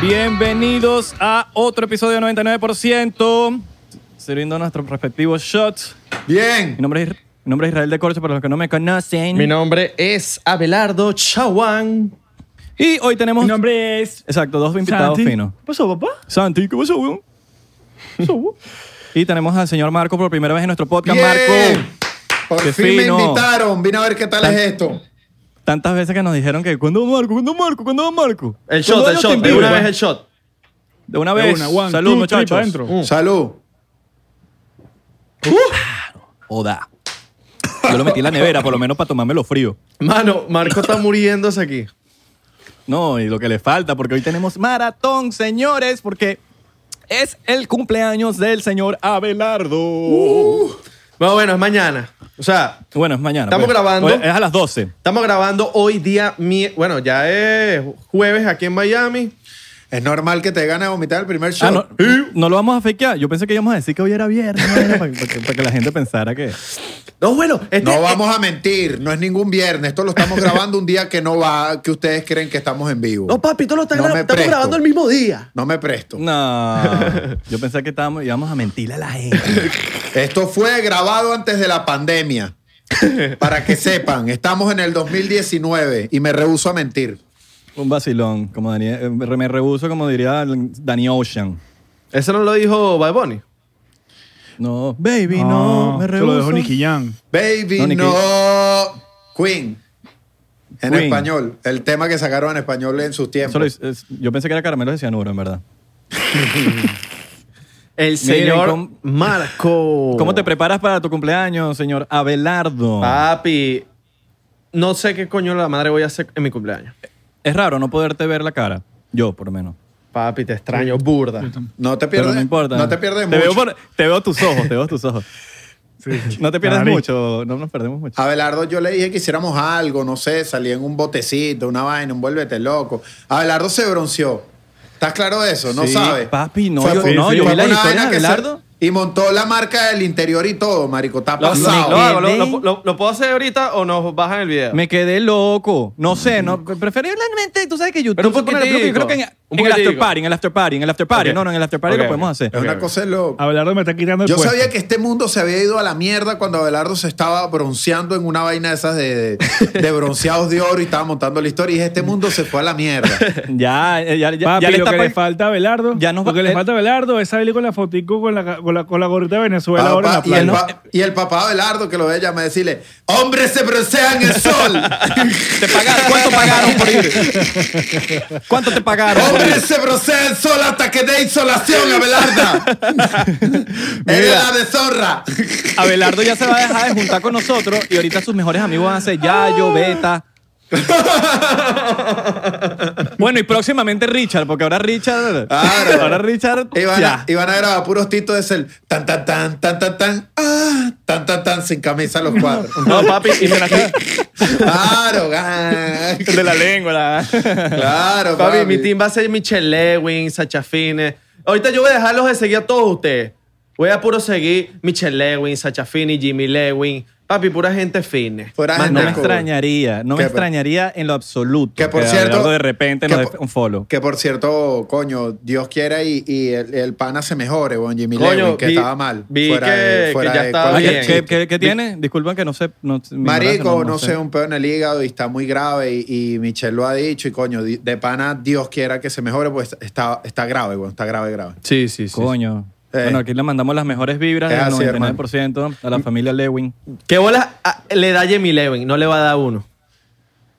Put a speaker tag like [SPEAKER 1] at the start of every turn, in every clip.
[SPEAKER 1] Bienvenidos a otro episodio de 99%, sirviendo nuestros respectivos shots.
[SPEAKER 2] Bien.
[SPEAKER 1] Mi nombre es, mi nombre es Israel de Corcho, para los que no me conocen.
[SPEAKER 3] Mi nombre es Abelardo Chaguán.
[SPEAKER 1] y hoy tenemos...
[SPEAKER 4] Mi nombre es.
[SPEAKER 1] Exacto, dos invitados
[SPEAKER 4] Santi.
[SPEAKER 1] finos.
[SPEAKER 4] ¿Qué pasó, papá?
[SPEAKER 1] Santi, ¿cómo pasó, weón? Y tenemos al señor Marco por primera vez en nuestro podcast.
[SPEAKER 2] Bien.
[SPEAKER 1] Marco,
[SPEAKER 2] Por
[SPEAKER 1] Qué
[SPEAKER 2] fin
[SPEAKER 1] fino.
[SPEAKER 2] me invitaron. Vine a ver qué tal
[SPEAKER 1] Tan-
[SPEAKER 2] es esto.
[SPEAKER 1] tantas veces que nos dijeron que ¿cuándo va Marco? ¿Cuándo va Marco? ¿Cuándo va Marco?
[SPEAKER 3] El
[SPEAKER 1] ¿Cuándo
[SPEAKER 3] shot, el
[SPEAKER 1] Justin
[SPEAKER 3] shot. De
[SPEAKER 1] Bieber?
[SPEAKER 3] una vez el shot. Mm.
[SPEAKER 1] De una
[SPEAKER 4] De
[SPEAKER 1] vez.
[SPEAKER 4] una, one,
[SPEAKER 1] Pues, Salud,
[SPEAKER 4] two, three,
[SPEAKER 1] muchachos.
[SPEAKER 4] pa' adentro.
[SPEAKER 2] Salud.
[SPEAKER 1] Oda. Yo lo metí en la nevera, por lo menos para tomármelo frío.
[SPEAKER 3] Mano, Marco está muriéndose aquí.
[SPEAKER 1] No, y lo que le falta, porque hoy tenemos maratón, señores, porque es el cumpleaños del señor Abelardo.
[SPEAKER 3] Bueno, bueno, es mañana. O sea,
[SPEAKER 1] Bueno, es mañana.
[SPEAKER 3] Estamos grabando.
[SPEAKER 1] Oye, Es a las 12.
[SPEAKER 3] estamos grabando hoy día. mi- Bueno, ya es jueves aquí en Miami.
[SPEAKER 2] Es normal que te gane a vomitar el primer
[SPEAKER 1] Ah,
[SPEAKER 2] shot.
[SPEAKER 1] no, no lo vamos a fakear. Yo pensé que íbamos a decir que hoy era viernes, ¿no? Era para, para que, para que la gente pensara que.
[SPEAKER 3] No, bueno, este,
[SPEAKER 2] No vamos a mentir, no es ningún viernes. Esto lo estamos grabando un día que no va, que ustedes creen que estamos en vivo.
[SPEAKER 3] eh, No, papi, todo lo están
[SPEAKER 2] No
[SPEAKER 3] gra-
[SPEAKER 2] me
[SPEAKER 3] estamos
[SPEAKER 2] presto.
[SPEAKER 3] grabando el mismo día.
[SPEAKER 2] No me presto.
[SPEAKER 1] No. Yo pensé que estábamos, íbamos a mentirle a la gente.
[SPEAKER 2] Esto fue grabado antes de la pandemia. Para que sepan, estamos en el 2019 y me rehuso a mentir.
[SPEAKER 1] Un vacilón, como Daniel, eh, me rehuso, como diría Danny Ocean.
[SPEAKER 3] Eso no lo dijo Bad Bunny.
[SPEAKER 1] No, baby, no, me
[SPEAKER 4] Ah, Se lo
[SPEAKER 1] rehuso.
[SPEAKER 4] dejó Nicky Jam.
[SPEAKER 2] Baby,
[SPEAKER 1] No,
[SPEAKER 2] no.
[SPEAKER 1] Nicky.
[SPEAKER 2] Queen. En
[SPEAKER 1] Queen.
[SPEAKER 2] español. El tema que sacaron en español en sus tiempos.
[SPEAKER 1] Eso lo hice- es- yo pensé que era caramelo de cianuro, en verdad.
[SPEAKER 3] El
[SPEAKER 1] señor
[SPEAKER 3] señor Marco.
[SPEAKER 1] ¿Cómo te preparas para tu cumpleaños, señor Abelardo?
[SPEAKER 3] Ah. Papi, no sé qué coño la madre voy a hacer en mi cumpleaños.
[SPEAKER 1] Es raro no poderte ver la cara. Yo, por lo menos.
[SPEAKER 3] Papi, te extraño, burda.
[SPEAKER 2] No te
[SPEAKER 1] Pero
[SPEAKER 2] pierdes.
[SPEAKER 1] no importa.
[SPEAKER 2] No te pierdes
[SPEAKER 1] te
[SPEAKER 2] mucho.
[SPEAKER 1] Veo por- te veo tus ojos, te veo tus ojos. No te pierdes
[SPEAKER 4] Nariz.
[SPEAKER 1] mucho, no nos perdemos mucho.
[SPEAKER 2] Abelardo, yo le dije que hiciéramos algo, no sé, salí en un botecito, una vaina, un vuélvete loco. Abelardo se bronceó. ¿Estás claro de eso? No
[SPEAKER 1] Sí,
[SPEAKER 2] sabe.
[SPEAKER 1] papi, no, yo-
[SPEAKER 2] por-
[SPEAKER 4] no, yo
[SPEAKER 2] fue
[SPEAKER 1] vi la
[SPEAKER 2] por una
[SPEAKER 1] historia
[SPEAKER 2] vaina
[SPEAKER 1] de
[SPEAKER 2] que se-
[SPEAKER 1] Abelardo.
[SPEAKER 2] Y montó la marca del interior y todo, marico. Está
[SPEAKER 3] Lo,
[SPEAKER 2] pasado.
[SPEAKER 3] lo hago, lo- lo- lo- lo puedo hacer ahorita o nos bajan el video?
[SPEAKER 1] Me quedé loco. No sé, no, preferiblemente, tú sabes que YouTube
[SPEAKER 3] Pero un
[SPEAKER 1] se pone la peluca. Yo creo que en,
[SPEAKER 3] poquitico, un
[SPEAKER 1] en el after
[SPEAKER 3] poquitico.
[SPEAKER 1] party, en el after party, en el after party.
[SPEAKER 3] Ok.
[SPEAKER 1] No, no, en el after party
[SPEAKER 3] Ok,
[SPEAKER 1] lo
[SPEAKER 3] ok.
[SPEAKER 1] podemos hacer.
[SPEAKER 2] Es una
[SPEAKER 3] Ok,
[SPEAKER 2] cosa de loco.
[SPEAKER 1] Ah,
[SPEAKER 4] Abelardo me está quitando el
[SPEAKER 2] Yo
[SPEAKER 4] puesto.
[SPEAKER 2] sabía que este mundo se había ido a la mierda cuando Abelardo se estaba bronceando en una vaina de esas de, de- de bronceados de oro y estaba montando la historia y dije, este mundo se fue a la mierda.
[SPEAKER 1] Ya, eh, ya, ya,
[SPEAKER 4] Papi,
[SPEAKER 1] ya le
[SPEAKER 4] lo
[SPEAKER 1] está
[SPEAKER 4] que le
[SPEAKER 1] pa-
[SPEAKER 4] falta a Belardo.
[SPEAKER 1] Ya nos va-
[SPEAKER 4] lo que le
[SPEAKER 1] el-
[SPEAKER 4] falta a Belardo es salir con la fotico con la, con la, con la gorrita de Venezuela ahora en la
[SPEAKER 2] Papá, y, el
[SPEAKER 4] playa.
[SPEAKER 2] pa- y el papá Abelardo que lo ve llamar a decirle, hombres se broncean el sol.
[SPEAKER 1] te pagaron. ¿Cuánto pagaron por ir? ¿Cuánto te pagaron por ir?
[SPEAKER 2] Hombres se broncean el sol hasta que dé insolación, Abelarda. Eres la de zorra.
[SPEAKER 1] Abelardo ya se va a dejar de juntar con nosotros y ahorita sus mejores amigos van a ser
[SPEAKER 2] Ah.
[SPEAKER 1] Yayo, Beta. Bueno, y próximamente Richard, porque ahora Richard.
[SPEAKER 2] Claro.
[SPEAKER 1] Ahora Richard.
[SPEAKER 2] Y van,
[SPEAKER 1] ya.
[SPEAKER 2] a, y van a grabar puros titos de ser tan, tan, tan, tan, tan, tan, ah, tan, tan, tan, sin camisa los cuatro.
[SPEAKER 3] No, papi, y me la
[SPEAKER 2] Claro, gan.
[SPEAKER 1] de la lengua.
[SPEAKER 2] claro,
[SPEAKER 3] Papi, mi team va a ser Michelle Lewin, Sacha Fine. Ahorita yo voy a dejarlos de seguir a todos ustedes. Voy a puro seguir Michelle Lewin, Sacha Fine, Jimmy Lewin. Papi, pura gente fine.
[SPEAKER 2] Fuera
[SPEAKER 3] Más
[SPEAKER 2] gente
[SPEAKER 1] No me
[SPEAKER 3] nada.
[SPEAKER 2] cool.
[SPEAKER 1] extrañaría, no me
[SPEAKER 2] Que-
[SPEAKER 1] extrañaría en lo absoluto.
[SPEAKER 2] Que por cierto-
[SPEAKER 1] Abelardo de repente nos
[SPEAKER 2] que
[SPEAKER 1] dé
[SPEAKER 2] por-
[SPEAKER 1] un follow.
[SPEAKER 2] Que por cierto, coño, Dios quiera y, y el, el pana se mejore, bon Jimmy
[SPEAKER 3] Coño,
[SPEAKER 2] Lewin, que
[SPEAKER 3] vi-
[SPEAKER 2] estaba mal.
[SPEAKER 3] vi que- que ya estaba
[SPEAKER 1] Ah,
[SPEAKER 2] cualquier
[SPEAKER 1] ¿qué,
[SPEAKER 3] bien.
[SPEAKER 1] qué-
[SPEAKER 2] chiste.
[SPEAKER 1] qué- qué tiene? Disculpa que no sé. No, mi ignorancia,
[SPEAKER 2] Marico, no sé, un pedo en el hígado y está muy grave y, y Michelle lo ha dicho y coño, di- de pana, Dios quiera que se mejore, pues está, está grave, bueno, está grave, grave.
[SPEAKER 3] Sí, sí, sí.
[SPEAKER 1] Coño.
[SPEAKER 2] Eh.
[SPEAKER 1] Bueno, aquí le mandamos las mejores vibras
[SPEAKER 2] Es
[SPEAKER 1] del
[SPEAKER 2] así, Mm.
[SPEAKER 1] 99% a la familia Lewin.
[SPEAKER 3] ¿Qué bolas ah, le da Jimmy Lewin? No le va a dar uno.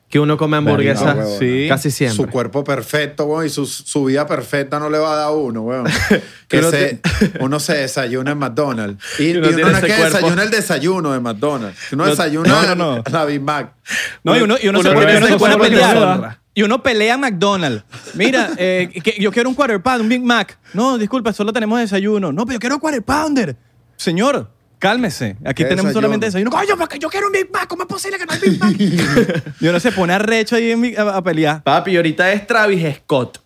[SPEAKER 3] Que uno come hamburguesa
[SPEAKER 2] Verga, huevón.
[SPEAKER 1] Sí.
[SPEAKER 3] casi
[SPEAKER 2] Su
[SPEAKER 3] siempre.
[SPEAKER 2] cuerpo perfecto, weón, y su, su vida perfecta no le va a dar uno, weón. Que
[SPEAKER 3] Uno
[SPEAKER 2] se- uno se desayuna en McDonald's. Y,
[SPEAKER 3] Que
[SPEAKER 2] y
[SPEAKER 3] uno
[SPEAKER 2] uno,
[SPEAKER 3] tiene
[SPEAKER 2] no es
[SPEAKER 3] ese
[SPEAKER 2] que
[SPEAKER 3] cuerpo.
[SPEAKER 2] desayuna el desayuno de McDonald's. Uno
[SPEAKER 1] No,
[SPEAKER 2] desayuna
[SPEAKER 1] no, no, no.
[SPEAKER 2] la Big Mac.
[SPEAKER 1] No, y uno, y uno
[SPEAKER 3] Uno
[SPEAKER 1] se, pone,
[SPEAKER 3] no
[SPEAKER 1] y uno
[SPEAKER 3] se
[SPEAKER 1] se pone a
[SPEAKER 3] compra lo que no
[SPEAKER 1] pelear.
[SPEAKER 3] honra.
[SPEAKER 1] Y uno pelea a McDonald's. Mira, eh, que- yo quiero un quarter pound, un Big Mac. No, disculpa, solo tenemos desayuno. No, pero yo quiero quarter pounder. Señor, cálmese. Aquí
[SPEAKER 2] ¿Qué
[SPEAKER 1] tenemos
[SPEAKER 2] desayuno?
[SPEAKER 1] solamente desayuno. Coño, porque yo quiero un Big Mac. ¿Cómo es posible que no hay Big Mac? y uno se pone arrecho ahí en mi- a, a pelear.
[SPEAKER 3] Papi, ahorita es Travis Scott.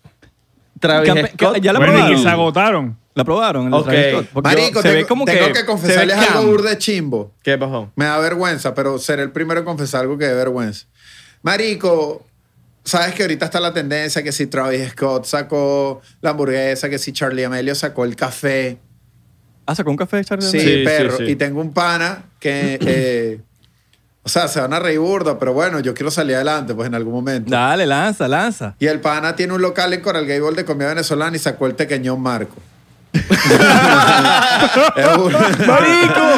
[SPEAKER 3] Travis
[SPEAKER 1] Campe-
[SPEAKER 3] Scott.
[SPEAKER 1] ya la
[SPEAKER 4] Bueno, y que se
[SPEAKER 1] probaron.
[SPEAKER 4] agotaron.
[SPEAKER 1] La probaron. el
[SPEAKER 3] Ok.
[SPEAKER 1] Travis Scott, porque
[SPEAKER 2] Marico,
[SPEAKER 1] se
[SPEAKER 2] tengo,
[SPEAKER 1] ve como
[SPEAKER 2] tengo que,
[SPEAKER 1] se ve
[SPEAKER 2] confesarles
[SPEAKER 1] cam.
[SPEAKER 2] algo burde chimbo.
[SPEAKER 3] ¿Qué pasó?
[SPEAKER 2] Me da vergüenza, pero seré el primero en confesar algo que dé vergüenza. Marico, Sabes que ahorita está la tendencia que si Travis Scott sacó la hamburguesa, que si Charlie Amelio sacó el café.
[SPEAKER 1] Ah, sacó un café, Charlie.
[SPEAKER 2] Sí,
[SPEAKER 3] Sí, sí,
[SPEAKER 2] perro.
[SPEAKER 3] sí.
[SPEAKER 2] Y tengo un pana que, eh, o sea, se van a reír burda, pero bueno, yo quiero salir adelante, pues en algún momento.
[SPEAKER 1] Dale, lanza, lanza.
[SPEAKER 2] Y el pana tiene un local en Coral Gable de comida venezolana y sacó el tequeñón Marco. es burda.
[SPEAKER 1] ¡Marico!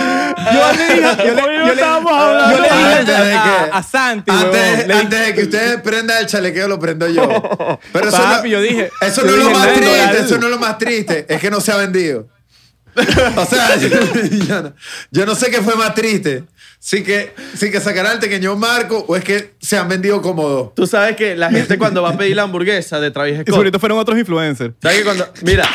[SPEAKER 1] Yo le dije, yo le,
[SPEAKER 4] Hoy
[SPEAKER 1] yo le-
[SPEAKER 4] estábamos
[SPEAKER 1] yo le
[SPEAKER 4] hablando.
[SPEAKER 1] dije
[SPEAKER 2] Antes de
[SPEAKER 1] a,
[SPEAKER 2] que-
[SPEAKER 1] a Santi,
[SPEAKER 2] Antes,
[SPEAKER 1] huevón, le dije-
[SPEAKER 2] antes de que usted prenda el chalequeo, lo prendo yo. Pero eso
[SPEAKER 1] Papi,
[SPEAKER 2] no,
[SPEAKER 1] yo dije-
[SPEAKER 2] Eso
[SPEAKER 1] yo
[SPEAKER 2] no es lo
[SPEAKER 1] dije,
[SPEAKER 2] más
[SPEAKER 1] "Ven,
[SPEAKER 2] triste,
[SPEAKER 1] dale".
[SPEAKER 2] eso no es lo más triste. Es que no se ha vendido. O sea, yo, yo no, yo no sé qué fue más triste. Sí que, sí que sacará el pequeño Marco o es que se han vendido como dos.
[SPEAKER 3] Tú sabes que la gente cuando va a pedir la hamburguesa de Travis
[SPEAKER 1] Y sobre
[SPEAKER 3] Scott.
[SPEAKER 1] todo fueron otros influencers.
[SPEAKER 3] ¿sabes que cuando, mira,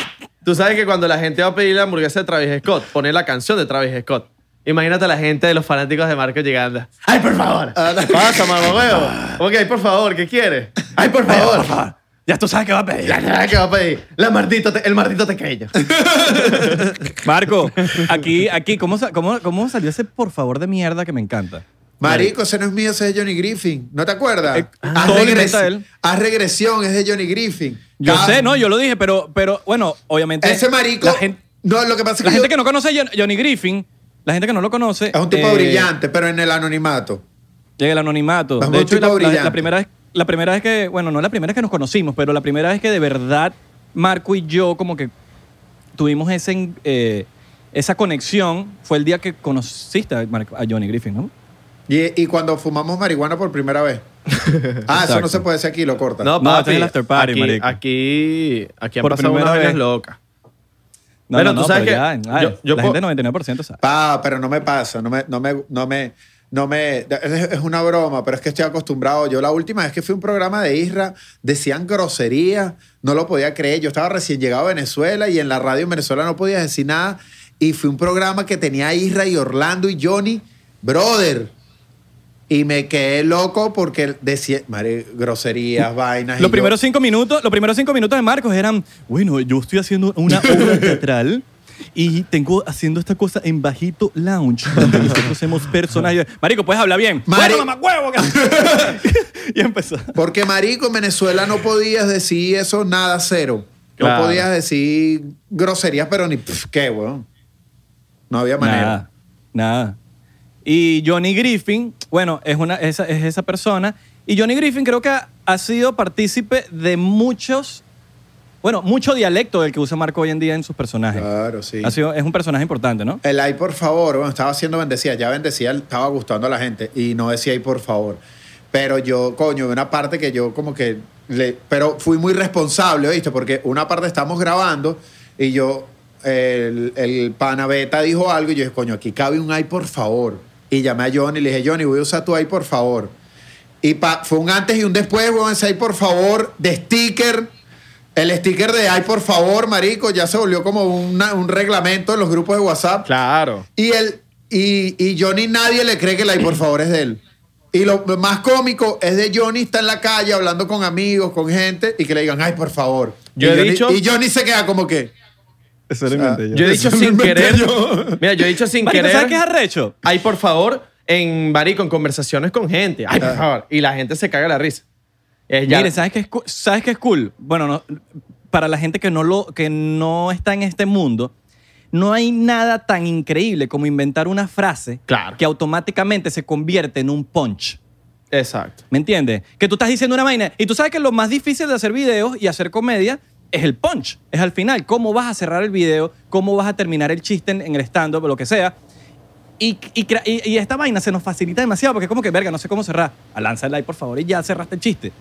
[SPEAKER 3] tú sabes que cuando la gente va a pedir la hamburguesa de Travis Scott, pone la canción de Travis Scott. Imagínate a la gente de los fanáticos de Marco llegando. ¡Ay, por favor!
[SPEAKER 2] Ah,
[SPEAKER 3] ¡Pasa, mamá, huevo! Ok, por favor, ¿qué quieres? ¡Ay, por favor!
[SPEAKER 1] Ya tú sabes que va a pedir.
[SPEAKER 3] La nada que va a pedir. La maldito te- el maldito tequeño.
[SPEAKER 1] Marco, aquí, aquí, ¿cómo, sa- cómo, cómo salió ese por favor de mierda que me encanta?
[SPEAKER 2] Marico, ese no es mío, ese es de Johnny Griffin. ¿No te acuerdas?
[SPEAKER 1] Eh, todo lo inventa él.
[SPEAKER 2] haz regresión, es de Johnny Griffin.
[SPEAKER 1] Yo
[SPEAKER 2] Cada-
[SPEAKER 1] sé, ¿no? Yo lo dije, pero, pero bueno, obviamente.
[SPEAKER 2] Ese marico.
[SPEAKER 1] La gente,
[SPEAKER 2] no, lo que pasa es que,
[SPEAKER 1] la gente
[SPEAKER 2] yo-
[SPEAKER 1] que no conoce a Jon- Johnny Griffin, la gente que no lo conoce.
[SPEAKER 2] es un tipo
[SPEAKER 1] eh,
[SPEAKER 2] brillante, pero en el anonimato.
[SPEAKER 1] Llega el anonimato.
[SPEAKER 2] Es
[SPEAKER 1] de
[SPEAKER 2] un
[SPEAKER 1] hecho,
[SPEAKER 2] tipo
[SPEAKER 1] la, la-
[SPEAKER 2] brillante.
[SPEAKER 1] la primera vez, la primera vez que, bueno, no la primera vez que nos conocimos, pero la primera vez que de verdad Marco y yo como que tuvimos ese, en- eh, esa conexión fue el día que conociste a, Marco- a Johnny Griffin, ¿no?
[SPEAKER 2] Y, y cuando fumamos marihuana por primera vez. ah, eso
[SPEAKER 1] Exacto.
[SPEAKER 2] no se puede decir aquí, lo corta.
[SPEAKER 1] No, este es el after party,
[SPEAKER 3] aquí,
[SPEAKER 1] marico.
[SPEAKER 3] aquí, aquí han
[SPEAKER 1] Por
[SPEAKER 3] pasado
[SPEAKER 1] primera
[SPEAKER 3] unas vainas
[SPEAKER 1] vez.
[SPEAKER 3] locas.
[SPEAKER 1] No,
[SPEAKER 3] Bueno,
[SPEAKER 1] no, no,
[SPEAKER 3] tú sabes
[SPEAKER 1] pero
[SPEAKER 3] que
[SPEAKER 1] ya, ay,
[SPEAKER 3] yo- yo
[SPEAKER 1] la
[SPEAKER 3] puedo-
[SPEAKER 1] gente 99% sabe.
[SPEAKER 2] Pa, pero no me pasa, no me, no me, no me, no me, es, es una broma, pero es que estoy acostumbrado. Yo la última vez que fui a un programa de Isra, decían groserías, no lo podía creer. Yo estaba recién llegado a Venezuela y en la radio en Venezuela no podía decir nada. Y fue un programa que tenía a Isra y Orlando y Johnny, brother. Y me quedé loco porque decía, madre, groserías, vainas. y
[SPEAKER 1] Los
[SPEAKER 2] yo-
[SPEAKER 1] primeros cinco minutos, los primeros cinco minutos de Marcos eran, bueno, yo estoy haciendo una obra teatral y tengo haciendo esta cosa en bajito lounge donde nosotros somos personajes. Marico, puedes hablar bien.
[SPEAKER 2] Mari-
[SPEAKER 1] Bueno, mamá huevo. y empezó.
[SPEAKER 2] Porque, marico, en Venezuela no podías decir eso, nada, cero.
[SPEAKER 3] Claro.
[SPEAKER 2] No podías decir groserías, pero ni pf, qué, weón. No había manera.
[SPEAKER 1] Nada, nada. Y Johnny Griffin, bueno, es, una, esa, es esa persona. Y Johnny Griffin creo que ha, ha sido partícipe de muchos, bueno, mucho dialecto del que usa Marco hoy en día en sus personajes.
[SPEAKER 2] Claro, Ah, sí.
[SPEAKER 1] Ha sido, es un personaje importante, ¿no?
[SPEAKER 2] El ay, por favor, bueno, estaba siendo bendecida, ya bendecida, estaba gustando a la gente y no decía ay, por favor. Pero yo, coño, una parte que yo como que, le, pero fui muy responsable, ¿oíste? Porque una parte estamos grabando y yo, el, el pana beta dijo algo y yo dije, coño, aquí cabe un ay, por favor. Y llamé a Johnny y le dije, Johnny, voy a usar tu ay, por favor. Y pa- fue un antes y un después, weón, ese ay, por favor, de sticker. El sticker de ay, por favor, marico, ya se volvió como una- un reglamento en los grupos de WhatsApp.
[SPEAKER 3] Claro.
[SPEAKER 2] Y él, y, y Johnny nadie le cree que el ay, por favor, es de él. Y lo más cómico es de Johnny está en la calle hablando con amigos, con gente, y que le digan, ay, por favor.
[SPEAKER 3] Yo
[SPEAKER 2] y,
[SPEAKER 3] he
[SPEAKER 2] Johnny,
[SPEAKER 3] dicho-
[SPEAKER 2] y Johnny se queda como que.
[SPEAKER 1] Eso lo
[SPEAKER 2] inventé
[SPEAKER 3] Yo he dicho
[SPEAKER 2] Eso
[SPEAKER 3] sin
[SPEAKER 2] me
[SPEAKER 3] querer.
[SPEAKER 2] yo.
[SPEAKER 3] Mira, yo he dicho sin
[SPEAKER 1] Marico,
[SPEAKER 3] querer.
[SPEAKER 1] ¿sabes qué es arrecho?
[SPEAKER 3] Ay, por favor, en marico, en conversaciones con gente. Ay, por favor. Y la gente se caga la risa. Es ya-
[SPEAKER 1] Mire, Ah. ¿sabes qué es, cu- ¿sabes qué es cool? Bueno, no- para la gente que no, lo, que no está en este mundo, no hay nada tan increíble como inventar una frase
[SPEAKER 3] Claro.
[SPEAKER 1] que automáticamente se convierte en un punch.
[SPEAKER 3] Exacto.
[SPEAKER 1] ¿Me entiendes? Que tú estás diciendo una vaina y tú sabes que lo más difícil de hacer videos y hacer comedia es el punch, es al final, cómo vas a cerrar el video, cómo vas a terminar el chiste en, en el stand-up, lo que sea. Y, y crea- y- y esta vaina se nos facilita demasiado porque es como que, verga, no sé cómo cerrar. Ah, Lanza el like, por favor, y ya cerraste el chiste.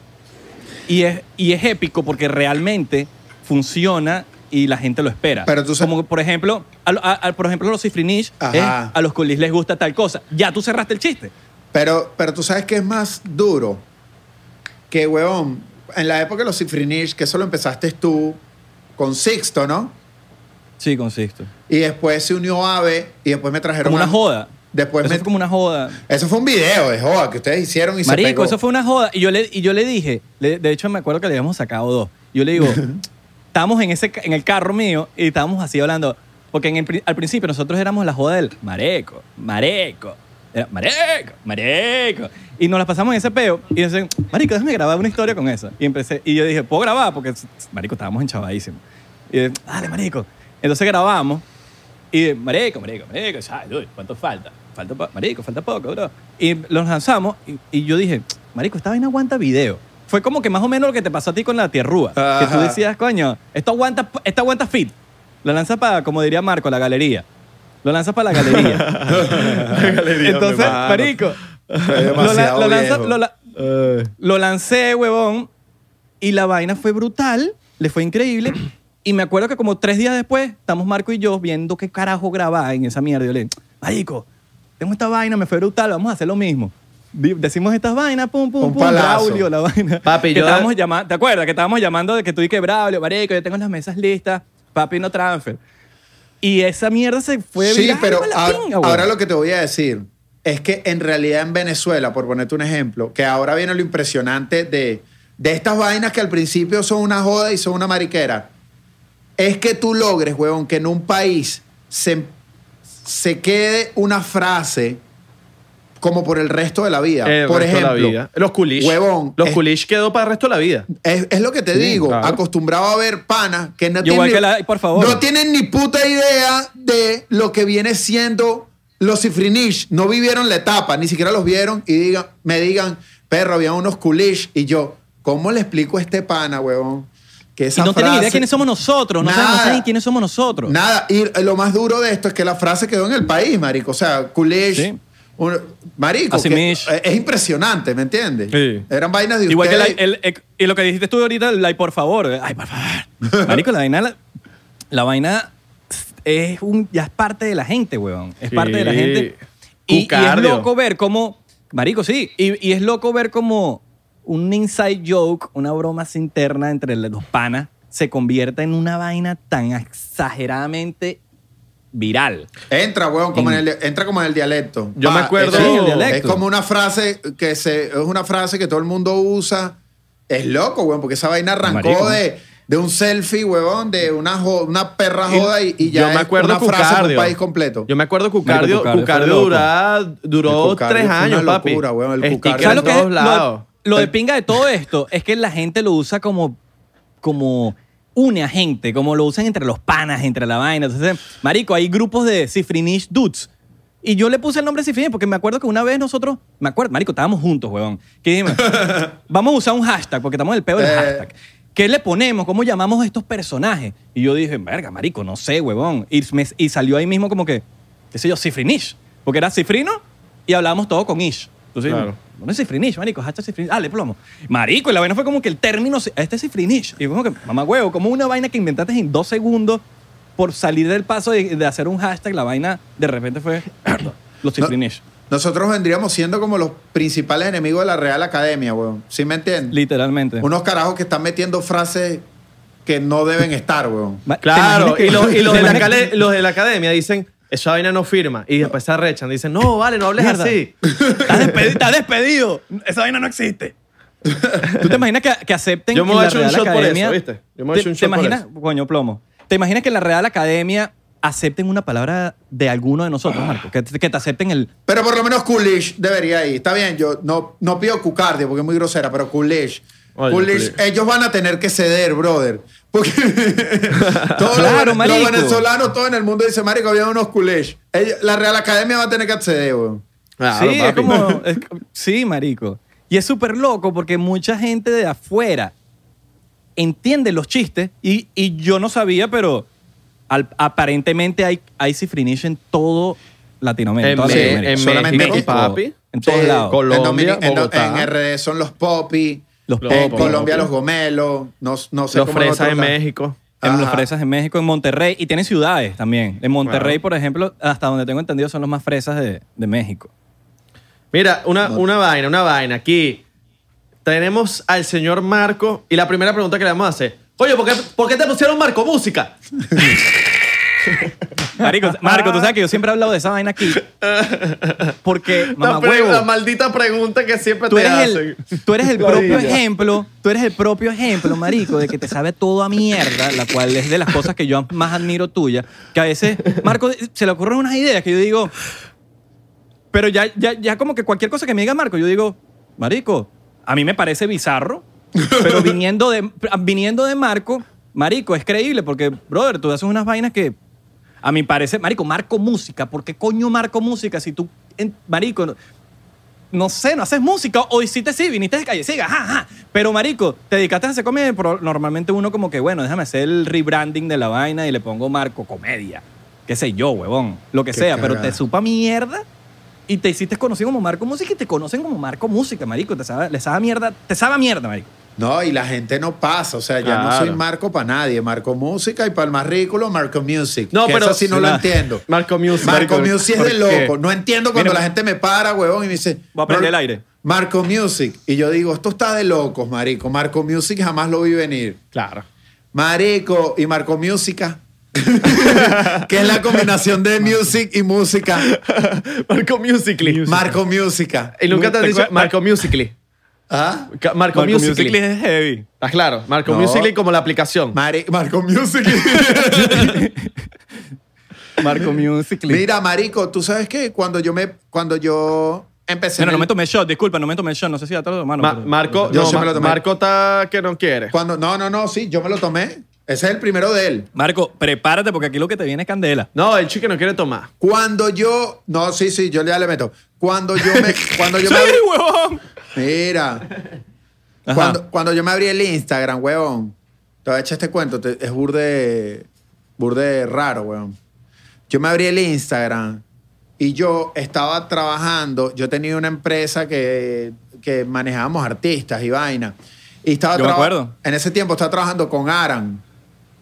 [SPEAKER 1] Y es, y es épico porque realmente funciona y la gente lo espera.
[SPEAKER 2] Pero tú sabes-
[SPEAKER 1] Como por ejemplo, a, lo- a- a- por ejemplo los Cifrinish,
[SPEAKER 2] Ajá.
[SPEAKER 1] a los colis les gusta tal cosa. Ya tú cerraste el chiste.
[SPEAKER 2] Pero, pero tú sabes que es más duro que, weón, en la época de los Cifrinish, que eso lo empezaste tú con Sixto, ¿no?
[SPEAKER 1] Sí, consisto.
[SPEAKER 2] Y después se unió Ave y después me trajeron.
[SPEAKER 1] Como una
[SPEAKER 2] a-
[SPEAKER 1] joda.
[SPEAKER 2] Después
[SPEAKER 1] Eso
[SPEAKER 2] Pues me-
[SPEAKER 1] fue como una joda.
[SPEAKER 2] Eso fue un video de joda que ustedes hicieron y se
[SPEAKER 1] Marico,
[SPEAKER 2] pegó.
[SPEAKER 1] eso fue una joda. Y yo le, y yo le dije, le- de hecho me acuerdo que le habíamos sacado dos. Yo le digo, estábamos en, ese, ca- en el carro mío y estábamos así hablando. Porque en el pri- al principio nosotros éramos la joda del mareco, mareco, era mareco, mareco. Y nos las pasamos en ese peo. Y dicen, marico, déjame grabar una historia con esa. Y empecé, y yo dije, ¿puedo grabar? Porque, marico, estábamos enchavadísimos. Y dije, dale, marico. Entonces grabamos. Y marico, marico, marico, ay, dude, ¿cuánto falta? Falta po- marico, falta poco, bro. Y los lanzamos y, y yo dije, marico, esta vaina aguanta video. Fue como que más o menos lo que te pasó a ti con la tierrúa. Que tú
[SPEAKER 2] Ajá.
[SPEAKER 1] decías, coño, esto aguanta, esta aguanta fit. Lo lanzas para, como diría Marco, la galería. Lo lanzas para la galería.
[SPEAKER 3] Galería,
[SPEAKER 1] Entonces,
[SPEAKER 3] mi mano.
[SPEAKER 1] marico,
[SPEAKER 2] Es
[SPEAKER 1] lo, la-
[SPEAKER 2] demasiado
[SPEAKER 1] lo lanza-
[SPEAKER 2] viejo.
[SPEAKER 1] lo la-
[SPEAKER 3] Ay.
[SPEAKER 1] lo lancé, huevón, y la vaina fue brutal, le fue increíble. Y me acuerdo que como tres días después, estamos Marco y yo viendo qué carajo grababa en esa mierda. Yo le digo, marico, tengo esta vaina, me fue brutal, vamos a hacer lo mismo. Di- Decimos estas vainas, pum, pum,
[SPEAKER 2] Un
[SPEAKER 1] pum,
[SPEAKER 2] palazo.
[SPEAKER 1] Braulio, la vaina.
[SPEAKER 3] Papi,
[SPEAKER 1] que
[SPEAKER 3] yo-
[SPEAKER 1] estábamos llama- ¿Te acuerdas? Que estábamos llamando de que tú y que Braulio, marico, yo tengo las mesas listas, papi, no transfer. Y esa mierda se fue
[SPEAKER 2] Sí,
[SPEAKER 1] viral
[SPEAKER 2] pero
[SPEAKER 1] pa' la
[SPEAKER 2] a-
[SPEAKER 1] pinga, huevón.
[SPEAKER 2] ahora lo que te voy a decir es que en realidad en Venezuela, por ponerte un ejemplo, que ahora viene lo impresionante de, de estas vainas que al principio son una joda y son una mariquera, es que tú logres, huevón, que en un país se, se quede una frase como por el resto de la vida.
[SPEAKER 3] El
[SPEAKER 2] por
[SPEAKER 3] Eh, resto de la
[SPEAKER 2] ejemplo,
[SPEAKER 3] vida. Los culish.
[SPEAKER 2] Huevón,
[SPEAKER 3] Los
[SPEAKER 2] es-
[SPEAKER 3] culish quedó para el resto de la vida.
[SPEAKER 2] Es, es lo que te
[SPEAKER 3] Sí,
[SPEAKER 2] digo,
[SPEAKER 3] claro.
[SPEAKER 2] acostumbrado a ver panas que no
[SPEAKER 1] Yo
[SPEAKER 2] tienen,
[SPEAKER 1] igual que la- por favor.
[SPEAKER 2] no tienen ni puta idea de lo que viene siendo los Ifrinish. No vivieron la etapa, ni siquiera los vieron y digan, me digan, perro, había unos culish. Y yo, ¿cómo le explico a este pana, huevón? Que
[SPEAKER 1] Y
[SPEAKER 2] esa
[SPEAKER 1] no tienen
[SPEAKER 2] frase-
[SPEAKER 1] idea quiénes somos nosotros, no saben, no
[SPEAKER 2] Nada.
[SPEAKER 1] saben quiénes somos nosotros.
[SPEAKER 2] Nada, y lo más duro de esto es que la frase quedó en el país, marico. O sea, culish.
[SPEAKER 1] Sí.
[SPEAKER 2] un- marico,
[SPEAKER 1] Así
[SPEAKER 2] que-
[SPEAKER 1] mish.
[SPEAKER 2] es impresionante, ¿me entiendes?
[SPEAKER 1] Sí.
[SPEAKER 2] Eran vainas de
[SPEAKER 1] Igual que la-
[SPEAKER 2] ustedes.
[SPEAKER 1] el- el- y lo que dijiste tú ahorita, el like, por favor. eh, Ay, por favor. Marico, la vaina, la, la vaina es un, ya es parte de la gente, weón. Es
[SPEAKER 3] Sí.
[SPEAKER 1] parte de la gente. Y- Y, es
[SPEAKER 3] Cucardio.
[SPEAKER 1] loco ver cómo, marico, sí. Y, y es loco ver cómo un inside joke, una broma así interna entre los panas, se convierta en una vaina tan exageradamente viral.
[SPEAKER 2] Entra, weón, como en el, entra como en el dialecto.
[SPEAKER 3] Yo me acuerdo-
[SPEAKER 2] Es,
[SPEAKER 1] Sí, el
[SPEAKER 2] es
[SPEAKER 1] dialecto.
[SPEAKER 2] como una frase que se, es una frase que todo el mundo usa. Es loco, weón, porque esa vaina arrancó
[SPEAKER 1] Marico.
[SPEAKER 2] de, de un selfie, weón, de una, jo- una perra
[SPEAKER 3] Y-
[SPEAKER 2] joda y, y ya
[SPEAKER 3] yo
[SPEAKER 2] es
[SPEAKER 3] me acuerdo
[SPEAKER 2] una frase para un
[SPEAKER 3] Cucardio.
[SPEAKER 2] país completo.
[SPEAKER 3] Yo me acuerdo Cucardio.
[SPEAKER 1] Marico, Cucardio
[SPEAKER 3] Cucardio,
[SPEAKER 1] fue
[SPEAKER 3] durá- duró
[SPEAKER 2] El Cucardio
[SPEAKER 3] tres
[SPEAKER 2] fue una
[SPEAKER 3] años, papi.
[SPEAKER 2] locura, weón, el
[SPEAKER 3] Sticker
[SPEAKER 2] Cucardio.
[SPEAKER 3] en
[SPEAKER 1] ¿Sabes lo que es?
[SPEAKER 3] todos lados.
[SPEAKER 1] Lo, lo de pinga de todo esto es que la gente lo usa como, como une a gente, como lo usan entre los panas, entre la vaina. Entonces, marico, hay grupos de Cifrinish Dudes. Y yo le puse el nombre Cifrinish porque me acuerdo que una vez nosotros, me acuerdo, marico, estábamos juntos, huevón. Que dijimos, vamos a usar un hashtag porque estamos en el peor del
[SPEAKER 2] Eh.
[SPEAKER 1] hashtag. ¿Qué le ponemos? ¿Cómo llamamos a estos personajes? Y yo dije, verga, marico, no sé, huevón. Y, me- y salió ahí mismo como que, qué sé yo, Cifrinish. Porque era Cifrino y hablábamos todo con Ish. Entonces,
[SPEAKER 3] Claro.
[SPEAKER 1] no es cifrinish, marico, hashtag cifrinish. Ah, le plomo. Marico, y la vaina fue como que el término, se- este es cifrinish. Y como que, mamá huevo, como una vaina que inventaste en dos segundos por salir del paso de, de hacer un hashtag, la vaina de repente fue los cifrinish.
[SPEAKER 2] Nosotros vendríamos siendo como los principales enemigos de la Real Academia, weón. ¿Sí me entiendes?
[SPEAKER 1] Literalmente.
[SPEAKER 2] Unos carajos que están metiendo frases que no deben estar, weón.
[SPEAKER 1] Ma- ¿te
[SPEAKER 3] Claro,
[SPEAKER 1] imaginas que-
[SPEAKER 3] y, los, y los
[SPEAKER 1] te
[SPEAKER 3] de la
[SPEAKER 1] imaginas
[SPEAKER 3] cale- los de la academia dicen, esa vaina no firma. Y después se arrechan. Dicen, no, vale, no hables
[SPEAKER 1] Mierda.
[SPEAKER 3] así.
[SPEAKER 1] Estás despedido, estás despedido. Esa vaina no existe. ¿Tú te imaginas que, que acepten
[SPEAKER 3] Yo me
[SPEAKER 1] en
[SPEAKER 3] voy
[SPEAKER 1] la
[SPEAKER 3] a echar un
[SPEAKER 1] Real
[SPEAKER 3] shot por
[SPEAKER 1] Academia?
[SPEAKER 3] eso, ¿viste? Yo me voy a
[SPEAKER 1] ¿Te-
[SPEAKER 3] echar un
[SPEAKER 1] ¿Te
[SPEAKER 3] shot por
[SPEAKER 1] imaginas, coño, plomo? ¿Te imaginas que en la Real Academia acepten una palabra de alguno de nosotros,
[SPEAKER 3] Ah.
[SPEAKER 1] Marco? Que, que te acepten el...
[SPEAKER 2] Pero por lo menos Coolish debería ir. Está bien, yo no, no pido Cucardio porque es muy grosera, pero Coolish.
[SPEAKER 3] Oye,
[SPEAKER 2] Coolish,
[SPEAKER 3] Coolidge.
[SPEAKER 2] ellos van a tener que ceder, brother. Porque todos los
[SPEAKER 1] Claro,
[SPEAKER 2] vene- los,
[SPEAKER 1] marico.
[SPEAKER 2] venezolanos, todo en el mundo dice, marico, había unos Coolish. Ellos- La Real Academia va a tener que acceder, weón.
[SPEAKER 3] Claro,
[SPEAKER 1] sí, es
[SPEAKER 3] papi.
[SPEAKER 1] como... es- sí, marico. Y es súper loco porque mucha gente de afuera entiende los chistes y, y yo no sabía, pero al- aparentemente hay, hay cifrinish en todo Latinoamérica.
[SPEAKER 3] En
[SPEAKER 1] toda
[SPEAKER 3] Me-
[SPEAKER 1] Latinoamérica.
[SPEAKER 3] en
[SPEAKER 2] Solamente
[SPEAKER 3] México,
[SPEAKER 2] en-
[SPEAKER 3] papi.
[SPEAKER 1] en todos
[SPEAKER 2] Sí,
[SPEAKER 1] lados.
[SPEAKER 3] Colombia,
[SPEAKER 2] en, Dominic- en Do-
[SPEAKER 3] Bogotá.
[SPEAKER 2] en RD son los Poppy.
[SPEAKER 1] Los
[SPEAKER 2] en
[SPEAKER 3] Poppy.
[SPEAKER 2] Colombia los Gomelos. No, no sé
[SPEAKER 3] Los
[SPEAKER 2] cómo en
[SPEAKER 3] fresas
[SPEAKER 2] otros
[SPEAKER 3] en
[SPEAKER 2] lados.
[SPEAKER 3] México.
[SPEAKER 1] En
[SPEAKER 2] Ajá.
[SPEAKER 1] los fresas en México, en Monterrey, y tienen ciudades también. En Monterrey,
[SPEAKER 3] Claro.
[SPEAKER 1] por ejemplo, hasta donde tengo entendido, son los más fresas de, de México.
[SPEAKER 3] Mira, una, una vaina, una vaina. Aquí tenemos al señor Marco y la primera pregunta que le vamos a hacer. Oye, ¿por qué, por qué te pusieron Marco Música?
[SPEAKER 1] Marico, Marco, tú sabes que yo siempre he hablado de esa vaina aquí. Porque, mamá
[SPEAKER 3] la, pre- la
[SPEAKER 1] huevo,
[SPEAKER 3] maldita pregunta que siempre
[SPEAKER 1] tú
[SPEAKER 3] te
[SPEAKER 1] eres,
[SPEAKER 3] hacen.
[SPEAKER 1] el, tú eres el propio
[SPEAKER 3] Ladilla.
[SPEAKER 1] ejemplo, tú eres el propio ejemplo, marico, de que te sabe todo a mierda, la cual es de las cosas que yo más admiro tuya, que a veces, Marco, se le ocurren unas ideas que yo digo, pero ya, ya, ya como que cualquier cosa que me diga Marco, yo digo, Marico, a mí me parece bizarro, pero viniendo de, viniendo de Marco, Marico, es creíble porque, brother, tú haces unas vainas que a mi parece, Marico, Marco Música. ¿Por qué coño Marco Música si tú, en- Marico, no, no sé, no haces música o hiciste sí, viniste de calle, siga, ajá, ajá. Pero, Marico, te dedicaste a hacer comedia, pero normalmente uno como que, bueno, déjame hacer el rebranding de la vaina y le pongo Marco Comedia. Qué sé yo, huevón, lo que
[SPEAKER 2] Qué
[SPEAKER 1] sea, pero
[SPEAKER 2] cagada.
[SPEAKER 1] te supa mierda y te hiciste conocido como Marco Música y te conocen como Marco Música, marico. Te sabe, le sabe a mierda, te sabe a mierda, marico.
[SPEAKER 2] No, y la gente no pasa. O sea, ya no
[SPEAKER 3] Claro.
[SPEAKER 2] soy Marco para nadie. Marco Música y para el más ridículo, Marco Music.
[SPEAKER 3] No,
[SPEAKER 2] que
[SPEAKER 3] pero-
[SPEAKER 2] Eso sí no lo
[SPEAKER 1] Ah.
[SPEAKER 2] entiendo.
[SPEAKER 3] Marco Music.
[SPEAKER 2] Marco Music es
[SPEAKER 3] ¿Por
[SPEAKER 2] de
[SPEAKER 3] qué?
[SPEAKER 2] loco. No entiendo cuando
[SPEAKER 1] Mira,
[SPEAKER 2] la gente me para, huevón, y me dice.
[SPEAKER 1] Voy a prender
[SPEAKER 2] "Mar-
[SPEAKER 1] el aire".
[SPEAKER 2] Marco Music. Y yo digo, esto está de locos, marico. Marco Music jamás lo vi venir.
[SPEAKER 1] Claro.
[SPEAKER 2] Marico y Marco Música. que es la combinación de music y música.
[SPEAKER 3] Marco Musically.
[SPEAKER 4] Music.
[SPEAKER 2] Marco Música.
[SPEAKER 3] Y nunca te han
[SPEAKER 4] ¿Te
[SPEAKER 3] dicho
[SPEAKER 4] acuerdas?
[SPEAKER 3] Marco Musically.
[SPEAKER 2] ¿Ah?
[SPEAKER 3] Ca- Marco,
[SPEAKER 1] Marco
[SPEAKER 3] Musically.
[SPEAKER 1] Musical.ly es heavy.
[SPEAKER 3] ¿Estás claro? Marco
[SPEAKER 2] No.
[SPEAKER 3] Musically como la aplicación.
[SPEAKER 2] Mari- Marco Music.
[SPEAKER 1] Marco Musically.
[SPEAKER 2] Mira, marico, tú sabes que cuando yo me cuando yo empecé
[SPEAKER 1] Bueno,
[SPEAKER 2] en
[SPEAKER 1] no
[SPEAKER 2] el-
[SPEAKER 1] me tomé shot, disculpa, no me tomé shot. No sé si ya te lo tomaron.
[SPEAKER 3] Ma-
[SPEAKER 1] pero-
[SPEAKER 3] Marco,
[SPEAKER 2] Yo
[SPEAKER 3] no,
[SPEAKER 2] sí me
[SPEAKER 3] Ma-
[SPEAKER 2] lo tomé.
[SPEAKER 3] Marco está que no quiere.
[SPEAKER 2] cuando no, no, no, sí, yo me lo tomé. Ese es el primero de él.
[SPEAKER 1] Marco, prepárate porque aquí lo que te viene es candela.
[SPEAKER 3] No, el chico no quiere tomar.
[SPEAKER 2] Cuando yo, no, sí, sí, yo ya le meto. Cuando yo me cuando yo me
[SPEAKER 1] ¡Sí, huevón!
[SPEAKER 2] Mira,
[SPEAKER 1] Ajá.
[SPEAKER 2] cuando, cuando yo me abrí el Instagram, huevón, te voy a echar este cuento, te- es burde, burde raro, huevón. Yo me abrí el Instagram y yo estaba trabajando, yo tenía una empresa que, que manejábamos artistas y vaina. Y estaba
[SPEAKER 1] Yo me
[SPEAKER 2] traba-
[SPEAKER 1] acuerdo.
[SPEAKER 2] En ese tiempo estaba trabajando con Aran,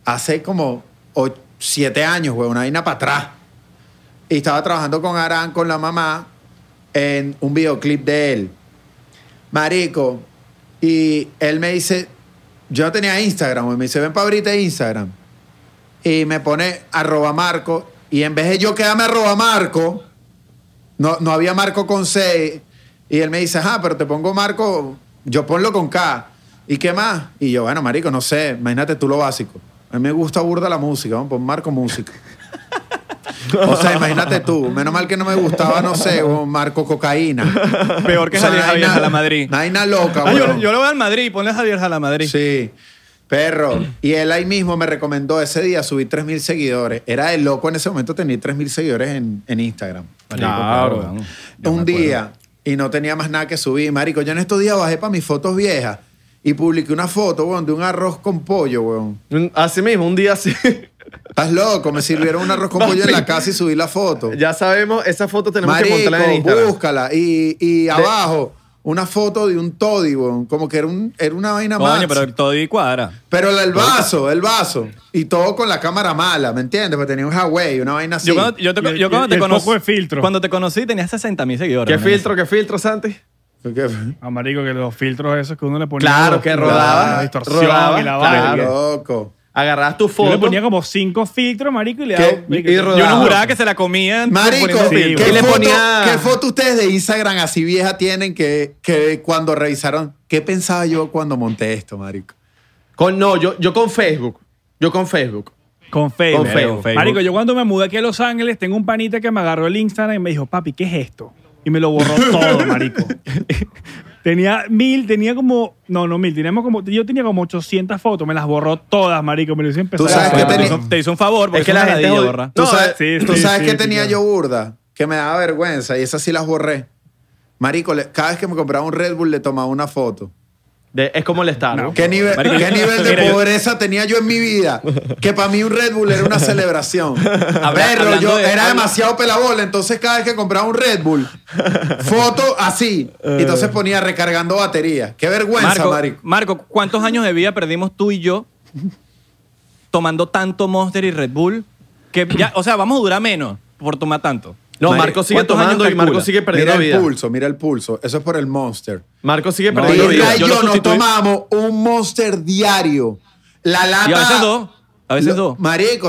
[SPEAKER 2] hace como o- siete años, huevón, una vaina para atrás. Y estaba trabajando con Aran, con la mamá, en un videoclip de él. Marico. Y él me dice, yo no tenía Instagram, y me dice, ven para abrirte Instagram. Y me pone arroba Marco. Y en vez de yo quedarme arroba Marco, no, no había Marco con C. Y él me dice, ah, pero te pongo Marco, yo ponlo con K. ¿Y qué más? Y yo, bueno, marico, no sé, imagínate tú lo básico. A mí me gusta burda la música, vamos, pon Marco Música. O sea, imagínate tú, menos mal que no me gustaba, no sé, Marco Cocaína.
[SPEAKER 1] Peor que
[SPEAKER 2] O sea,
[SPEAKER 1] Javier,
[SPEAKER 2] no hay
[SPEAKER 1] Javier
[SPEAKER 2] nada-
[SPEAKER 1] Jalamadrid.
[SPEAKER 2] No hay nada loca,
[SPEAKER 1] Ah, yo,
[SPEAKER 2] weón.
[SPEAKER 1] yo lo veo al Madrid, ponle a Javier Jalamadrid.
[SPEAKER 2] Sí. Perro. Y él ahí mismo me recomendó ese día subir 3.000 seguidores. Era de loco en ese momento tener 3.000 seguidores en, en Instagram.
[SPEAKER 1] Marico,
[SPEAKER 3] Claro.
[SPEAKER 1] weón. Yo me
[SPEAKER 2] Un
[SPEAKER 1] acuerdo.
[SPEAKER 2] día y no tenía más nada que subir, marico. Yo en estos días bajé para mis fotos viejas y publiqué una foto, weón, de un arroz con pollo, weón.
[SPEAKER 3] Un- Así mismo, un día así.
[SPEAKER 2] Estás loco, me sirvieron un arroz con pollo en la casa y subí la foto.
[SPEAKER 3] ya sabemos, esa foto tenemos que
[SPEAKER 2] Marico,
[SPEAKER 3] montarla en Instagram.
[SPEAKER 2] búscala. Y, y abajo, una foto de un toddy, weón. Como que era, un, era una vaina más.
[SPEAKER 1] Coño, pero el todo y cuadra.
[SPEAKER 2] Pero el, el vaso, el vaso. Y todo con la cámara mala, ¿me entiendes? Porque tenía un Huawei, una vaina así.
[SPEAKER 1] Yo cuando, yo te,
[SPEAKER 4] Y el-
[SPEAKER 1] yo cuando
[SPEAKER 4] y
[SPEAKER 1] te
[SPEAKER 4] el
[SPEAKER 1] conocí.
[SPEAKER 4] poco de filtro.
[SPEAKER 1] Cuando te conocí tenías 60 mil seguidores.
[SPEAKER 3] ¿Qué
[SPEAKER 1] ¿no?
[SPEAKER 3] filtro, qué filtro, Santi?
[SPEAKER 2] Porque-
[SPEAKER 4] Ah, marico, que los filtros esos que uno le ponía.
[SPEAKER 3] Claro,
[SPEAKER 4] los-
[SPEAKER 3] que
[SPEAKER 4] la-
[SPEAKER 3] rodaba,
[SPEAKER 4] La distorsión
[SPEAKER 3] rodaba,
[SPEAKER 4] y la
[SPEAKER 3] claro.
[SPEAKER 4] vaina.
[SPEAKER 2] Qué loco.
[SPEAKER 3] Agarras tu
[SPEAKER 4] Yo le
[SPEAKER 3] foto.
[SPEAKER 4] ponía como cinco filtros, marico, y le
[SPEAKER 2] ¿Qué?
[SPEAKER 4] daba.
[SPEAKER 3] Y
[SPEAKER 1] Yo no
[SPEAKER 3] rodaba.
[SPEAKER 1] juraba que se la comían.
[SPEAKER 2] Marico,
[SPEAKER 1] poniendo
[SPEAKER 4] sí,
[SPEAKER 2] ¿qué,
[SPEAKER 1] filtro.
[SPEAKER 3] Y le
[SPEAKER 2] foto,
[SPEAKER 3] ponía-
[SPEAKER 2] qué foto ustedes de Instagram así vieja tienen que, que cuando revisaron? ¿Qué pensaba yo cuando monté esto, marico?
[SPEAKER 3] Con, no, yo, yo con Facebook. Yo con Facebook.
[SPEAKER 4] Con Facebook.
[SPEAKER 3] Con Facebook.
[SPEAKER 4] Marico, yo cuando me mudé aquí a Los Ángeles, tengo un panita que me agarró el Instagram y me dijo, papi, ¿qué es esto? Y me lo borró todo, marico. tenía mil, tenía como... No, no mil, teníamos como... Yo tenía como 800 fotos, me las borró todas, marico. Me lo hice empezar.
[SPEAKER 2] Tú sabes
[SPEAKER 4] de
[SPEAKER 2] que
[SPEAKER 1] Bueno,
[SPEAKER 4] cero.
[SPEAKER 1] te,
[SPEAKER 2] tenía-
[SPEAKER 1] hizo, te hizo un favor porque
[SPEAKER 3] Es que
[SPEAKER 1] es una
[SPEAKER 3] la gente
[SPEAKER 1] ladilla,
[SPEAKER 3] hoy-
[SPEAKER 1] borra.
[SPEAKER 2] ¿Tú
[SPEAKER 3] No,
[SPEAKER 2] sabes,
[SPEAKER 4] eh, sí,
[SPEAKER 2] tú
[SPEAKER 4] sí,
[SPEAKER 2] sabes
[SPEAKER 4] sí,
[SPEAKER 2] que
[SPEAKER 4] sí,
[SPEAKER 2] tenía
[SPEAKER 4] claro.
[SPEAKER 2] yo burda? Que me daba vergüenza y esas sí las borré. Marico, le- cada vez que me compraba un Red Bull le tomaba una foto.
[SPEAKER 3] De- es como el estado.
[SPEAKER 2] ¿Qué nivel,
[SPEAKER 1] Marico,
[SPEAKER 2] qué
[SPEAKER 1] yo-
[SPEAKER 2] nivel de
[SPEAKER 1] mira, yo-
[SPEAKER 2] pobreza tenía yo en mi vida? Que para mí un Red Bull era una celebración. Pero
[SPEAKER 1] hablando
[SPEAKER 2] yo
[SPEAKER 1] de-
[SPEAKER 2] era
[SPEAKER 1] habla-
[SPEAKER 2] demasiado pelabola, entonces cada vez que compraba un Red Bull, foto así, y entonces ponía recargando batería. Qué vergüenza,
[SPEAKER 1] Eh. Marco,
[SPEAKER 2] marico.
[SPEAKER 1] Marco, ¿cuántos años de vida perdimos tú y yo tomando tanto Monster y Red Bull? Que ya, o sea, vamos a durar menos por tomar tanto.
[SPEAKER 3] No,
[SPEAKER 1] Marico,
[SPEAKER 3] Marco sigue
[SPEAKER 1] ¿cuántos
[SPEAKER 3] tomando
[SPEAKER 1] años
[SPEAKER 3] y Marco
[SPEAKER 1] calcula?
[SPEAKER 3] sigue
[SPEAKER 2] Mira
[SPEAKER 3] perdiendo
[SPEAKER 2] el
[SPEAKER 3] vida.
[SPEAKER 2] pulso, mira el pulso. Eso es por el Monster.
[SPEAKER 3] Marco sigue
[SPEAKER 1] No,
[SPEAKER 3] perdiendo
[SPEAKER 1] yo-
[SPEAKER 3] vida.
[SPEAKER 2] Mira,
[SPEAKER 1] yo
[SPEAKER 2] yo,
[SPEAKER 1] lo
[SPEAKER 2] nos
[SPEAKER 1] sustituí.
[SPEAKER 2] tomamos un Monster diario. La lata...
[SPEAKER 1] Y a veces dos. A veces
[SPEAKER 2] Lo-
[SPEAKER 1] dos.
[SPEAKER 2] Marico,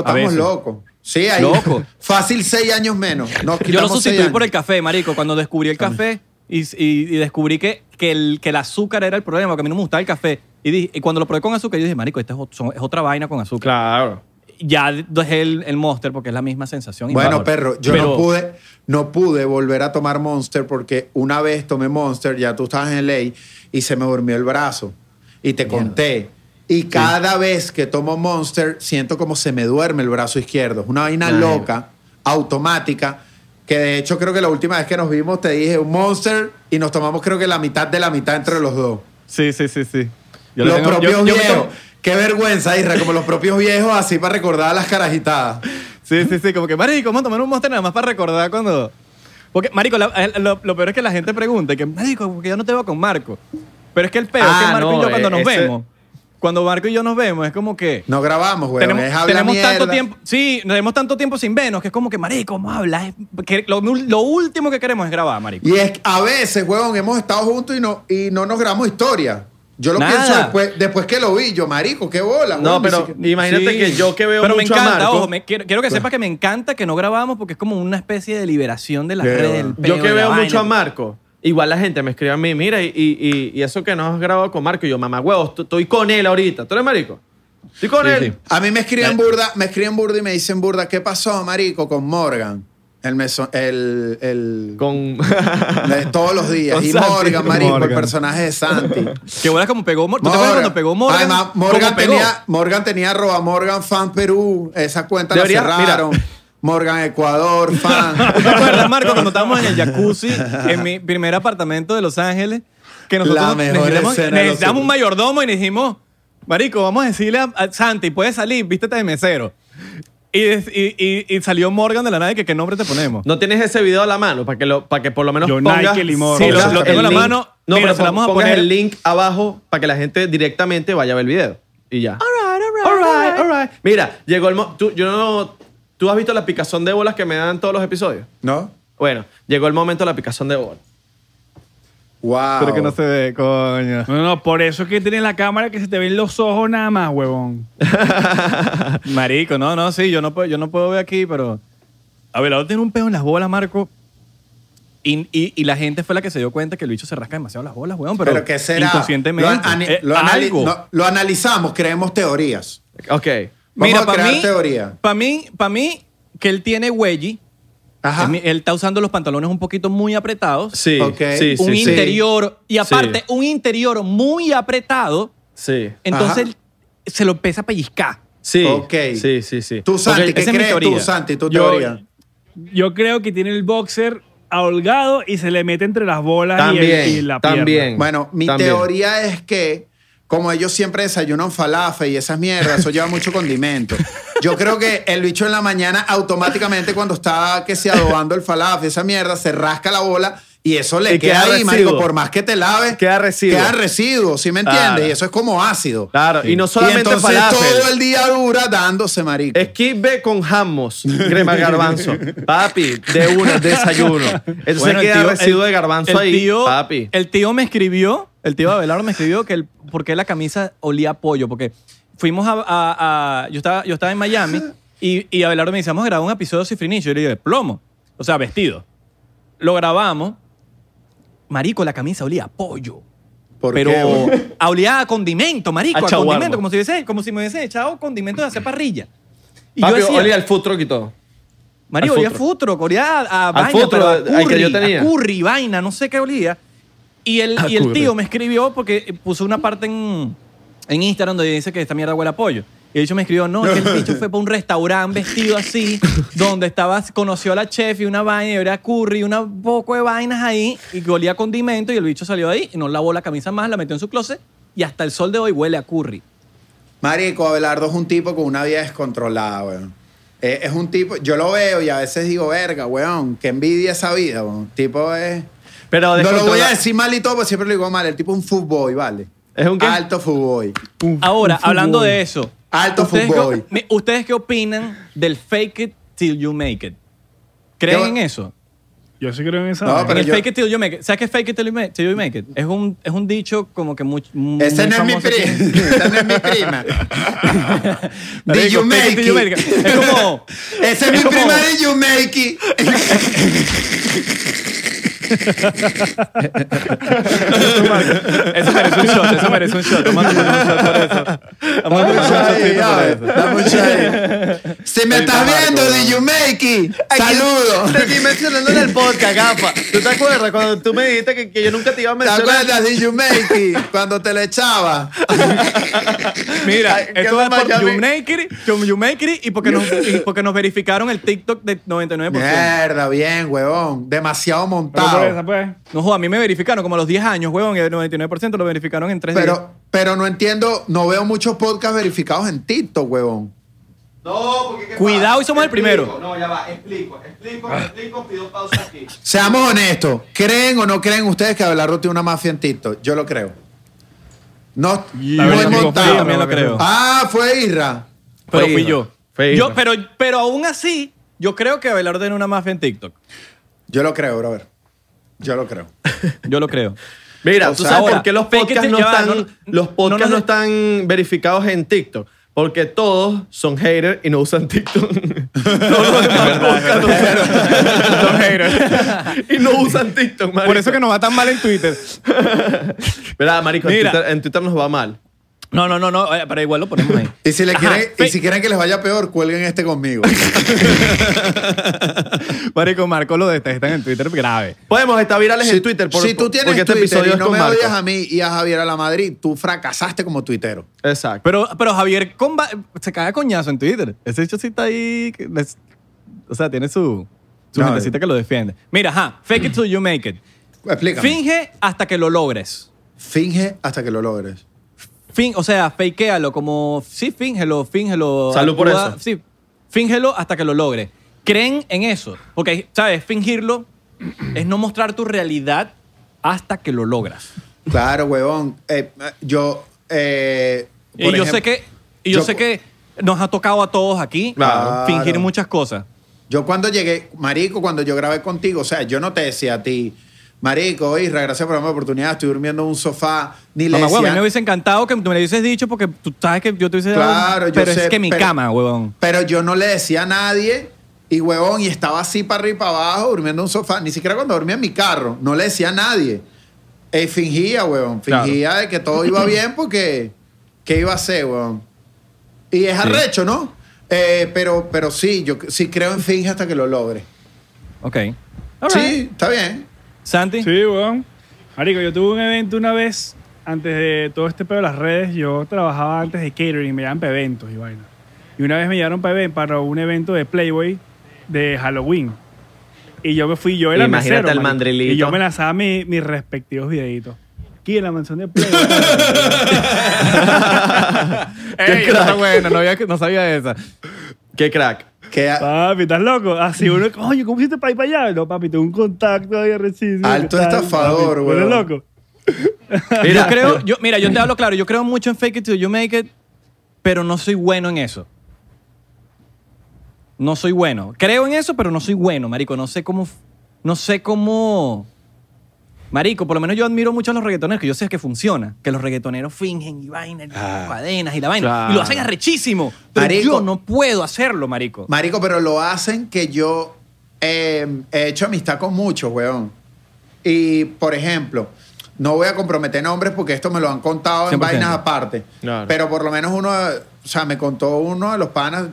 [SPEAKER 1] A
[SPEAKER 2] estamos
[SPEAKER 1] veces.
[SPEAKER 2] locos. Sí, ahí.
[SPEAKER 1] Loco.
[SPEAKER 2] Fácil seis años menos. Nos
[SPEAKER 1] Yo lo
[SPEAKER 2] quitamos seis
[SPEAKER 1] sustituí por
[SPEAKER 2] años.
[SPEAKER 1] el café, marico. Cuando descubrí el café y, y- y descubrí que, que, el, que el azúcar era el problema, que a mí no me gustaba el café. Y, dije, y cuando lo probé con azúcar, yo dije, marico, esta es, ot- son- es otra vaina con azúcar.
[SPEAKER 3] Claro.
[SPEAKER 1] ya dejé el, el Monster porque es la misma sensación. y
[SPEAKER 2] Bueno,
[SPEAKER 1] sabor.
[SPEAKER 2] perro, yo
[SPEAKER 1] Pero-
[SPEAKER 2] no pude, no pude volver a tomar Monster porque una vez tomé Monster, ya tú estabas en ley y se me durmió el brazo y te conté. Y cada vez que tomo Monster siento como se me duerme el brazo izquierdo, Es una vaina
[SPEAKER 3] Imagino.
[SPEAKER 2] loca, automática, que de hecho creo que la última vez que nos vimos te dije un Monster y nos tomamos creo que la mitad de la mitad entre los dos.
[SPEAKER 1] Sí, sí, sí, sí. Yo
[SPEAKER 2] los
[SPEAKER 1] le tengo-
[SPEAKER 2] propios
[SPEAKER 1] yo- yo me
[SPEAKER 2] viejos.
[SPEAKER 1] tomo-
[SPEAKER 2] Qué vergüenza, Isra, como los propios viejos así para recordar las carajitadas.
[SPEAKER 1] Sí, sí, sí, como que, marico, vamos a tomar un monster nada más para recordar cuando... Porque, marico, la- el- lo, lo peor es que la gente pregunta, que, marico, porque yo no te veo con Marco. Pero es que el peor es
[SPEAKER 3] Ah,
[SPEAKER 1] que Marco y
[SPEAKER 3] no,
[SPEAKER 1] yo cuando
[SPEAKER 3] eh,
[SPEAKER 1] nos
[SPEAKER 3] ese-
[SPEAKER 1] vemos, cuando Marco y yo nos vemos, es como que...
[SPEAKER 2] No grabamos, güey.
[SPEAKER 1] tenemos
[SPEAKER 2] es habla
[SPEAKER 1] tenemos tanto
[SPEAKER 2] mierda.
[SPEAKER 1] tiempo, sí, tenemos tanto tiempo sin vernos que es como que, marico, vamos a hablar. es- que lo, lo último que queremos es grabar, marico.
[SPEAKER 2] Y es que a veces, huevón, hemos estado juntos y no, y no nos grabamos historia. Yo lo
[SPEAKER 1] Nada.
[SPEAKER 2] pienso después, después que lo vi, yo, marico, qué bola.
[SPEAKER 3] No,
[SPEAKER 2] huevón,
[SPEAKER 3] pero
[SPEAKER 2] ni siquiera-
[SPEAKER 3] imagínate
[SPEAKER 1] Sí.
[SPEAKER 3] que yo que veo
[SPEAKER 1] Pero
[SPEAKER 3] mucho
[SPEAKER 1] me encanta,
[SPEAKER 3] a Marco. Pues.
[SPEAKER 1] ojo, me- quiero, quiero que sepas que me encanta que no grabamos porque es como una especie de liberación de las
[SPEAKER 2] Qué
[SPEAKER 1] redes.
[SPEAKER 2] bueno.
[SPEAKER 1] del peo, de
[SPEAKER 3] Yo que
[SPEAKER 1] la
[SPEAKER 3] veo
[SPEAKER 1] vaina.
[SPEAKER 3] mucho a Marco, igual la gente me escribe a mí, mira, y, y- y- y eso que no has grabado con Marco, y yo, mamá, huevos, t- estoy con él ahorita. ¿Tú eres marico? Estoy con
[SPEAKER 1] Sí,
[SPEAKER 3] él.
[SPEAKER 1] sí.
[SPEAKER 2] A mí me escriben burda, me escriben burda y me dicen burda, ¿qué pasó, marico, con Morgan? El meso, el, el
[SPEAKER 3] Con...
[SPEAKER 2] de todos los días.
[SPEAKER 3] Con
[SPEAKER 2] y
[SPEAKER 3] Santi.
[SPEAKER 2] Morgan,
[SPEAKER 3] Con
[SPEAKER 2] marico, el
[SPEAKER 1] Morgan.
[SPEAKER 2] personaje de Santi.
[SPEAKER 1] Que bolas como pegó Morgan. ¿Tú te acuerdas cuando pegó Morgan?
[SPEAKER 2] Además,
[SPEAKER 1] ¿Cómo
[SPEAKER 2] Morgan
[SPEAKER 1] pegó?
[SPEAKER 2] tenía, Morgan tenía arroba Morgan Fan Perú. Esa cuenta
[SPEAKER 3] Debería-
[SPEAKER 2] la
[SPEAKER 3] mira.
[SPEAKER 2] cerraron. Morgan Ecuador, fan.
[SPEAKER 1] ¿Tú te acuerdas, Marco, cuando estábamos en el jacuzzi en mi primer apartamento de Los Ángeles? Que
[SPEAKER 2] La
[SPEAKER 1] nosotros
[SPEAKER 2] mejor
[SPEAKER 1] necesitamos,
[SPEAKER 2] escena de los
[SPEAKER 1] necesitamos un
[SPEAKER 2] Simpsons.
[SPEAKER 1] mayordomo y dijimos, Marico, vamos a decirle a, a Santi, puedes salir, vístete de mesero. Y, des- y, y- y salió Morgan de la nada y que qué nombre te ponemos.
[SPEAKER 3] No tienes ese video a la mano para que, lo, para que por lo menos
[SPEAKER 4] Yo,
[SPEAKER 3] pongas...
[SPEAKER 4] Nike Limón.
[SPEAKER 1] Sí, lo-
[SPEAKER 3] pongas
[SPEAKER 1] lo tengo
[SPEAKER 3] el
[SPEAKER 1] en la
[SPEAKER 3] link.
[SPEAKER 1] mano.
[SPEAKER 3] No,
[SPEAKER 1] Mira,
[SPEAKER 3] pero
[SPEAKER 1] se lo vamos a
[SPEAKER 3] pongas
[SPEAKER 1] poner.
[SPEAKER 3] el link abajo para que la gente directamente vaya a ver el video. Y ya. All right, all right. Mira, llegó el... mo- Tú, yo no- ¿Tú has visto la picazón de bolas que me dan todos los episodios?
[SPEAKER 2] ¿No?
[SPEAKER 3] Bueno, llegó el momento de la picazón de bolas.
[SPEAKER 2] Wow.
[SPEAKER 1] Pero que no se ve, coño.
[SPEAKER 4] No, no, por eso es que tienes la cámara que se te ven los ojos nada más, huevón.
[SPEAKER 1] Marico, no, no, sí, yo no puedo, yo no puedo ver aquí, pero. Abelardo tiene un peo en las bolas, Marco. Y, y- y la gente fue la que se dio cuenta que el bicho se rasca demasiado las bolas, weón. Pero,
[SPEAKER 2] Pero, que será.
[SPEAKER 1] Inconscientemente.
[SPEAKER 2] Lo, ani-
[SPEAKER 1] Eh,
[SPEAKER 2] lo anali-
[SPEAKER 1] algo.
[SPEAKER 2] no, lo analizamos, creemos teorías.
[SPEAKER 3] Ok.
[SPEAKER 2] Vamos
[SPEAKER 1] Mira,
[SPEAKER 2] a
[SPEAKER 1] para
[SPEAKER 2] crear
[SPEAKER 1] mí,
[SPEAKER 2] teoría.
[SPEAKER 1] Para mí, para mí, que él tiene wedgie.
[SPEAKER 2] Ajá.
[SPEAKER 1] es mi- Él está usando los pantalones un poquito muy apretados.
[SPEAKER 3] Sí,
[SPEAKER 2] Ok.
[SPEAKER 3] sí, sí,
[SPEAKER 1] un
[SPEAKER 3] sí.
[SPEAKER 1] interior. Y aparte,
[SPEAKER 3] Sí.
[SPEAKER 1] un interior muy apretado.
[SPEAKER 3] Sí.
[SPEAKER 1] Entonces
[SPEAKER 2] Ajá.
[SPEAKER 1] él se lo empieza a pellizcar.
[SPEAKER 3] Sí.
[SPEAKER 2] Ok.
[SPEAKER 3] Sí, sí, sí.
[SPEAKER 2] Tú, Santi,
[SPEAKER 1] Ok,
[SPEAKER 2] ¿qué
[SPEAKER 1] esa es mi
[SPEAKER 2] crees tú,
[SPEAKER 1] teoría.
[SPEAKER 2] Santi? Tu
[SPEAKER 3] Yo-
[SPEAKER 2] teoría.
[SPEAKER 4] Yo creo que tiene el boxer ahogado y se le mete entre las bolas y el-
[SPEAKER 3] También,
[SPEAKER 4] y, la
[SPEAKER 3] también.
[SPEAKER 2] Bueno, mi
[SPEAKER 3] También.
[SPEAKER 2] teoría es que, como ellos siempre desayunan falafel y esas mierdas, eso lleva mucho condimento. Yo creo que el bicho en la mañana, automáticamente, cuando está que se adobando el falafel, esa mierda, se rasca la bola. Y eso le
[SPEAKER 3] Y
[SPEAKER 2] queda,
[SPEAKER 3] queda
[SPEAKER 2] ahí, marico.
[SPEAKER 3] residuo.
[SPEAKER 2] Por más que te laves,
[SPEAKER 3] Queda residuo.
[SPEAKER 2] Quedan residuos, ¿sí me entiendes?
[SPEAKER 3] Claro.
[SPEAKER 2] Y eso es como ácido.
[SPEAKER 3] Claro, y no solamente
[SPEAKER 2] y entonces
[SPEAKER 3] falafel.
[SPEAKER 2] todo el día dura dándose, marico.
[SPEAKER 3] Esquive con jamos, crema garbanzo. Papi, de una, desayuno. Entonces
[SPEAKER 1] Bueno, el
[SPEAKER 3] queda
[SPEAKER 1] tío-
[SPEAKER 3] residuo
[SPEAKER 1] el-
[SPEAKER 3] de garbanzo
[SPEAKER 1] el
[SPEAKER 3] ahí,
[SPEAKER 1] tío-
[SPEAKER 3] papi.
[SPEAKER 1] El tío me escribió, el tío Abelardo me escribió que el, por qué la camisa olía a pollo, porque fuimos a... a- a- yo, estaba, yo estaba en Miami y, y Abelardo me dice, vamos a grabar un episodio de Cifrinicio. Yo le digo, de plomo, o sea, vestido. Lo grabamos. Marico, la camisa olía a pollo.
[SPEAKER 2] ¿Por
[SPEAKER 1] pero
[SPEAKER 2] qué, güey?
[SPEAKER 1] a olía a condimento, marico,
[SPEAKER 3] A
[SPEAKER 1] a,
[SPEAKER 3] shawarma.
[SPEAKER 1] condimento, como si, hubiese- como si me hubiese echado condimento de hacer parrilla. Y
[SPEAKER 3] papi,
[SPEAKER 1] yo decía,
[SPEAKER 3] olía al food truck y todo.
[SPEAKER 1] Mario,
[SPEAKER 3] Al
[SPEAKER 1] olía a
[SPEAKER 3] futuro.
[SPEAKER 1] futuro, olía a, a
[SPEAKER 3] Al
[SPEAKER 1] vaina,
[SPEAKER 3] futuro,
[SPEAKER 1] pero a
[SPEAKER 3] al que
[SPEAKER 1] curry,
[SPEAKER 3] yo tenía.
[SPEAKER 1] a curry, vaina, no sé qué olía. Y el,
[SPEAKER 3] A
[SPEAKER 1] y el
[SPEAKER 3] curry.
[SPEAKER 1] tío me escribió porque puso una parte en, en Instagram donde dice que esta mierda huele a pollo. Y el bicho me escribió, no, es que el bicho fue para un restaurante vestido así, donde estaba, conoció a la chef y una vaina, y era curry, una poco de vainas ahí, y que olía a condimento, y el bicho salió de ahí, y no lavó la camisa más, la metió en su closet, y hasta el sol de hoy huele a curry.
[SPEAKER 2] Marico, Abelardo es un tipo con una vida descontrolada, weón. Eh, Es, un tipo, yo lo veo y a veces digo, verga, weón, que envidia esa vida, weón. Tipo es.
[SPEAKER 3] Pero
[SPEAKER 2] No lo voy
[SPEAKER 3] descontrola-
[SPEAKER 2] a decir mal y todo, porque siempre lo digo mal. El tipo es un fútbol, ¿vale?
[SPEAKER 3] ¿Es un qué?
[SPEAKER 2] Alto fútbol.
[SPEAKER 1] Ahora, hablando de eso.
[SPEAKER 2] Alto
[SPEAKER 1] ¿ustedes
[SPEAKER 2] fútbol.
[SPEAKER 1] qué- me- ¿Ustedes qué opinan del fake it till you make it? ¿Creen
[SPEAKER 2] Yo-
[SPEAKER 1] en eso?
[SPEAKER 4] Yo sí creo en esa.
[SPEAKER 2] No,
[SPEAKER 4] vaina.
[SPEAKER 2] pero
[SPEAKER 1] en el
[SPEAKER 2] yo-
[SPEAKER 1] fake it till you make it. ¿Sabes qué es fake it till you make, till you make it? Es un, es un dicho como que mucho.
[SPEAKER 2] Esa no es mi prima. Esa no es mi prima. Did you make it?
[SPEAKER 1] Es como.
[SPEAKER 2] Esa es mi
[SPEAKER 1] como-
[SPEAKER 2] prima de You Make It.
[SPEAKER 1] Eso merece un shot. Eso merece un shot. Tómate un shot por eso. Vamos a
[SPEAKER 2] Dame un
[SPEAKER 1] tomar un
[SPEAKER 2] shot,
[SPEAKER 1] shotcito por
[SPEAKER 2] llave,
[SPEAKER 1] eso.
[SPEAKER 2] dame un shot. Si me estás viendo de Yumeiki, saludos.
[SPEAKER 3] Te estoy mencionando en el podcast, gafa. ¿Tú te acuerdas cuando tú me dijiste que, que yo nunca te iba a
[SPEAKER 2] ¿Te
[SPEAKER 3] mencionar?
[SPEAKER 2] acuerdas de Yumeiki cuando te le echaba?
[SPEAKER 1] Mira,
[SPEAKER 3] Ay, ¿qué
[SPEAKER 1] esto es
[SPEAKER 3] más
[SPEAKER 1] por
[SPEAKER 3] llave?
[SPEAKER 1] YouMakery, You- YouMakery y porque, nos, y porque nos verificaron el TikTok del 99%.
[SPEAKER 2] Mierda, bien, huevón. Demasiado
[SPEAKER 4] Pero por esa,
[SPEAKER 2] montado.
[SPEAKER 4] pues.
[SPEAKER 1] No joda, a mí me verificaron como a los 10 años, huevón, y el 99% lo verificaron en 3 días.
[SPEAKER 2] Pero, pero no entiendo, no veo muchos podcasts verificados en TikTok, huevón.
[SPEAKER 3] No, porque ¿qué
[SPEAKER 1] Cuidado y somos el primero.
[SPEAKER 3] No, ya va, explico, explico, explico, pido pausa aquí.
[SPEAKER 2] Seamos honestos, ¿creen o no creen ustedes que Abelardo tiene una mafia en TikTok? Yo lo creo. No,
[SPEAKER 4] La
[SPEAKER 2] no
[SPEAKER 4] verdad
[SPEAKER 2] he
[SPEAKER 4] que
[SPEAKER 2] montado.
[SPEAKER 4] fue,
[SPEAKER 1] también lo creo.
[SPEAKER 2] Ah, fue Isra.
[SPEAKER 1] Pero
[SPEAKER 3] Fue
[SPEAKER 1] fui
[SPEAKER 3] Isra.
[SPEAKER 1] yo.
[SPEAKER 3] Fue Isra.
[SPEAKER 1] yo pero, pero aún así, yo creo que Abelardo tiene una mafia en TikTok.
[SPEAKER 2] Yo lo creo, brother. Yo lo creo.
[SPEAKER 1] Yo lo creo.
[SPEAKER 3] Mira,
[SPEAKER 2] O
[SPEAKER 3] ¿tú
[SPEAKER 2] sea,
[SPEAKER 3] sabes
[SPEAKER 1] ahora,
[SPEAKER 3] por qué los
[SPEAKER 1] fake it
[SPEAKER 3] podcasts
[SPEAKER 1] till-
[SPEAKER 3] no
[SPEAKER 1] ya va,
[SPEAKER 3] están,
[SPEAKER 1] no, no,
[SPEAKER 3] los podcasts
[SPEAKER 1] no,
[SPEAKER 3] no,
[SPEAKER 1] no, no.
[SPEAKER 3] están verificados en TikTok? Porque todos son haters y no usan TikTok. todos los demás podcasts no usan- son haters. y no usan TikTok, marico.
[SPEAKER 1] Por eso que nos va tan mal en Twitter.
[SPEAKER 3] ¿Verdad, marico? En
[SPEAKER 1] Mira.
[SPEAKER 3] Twitter, en Twitter nos va mal.
[SPEAKER 1] No, no, no, no, eh, pero igual lo ponemos ahí.
[SPEAKER 2] Y si, le
[SPEAKER 1] Ajá,
[SPEAKER 2] quieren, y
[SPEAKER 1] fake-
[SPEAKER 2] si quieren que les vaya peor, cuelguen este conmigo.
[SPEAKER 1] Marico, Marco lo detestan en Twitter grave.
[SPEAKER 3] Podemos estar virales en Twitter por,
[SPEAKER 2] si tú tienes
[SPEAKER 3] porque este
[SPEAKER 2] Twitter
[SPEAKER 3] episodio
[SPEAKER 2] y
[SPEAKER 3] es
[SPEAKER 2] no
[SPEAKER 3] con
[SPEAKER 2] me
[SPEAKER 3] Marco.
[SPEAKER 2] odias a mí y a Javier a la Madrid, tú fracasaste como tuitero.
[SPEAKER 3] Exacto.
[SPEAKER 1] Pero, pero Javier comba- se caga coñazo en Twitter. Ese hecho sí está ahí. que les- o sea, tiene su, su
[SPEAKER 2] No,
[SPEAKER 1] gentecita que lo defiende. Mira, ajá, fake it till you make it.
[SPEAKER 2] Explícame.
[SPEAKER 1] Finge hasta que lo logres.
[SPEAKER 2] Finge hasta que lo logres.
[SPEAKER 1] Fin, o sea, fakealo como. Sí, fíngelo, fíngelo.
[SPEAKER 3] Salud por
[SPEAKER 1] actúa-
[SPEAKER 3] eso.
[SPEAKER 1] Sí, fíngelo hasta que lo logres. Creen en eso. Porque, ¿sabes? Fingirlo es no mostrar tu realidad hasta que lo logras.
[SPEAKER 2] Claro, huevón. Eh, yo. eh,
[SPEAKER 1] Y
[SPEAKER 2] por
[SPEAKER 1] yo
[SPEAKER 2] ejem-
[SPEAKER 1] sé que. Y yo, sé que nos ha tocado a todos aquí
[SPEAKER 2] Claro.
[SPEAKER 1] fingir muchas cosas.
[SPEAKER 2] Yo cuando llegué, Marico, cuando yo grabé contigo, o sea, yo no te decía a ti, Marico, Isra, gracias por darme la oportunidad, estoy durmiendo en un sofá, ni le
[SPEAKER 1] Mamá, huevón, a
[SPEAKER 2] decía.
[SPEAKER 1] mí me hubiese encantado que tú me lo hubieses dicho porque tú sabes que yo te hubiese dado-
[SPEAKER 2] Claro, yo
[SPEAKER 1] Pero
[SPEAKER 2] sé,
[SPEAKER 1] es que mi
[SPEAKER 2] pero-
[SPEAKER 1] cama, huevón.
[SPEAKER 2] Pero yo no le decía a nadie, y huevón, y estaba así para arriba y para abajo, durmiendo en un sofá, ni siquiera cuando dormía en mi carro, no le decía a nadie. Eh, fingía, huevón,
[SPEAKER 1] Claro.
[SPEAKER 2] fingía de que todo iba bien porque, ¿qué iba a hacer, huevón? Y es arrecho, ¿no? Eh, pero, pero sí, yo sí creo en finge hasta que lo logre.
[SPEAKER 1] Ok. All right.
[SPEAKER 2] Sí, está bien.
[SPEAKER 1] Santi.
[SPEAKER 4] Sí, weón. Marico, yo tuve un evento una vez, antes de todo este pedo de las redes, yo trabajaba antes de catering, me llevaban para eventos y vaina. Y una vez me llevaron para, even- para un evento de Playboy de Halloween. Y yo me fui, yo era
[SPEAKER 3] Imagínate
[SPEAKER 4] mesero,
[SPEAKER 3] al
[SPEAKER 4] marico.
[SPEAKER 3] mandrilito.
[SPEAKER 4] Y yo me lanzaba mi- mis respectivos videitos. Aquí en la mansión de Playboy.
[SPEAKER 1] Ey,
[SPEAKER 3] crack.
[SPEAKER 1] está bueno, no, había- no sabía esa.
[SPEAKER 3] Qué crack.
[SPEAKER 2] Que a-
[SPEAKER 4] papi, ¿estás loco? Así uno, coño, ¿cómo hiciste para ir para allá? No, papi, tengo un contacto ahí recién.
[SPEAKER 2] Alto estafador,
[SPEAKER 4] ¿Eres
[SPEAKER 2] weón.
[SPEAKER 4] loco?
[SPEAKER 1] yo creo, yo, mira, yo te hablo claro, yo creo mucho en fake it till you make it, pero no soy bueno en eso. No soy bueno. Creo en eso, pero no soy bueno, marico. No sé cómo, no sé cómo. Marico, por lo menos yo admiro mucho a los reggaetoneros, que yo sé que funciona, que los reggaetoneros fingen y vaina, y cadenas y la vaina,
[SPEAKER 3] Claro.
[SPEAKER 1] y lo hacen arrechísimo. Pero
[SPEAKER 2] Marico.
[SPEAKER 1] yo no puedo hacerlo, marico.
[SPEAKER 2] Marico, pero lo hacen que yo eh, he hecho amistad con muchos, weón. Y, por ejemplo, no voy a comprometer nombres porque esto me lo han contado
[SPEAKER 1] 100%.
[SPEAKER 2] en vainas aparte.
[SPEAKER 3] Claro.
[SPEAKER 2] Pero por lo menos uno, o sea, me contó uno de los panas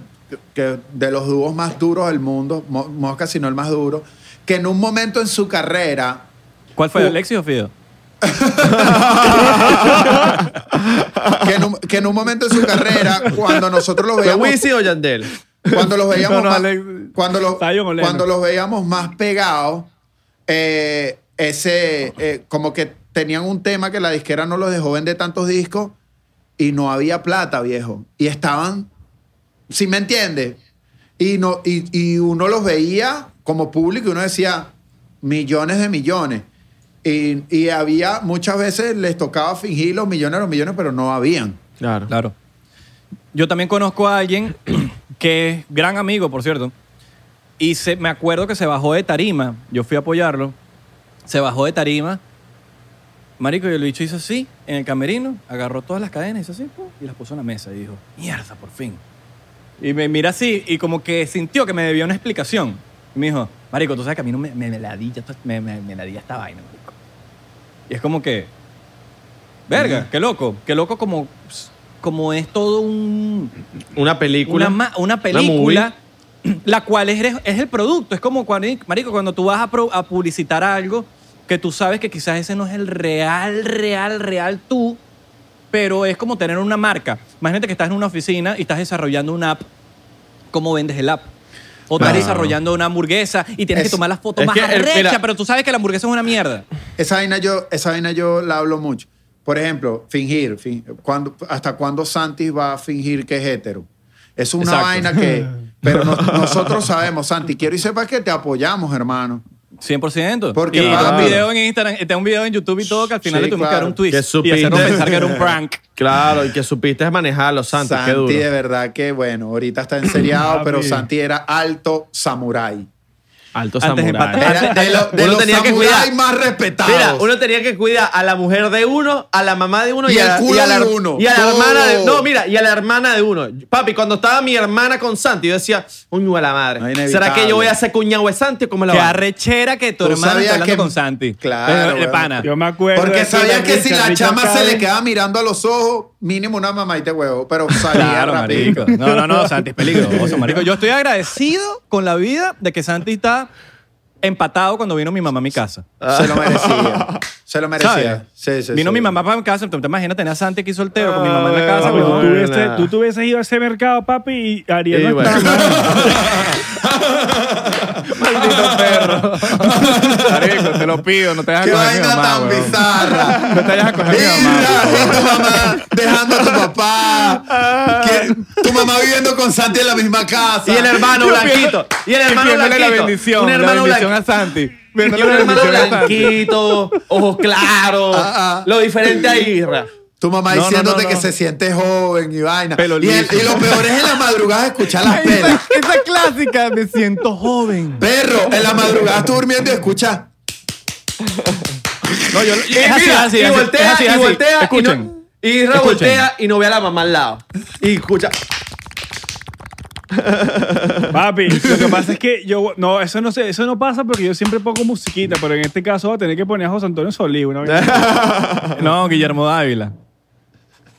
[SPEAKER 2] que, de los dúos más duros del mundo, Mo- Mosca si no el más duro, que en un momento en su carrera...
[SPEAKER 1] ¿Cuál fue,
[SPEAKER 2] Uh.
[SPEAKER 1] Alexis o Fido?
[SPEAKER 2] Que en, un, que en un momento en su carrera, cuando nosotros lo
[SPEAKER 3] ¿Fue
[SPEAKER 2] veíamos...
[SPEAKER 3] Wisin o Yandel?
[SPEAKER 2] Cuando los veíamos,
[SPEAKER 4] No, no,
[SPEAKER 2] más,
[SPEAKER 4] Alex.
[SPEAKER 2] cuando los,
[SPEAKER 4] Está John Lennon.
[SPEAKER 2] cuando los veíamos más pegados, eh, ese, eh, como que tenían un tema que la disquera no los dejó vender tantos discos y no había plata, viejo. Y estaban, si me entiendes, y, no, y, y uno los veía como público y uno decía, millones de millones. Y, y había, muchas veces les tocaba fingir los millones de los millones, pero no habían.
[SPEAKER 3] Claro.
[SPEAKER 1] Claro. Yo también conozco a alguien que es gran amigo, por cierto. Y se, me acuerdo que se bajó de tarima. Yo fui a apoyarlo. Se bajó de tarima. Marico, y el bicho hizo así, en el camerino, agarró todas las cadenas, hizo así, pum, y las puso en la mesa. Y dijo, mierda, por fin. Y me mira así, y como que sintió que me debía una explicación. Y me dijo, marico, tú sabes que a mí no me, me, me ladilla esta- me, me- me ladilla esta vaina, marico. Y es como que, verga, qué loco, qué loco como, como es todo un,
[SPEAKER 3] Una película.
[SPEAKER 1] una, ma- una película, la cual es, es el producto. Es como, cuando, marico, cuando tú vas a, pro- a publicitar algo que tú sabes que quizás ese no es el real, real, real tú, pero es como tener una marca. Imagínate que estás en una oficina y estás desarrollando una app. ¿Cómo vendes el app? O estás
[SPEAKER 2] Claro.
[SPEAKER 1] desarrollando una hamburguesa y tienes
[SPEAKER 2] Es-
[SPEAKER 1] que tomar las fotos
[SPEAKER 3] Ah. es
[SPEAKER 1] más
[SPEAKER 3] que el-
[SPEAKER 1] arrechas,
[SPEAKER 3] mira-
[SPEAKER 1] pero tú sabes que la hamburguesa es una mierda.
[SPEAKER 2] Esa vaina yo, esa vaina yo la hablo mucho. Por ejemplo, fingir. fin- cuando- ¿Hasta cuándo Santis va a fingir que es hetero? Es una
[SPEAKER 1] Exacto.
[SPEAKER 2] vaina que... Pero no- nosotros sabemos, Santi. Quiero y sepas que te apoyamos, hermano.
[SPEAKER 1] 100%.
[SPEAKER 2] Porque
[SPEAKER 1] y tengo
[SPEAKER 2] claro.
[SPEAKER 1] un video en Instagram, tengo un video en YouTube y todo que al final
[SPEAKER 2] Sí,
[SPEAKER 1] le tuvimos que dar
[SPEAKER 2] claro.
[SPEAKER 1] un twist
[SPEAKER 3] Que
[SPEAKER 1] y
[SPEAKER 3] supiste.
[SPEAKER 1] hacernos pensar que era un prank.
[SPEAKER 3] Claro, y que supiste manejarlo, Santi.
[SPEAKER 2] Santi,
[SPEAKER 3] qué duro.
[SPEAKER 2] de verdad que, bueno, ahorita está enseriado, pero
[SPEAKER 4] Papi.
[SPEAKER 2] Santi era alto samurái.
[SPEAKER 3] Alto
[SPEAKER 1] Antes de
[SPEAKER 3] samurái.
[SPEAKER 1] empatar.
[SPEAKER 2] Era de, lo- de
[SPEAKER 3] Uno
[SPEAKER 2] los
[SPEAKER 3] tenía que
[SPEAKER 2] samuráis
[SPEAKER 3] cuidar.
[SPEAKER 2] más respetados.
[SPEAKER 3] Mira, uno tenía que cuidar a la mujer de uno, a la mamá de uno
[SPEAKER 2] Y
[SPEAKER 3] a
[SPEAKER 2] el
[SPEAKER 3] la-
[SPEAKER 2] culo
[SPEAKER 3] y a la,
[SPEAKER 2] de uno. Oh.
[SPEAKER 3] Y a la
[SPEAKER 2] Todo.
[SPEAKER 3] hermana de No, mira, y a la hermana de uno. Papi, cuando estaba mi hermana con Santi, yo decía, uño a la
[SPEAKER 2] No,
[SPEAKER 3] madre.
[SPEAKER 2] inevitable.
[SPEAKER 3] ¿Será que yo voy a ser cuñado de Santi o cómo la
[SPEAKER 1] Qué
[SPEAKER 3] va?
[SPEAKER 1] arrechera que tu
[SPEAKER 2] Tú
[SPEAKER 1] hermana
[SPEAKER 2] sabías
[SPEAKER 1] está hablando
[SPEAKER 2] que-
[SPEAKER 1] con Santi.
[SPEAKER 2] Claro,
[SPEAKER 1] Eh, De
[SPEAKER 2] weón.
[SPEAKER 1] pana.
[SPEAKER 4] Yo me acuerdo.
[SPEAKER 2] Porque
[SPEAKER 4] de
[SPEAKER 2] sabía que
[SPEAKER 4] Carlitos
[SPEAKER 2] si la
[SPEAKER 4] Carlitos
[SPEAKER 2] chama se le
[SPEAKER 4] Chávez.
[SPEAKER 2] quedaba mirando a los ojos, mínimo una mamá y te huevo, pero salía
[SPEAKER 1] Claro,
[SPEAKER 2] rapidito.
[SPEAKER 1] marico. No, no, no, Santi es peligroso, marico. Yo estoy agradecido con la vida de que Santi está empatado cuando vino mi mamá a mi casa.
[SPEAKER 2] Se lo merecía. Se lo
[SPEAKER 1] ¿Sabes?
[SPEAKER 2] merecía. Sí, sí,
[SPEAKER 1] vino
[SPEAKER 2] sí.
[SPEAKER 1] mi mamá para mi casa, entonces te imaginas tener a Santi aquí soltero con mi mamá en la
[SPEAKER 3] Ah,
[SPEAKER 1] casa. pues,
[SPEAKER 4] Papi,
[SPEAKER 1] weón.
[SPEAKER 4] tú,
[SPEAKER 3] bueno.
[SPEAKER 4] tuviste- tú te hubieses ido a ese mercado, papi, y Ariel
[SPEAKER 3] Y
[SPEAKER 4] no
[SPEAKER 3] bueno.
[SPEAKER 4] estaba.
[SPEAKER 1] Maldito perro. Marico, te lo pido, no te dejas
[SPEAKER 2] ¡Qué
[SPEAKER 1] coger a mi
[SPEAKER 2] vaina
[SPEAKER 1] mamá,
[SPEAKER 2] tan
[SPEAKER 1] weón.
[SPEAKER 2] bizarra!
[SPEAKER 1] No te vayas a coger a mi mamá.
[SPEAKER 2] Mira, y tu mamá dejando a tu papá. que- tu mamá viviendo con Santi en la misma casa.
[SPEAKER 3] Y el hermano blanquito. Y el hermano
[SPEAKER 1] Pidiéndole
[SPEAKER 3] blanquito.
[SPEAKER 1] la bendición,
[SPEAKER 3] un hermano
[SPEAKER 1] la bendición
[SPEAKER 3] blanquito.
[SPEAKER 1] a Santi.
[SPEAKER 3] Y
[SPEAKER 1] Pidiéndole
[SPEAKER 3] un
[SPEAKER 1] la
[SPEAKER 3] hermano
[SPEAKER 1] bendición a Santi.
[SPEAKER 3] blanquito, ojos claros,
[SPEAKER 2] Ah, ah.
[SPEAKER 3] lo diferente ahí. ra.
[SPEAKER 2] Tu
[SPEAKER 1] No,
[SPEAKER 2] mamá
[SPEAKER 1] no,
[SPEAKER 2] diciéndote
[SPEAKER 1] no, no.
[SPEAKER 2] que se siente joven y vaina.
[SPEAKER 1] Pelo
[SPEAKER 2] y, el-
[SPEAKER 1] liso.
[SPEAKER 2] y lo peor es en la madrugada escuchar las pelas.
[SPEAKER 1] Esa, esa clásica, me siento joven.
[SPEAKER 2] Perro, en la madrugada tú durmiendo y escuchas.
[SPEAKER 1] No, yo,
[SPEAKER 3] Y mira, y voltea, y voltea, y no-
[SPEAKER 1] Escuchen.
[SPEAKER 3] y Ra
[SPEAKER 1] Escuchen.
[SPEAKER 3] voltea y no ve a la mamá al lado. Y escucha.
[SPEAKER 4] Papi, lo que pasa es que yo. No, eso no, sé, eso no pasa porque yo siempre pongo musiquita, pero en este caso voy a tener que poner a José Antonio Solí. Una vez.
[SPEAKER 1] No, Guillermo Dávila.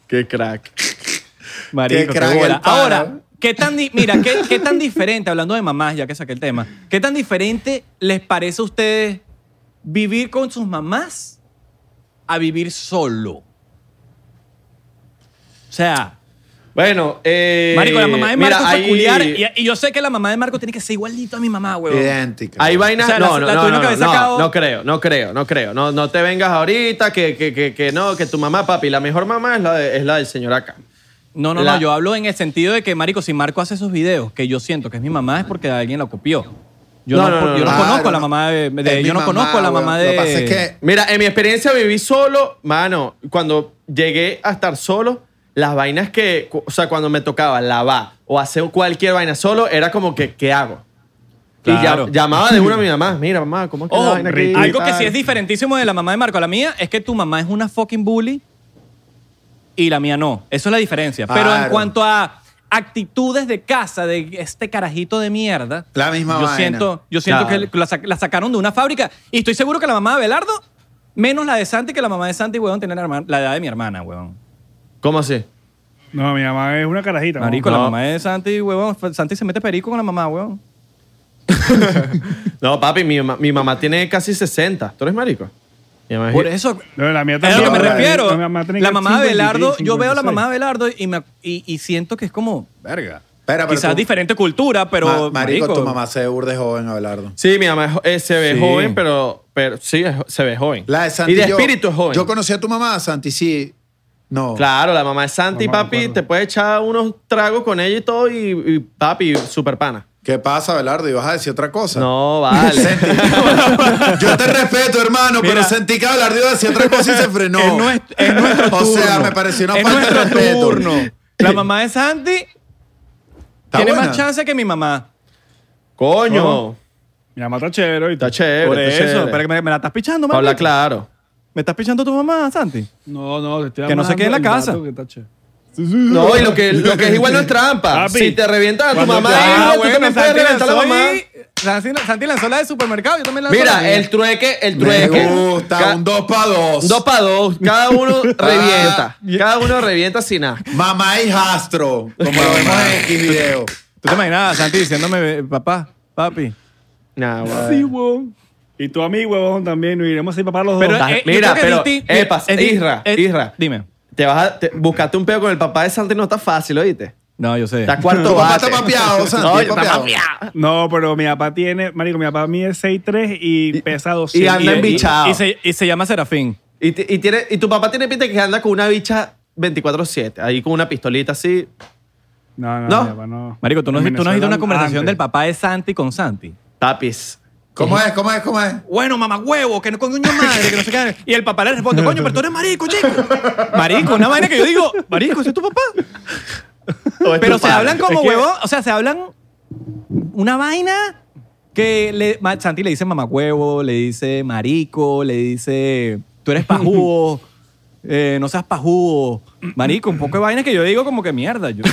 [SPEAKER 3] Qué crack.
[SPEAKER 1] Marico,
[SPEAKER 2] Qué
[SPEAKER 1] qué
[SPEAKER 2] crack
[SPEAKER 1] bola.
[SPEAKER 2] el pana.
[SPEAKER 1] Ahora, ¿qué tan di- mira, ¿qué, qué tan diferente, hablando de mamás, ya que saqué el tema, qué tan diferente les parece a ustedes vivir con sus mamás a vivir solo? O sea,
[SPEAKER 3] Bueno, eh.
[SPEAKER 1] marico, la mamá de Marco
[SPEAKER 3] mira,
[SPEAKER 1] es
[SPEAKER 3] ahí-
[SPEAKER 1] peculiar y, y yo sé que la mamá de Marco tiene que ser igualito a mi mamá, weón.
[SPEAKER 2] Idéntica.
[SPEAKER 3] Hay vainas.
[SPEAKER 1] O sea, la-
[SPEAKER 3] no, no,
[SPEAKER 1] la
[SPEAKER 3] no,
[SPEAKER 1] tuya
[SPEAKER 3] no,
[SPEAKER 1] que habéis
[SPEAKER 3] no,
[SPEAKER 1] sacado-
[SPEAKER 3] no creo, no creo, no creo. No, no te vengas ahorita que, que, que, que no, que tu mamá, papi. La mejor mamá es la, de- es la del señor acá.
[SPEAKER 1] No, no,
[SPEAKER 3] La-
[SPEAKER 1] no, yo hablo en el sentido de que, marico, si Marco hace esos videos, que yo siento que es mi mamá, es porque alguien la copió. Yo
[SPEAKER 3] No,
[SPEAKER 1] no,
[SPEAKER 3] no, no,
[SPEAKER 1] yo no
[SPEAKER 3] no.
[SPEAKER 1] conozco a la
[SPEAKER 2] no.
[SPEAKER 1] mamá de... de-
[SPEAKER 2] Es mi
[SPEAKER 1] yo no
[SPEAKER 2] mamá,
[SPEAKER 1] conozco a la
[SPEAKER 2] weón.
[SPEAKER 1] mamá
[SPEAKER 2] Lo
[SPEAKER 1] de...
[SPEAKER 2] que pasa es que
[SPEAKER 3] Mira, en mi experiencia viví solo, mano, cuando llegué a estar solo, las vainas que, cu- o sea, cuando me tocaba lavar o hacer cualquier vaina solo, era como que, ¿qué hago?
[SPEAKER 1] Claro.
[SPEAKER 3] Y llam- llamaba de una a mi mamá, mira, mamá, ¿cómo es
[SPEAKER 2] Oh,
[SPEAKER 3] que la
[SPEAKER 1] Ojo,
[SPEAKER 3] vaina aquí?
[SPEAKER 1] algo que
[SPEAKER 3] Tal.
[SPEAKER 1] sí es diferentísimo de la mamá de Marco a la mía es que tu mamá es una fucking bully y la mía no. Eso es la diferencia. Pero en
[SPEAKER 2] Claro.
[SPEAKER 1] cuanto a actitudes de casa de este carajito de mierda,
[SPEAKER 2] La misma
[SPEAKER 1] yo
[SPEAKER 2] vaina.
[SPEAKER 1] siento, yo siento
[SPEAKER 3] Claro.
[SPEAKER 1] que la, sac- la sacaron de una fábrica y estoy seguro que la mamá de Belardo, menos la de Santi, que la mamá de Santi, weón, tiene la, herma- la edad de mi hermana, weón.
[SPEAKER 3] ¿Cómo así?
[SPEAKER 4] No, mi mamá es una carajita. mamá.
[SPEAKER 1] Marico,
[SPEAKER 3] No.
[SPEAKER 1] la mamá de Santi, huevón. Santi se mete perico con la mamá, huevón.
[SPEAKER 3] No, papi, mi, ma- mi mamá tiene casi 60. ¿Tú eres marico? Mi mamá es-
[SPEAKER 1] Por eso.
[SPEAKER 4] No, la mía
[SPEAKER 1] Es a lo
[SPEAKER 4] también.
[SPEAKER 1] que me
[SPEAKER 2] ahora,
[SPEAKER 1] refiero.
[SPEAKER 4] Mi mamá tiene
[SPEAKER 1] la
[SPEAKER 4] que
[SPEAKER 1] mamá de
[SPEAKER 4] 56,
[SPEAKER 1] Belardo, yo veo a la
[SPEAKER 4] 56.
[SPEAKER 1] mamá de Belardo y, me- y, y siento que es como. Verga.
[SPEAKER 2] Espera, Ah, pero
[SPEAKER 1] Quizás
[SPEAKER 2] tú-
[SPEAKER 1] diferente cultura, pero.
[SPEAKER 2] Ma- marico,
[SPEAKER 1] marico,
[SPEAKER 2] tu mamá se urde joven, Abelardo.
[SPEAKER 3] Sí, mi mamá es jo- eh, se ve
[SPEAKER 1] Sí.
[SPEAKER 3] joven, pero, pero sí, es jo- se ve joven.
[SPEAKER 2] La de Santi.
[SPEAKER 3] y de
[SPEAKER 2] yo-
[SPEAKER 3] espíritu es joven.
[SPEAKER 2] Yo conocí a tu mamá, Santi, sí. No.
[SPEAKER 3] Claro, la mamá es santa y
[SPEAKER 4] Mamá, me
[SPEAKER 3] papi
[SPEAKER 4] acuerdo.
[SPEAKER 3] te puede echar unos tragos con ella y todo y, y papi, super pana.
[SPEAKER 2] ¿Qué pasa, Abelardo? ¿Y vas a decir otra cosa?
[SPEAKER 3] No, vale.
[SPEAKER 2] Sentí- yo te respeto, hermano,
[SPEAKER 1] Mira.
[SPEAKER 2] pero sentí que Abelardo iba a decir otra cosa y se frenó.
[SPEAKER 1] Es nuestro, es nuestro
[SPEAKER 2] O
[SPEAKER 1] turno.
[SPEAKER 2] sea, me pareció una
[SPEAKER 1] es
[SPEAKER 2] falta de
[SPEAKER 1] nuestro
[SPEAKER 2] respeto.
[SPEAKER 1] turno. La mamá de Santi
[SPEAKER 2] Está
[SPEAKER 1] tiene
[SPEAKER 2] buena.
[SPEAKER 1] más chance que mi mamá.
[SPEAKER 3] Coño.
[SPEAKER 4] Mi mamá está chévere.
[SPEAKER 3] Está
[SPEAKER 4] ahorita.
[SPEAKER 3] chévere.
[SPEAKER 1] Por
[SPEAKER 3] está
[SPEAKER 1] eso.
[SPEAKER 3] chévere.
[SPEAKER 1] Pero que me, me la estás pichando,
[SPEAKER 3] Pa'
[SPEAKER 1] mamá.
[SPEAKER 3] hablar claro.
[SPEAKER 1] ¿Me estás pichando tu mamá, Santi?
[SPEAKER 4] No, no, te estoy
[SPEAKER 1] Que no se
[SPEAKER 4] hablando
[SPEAKER 1] quede en la
[SPEAKER 4] del
[SPEAKER 1] casa.
[SPEAKER 4] dato que está chévere.
[SPEAKER 3] No, y lo que, lo que es igual no es trampa.
[SPEAKER 4] Papi,
[SPEAKER 3] si te revientas a tu
[SPEAKER 4] cuando-
[SPEAKER 3] mamá,
[SPEAKER 4] Ah,
[SPEAKER 3] tú también puedes
[SPEAKER 1] Santi
[SPEAKER 3] reventar a la
[SPEAKER 1] lanzó
[SPEAKER 3] mamá.
[SPEAKER 1] ahí- Santi, Santi lanzó la de supermercado, yo también lanzó la
[SPEAKER 3] Mira,
[SPEAKER 1] mía.
[SPEAKER 3] el trueque, el
[SPEAKER 2] Me
[SPEAKER 3] trueque.
[SPEAKER 2] gusta,
[SPEAKER 3] Ca-
[SPEAKER 2] un Ah. 2 para 2.
[SPEAKER 3] Dos para dos. Cada uno revienta. Cada uno revienta sin nada.
[SPEAKER 2] Mamá y hijastro, como lo vemos en X video.
[SPEAKER 1] ¿Tú te imaginabas, a Santi, diciéndome, papá, papi?
[SPEAKER 3] Nah, güey.
[SPEAKER 4] Sí, huevón. Y tú a mí, huevón, también. Nos iremos a papá los
[SPEAKER 3] Pero,
[SPEAKER 4] dos.
[SPEAKER 3] eh,
[SPEAKER 1] yo
[SPEAKER 3] mira,
[SPEAKER 1] creo que
[SPEAKER 3] pero,
[SPEAKER 1] mira,
[SPEAKER 3] epa,
[SPEAKER 1] es di-
[SPEAKER 3] Isra,
[SPEAKER 1] es-
[SPEAKER 3] Isra.
[SPEAKER 1] Dime.
[SPEAKER 3] Te vas a, te- buscaste un peo con el papá de Santi no está fácil, oíste.
[SPEAKER 1] No, yo sé.
[SPEAKER 3] Está cuarto
[SPEAKER 2] Tu papá está
[SPEAKER 3] bate.
[SPEAKER 2] papeado, Santi,
[SPEAKER 3] No, yo está
[SPEAKER 2] papeado.
[SPEAKER 3] papeado.
[SPEAKER 4] No, pero mi papá tiene, marico, mi papá mide 6'3 y, pesa 200.
[SPEAKER 3] y anda en
[SPEAKER 4] Y- y-
[SPEAKER 3] bicha. Chao.
[SPEAKER 1] Y se, y se llama Serafín.
[SPEAKER 3] Y, ti- y tiene, y tu papá tiene pinta que anda con una bicha 24-7, ahí con una pistolita así.
[SPEAKER 4] No, no,
[SPEAKER 3] No.
[SPEAKER 4] mi papá no.
[SPEAKER 1] Marico, tú no,
[SPEAKER 4] En
[SPEAKER 1] tú no has visto
[SPEAKER 4] Ah, Venezuela
[SPEAKER 1] una conversación
[SPEAKER 4] antes.
[SPEAKER 1] del papá de Santi con Santi.
[SPEAKER 3] Tapis.
[SPEAKER 2] ¿Cómo es? ¿Cómo es? ¿Cómo es?
[SPEAKER 1] Bueno, mamá huevo, que no coño madre, que no sé qué. Y el papá le responde, coño, pero tú eres marico, chico. Marico, una vaina que yo digo, marico, ¿ese es tu papá?
[SPEAKER 3] O
[SPEAKER 4] Pues
[SPEAKER 1] Pero
[SPEAKER 3] es tu
[SPEAKER 1] se
[SPEAKER 3] padre.
[SPEAKER 1] hablan como
[SPEAKER 3] Es que-
[SPEAKER 1] huevón, o sea, se hablan una vaina que le, ma- Santi le dice mamacuevo, le dice marico, le dice tú eres pajugo, eh, no seas pajugo, marico, un poco de vainas que yo digo como que mierda. yo-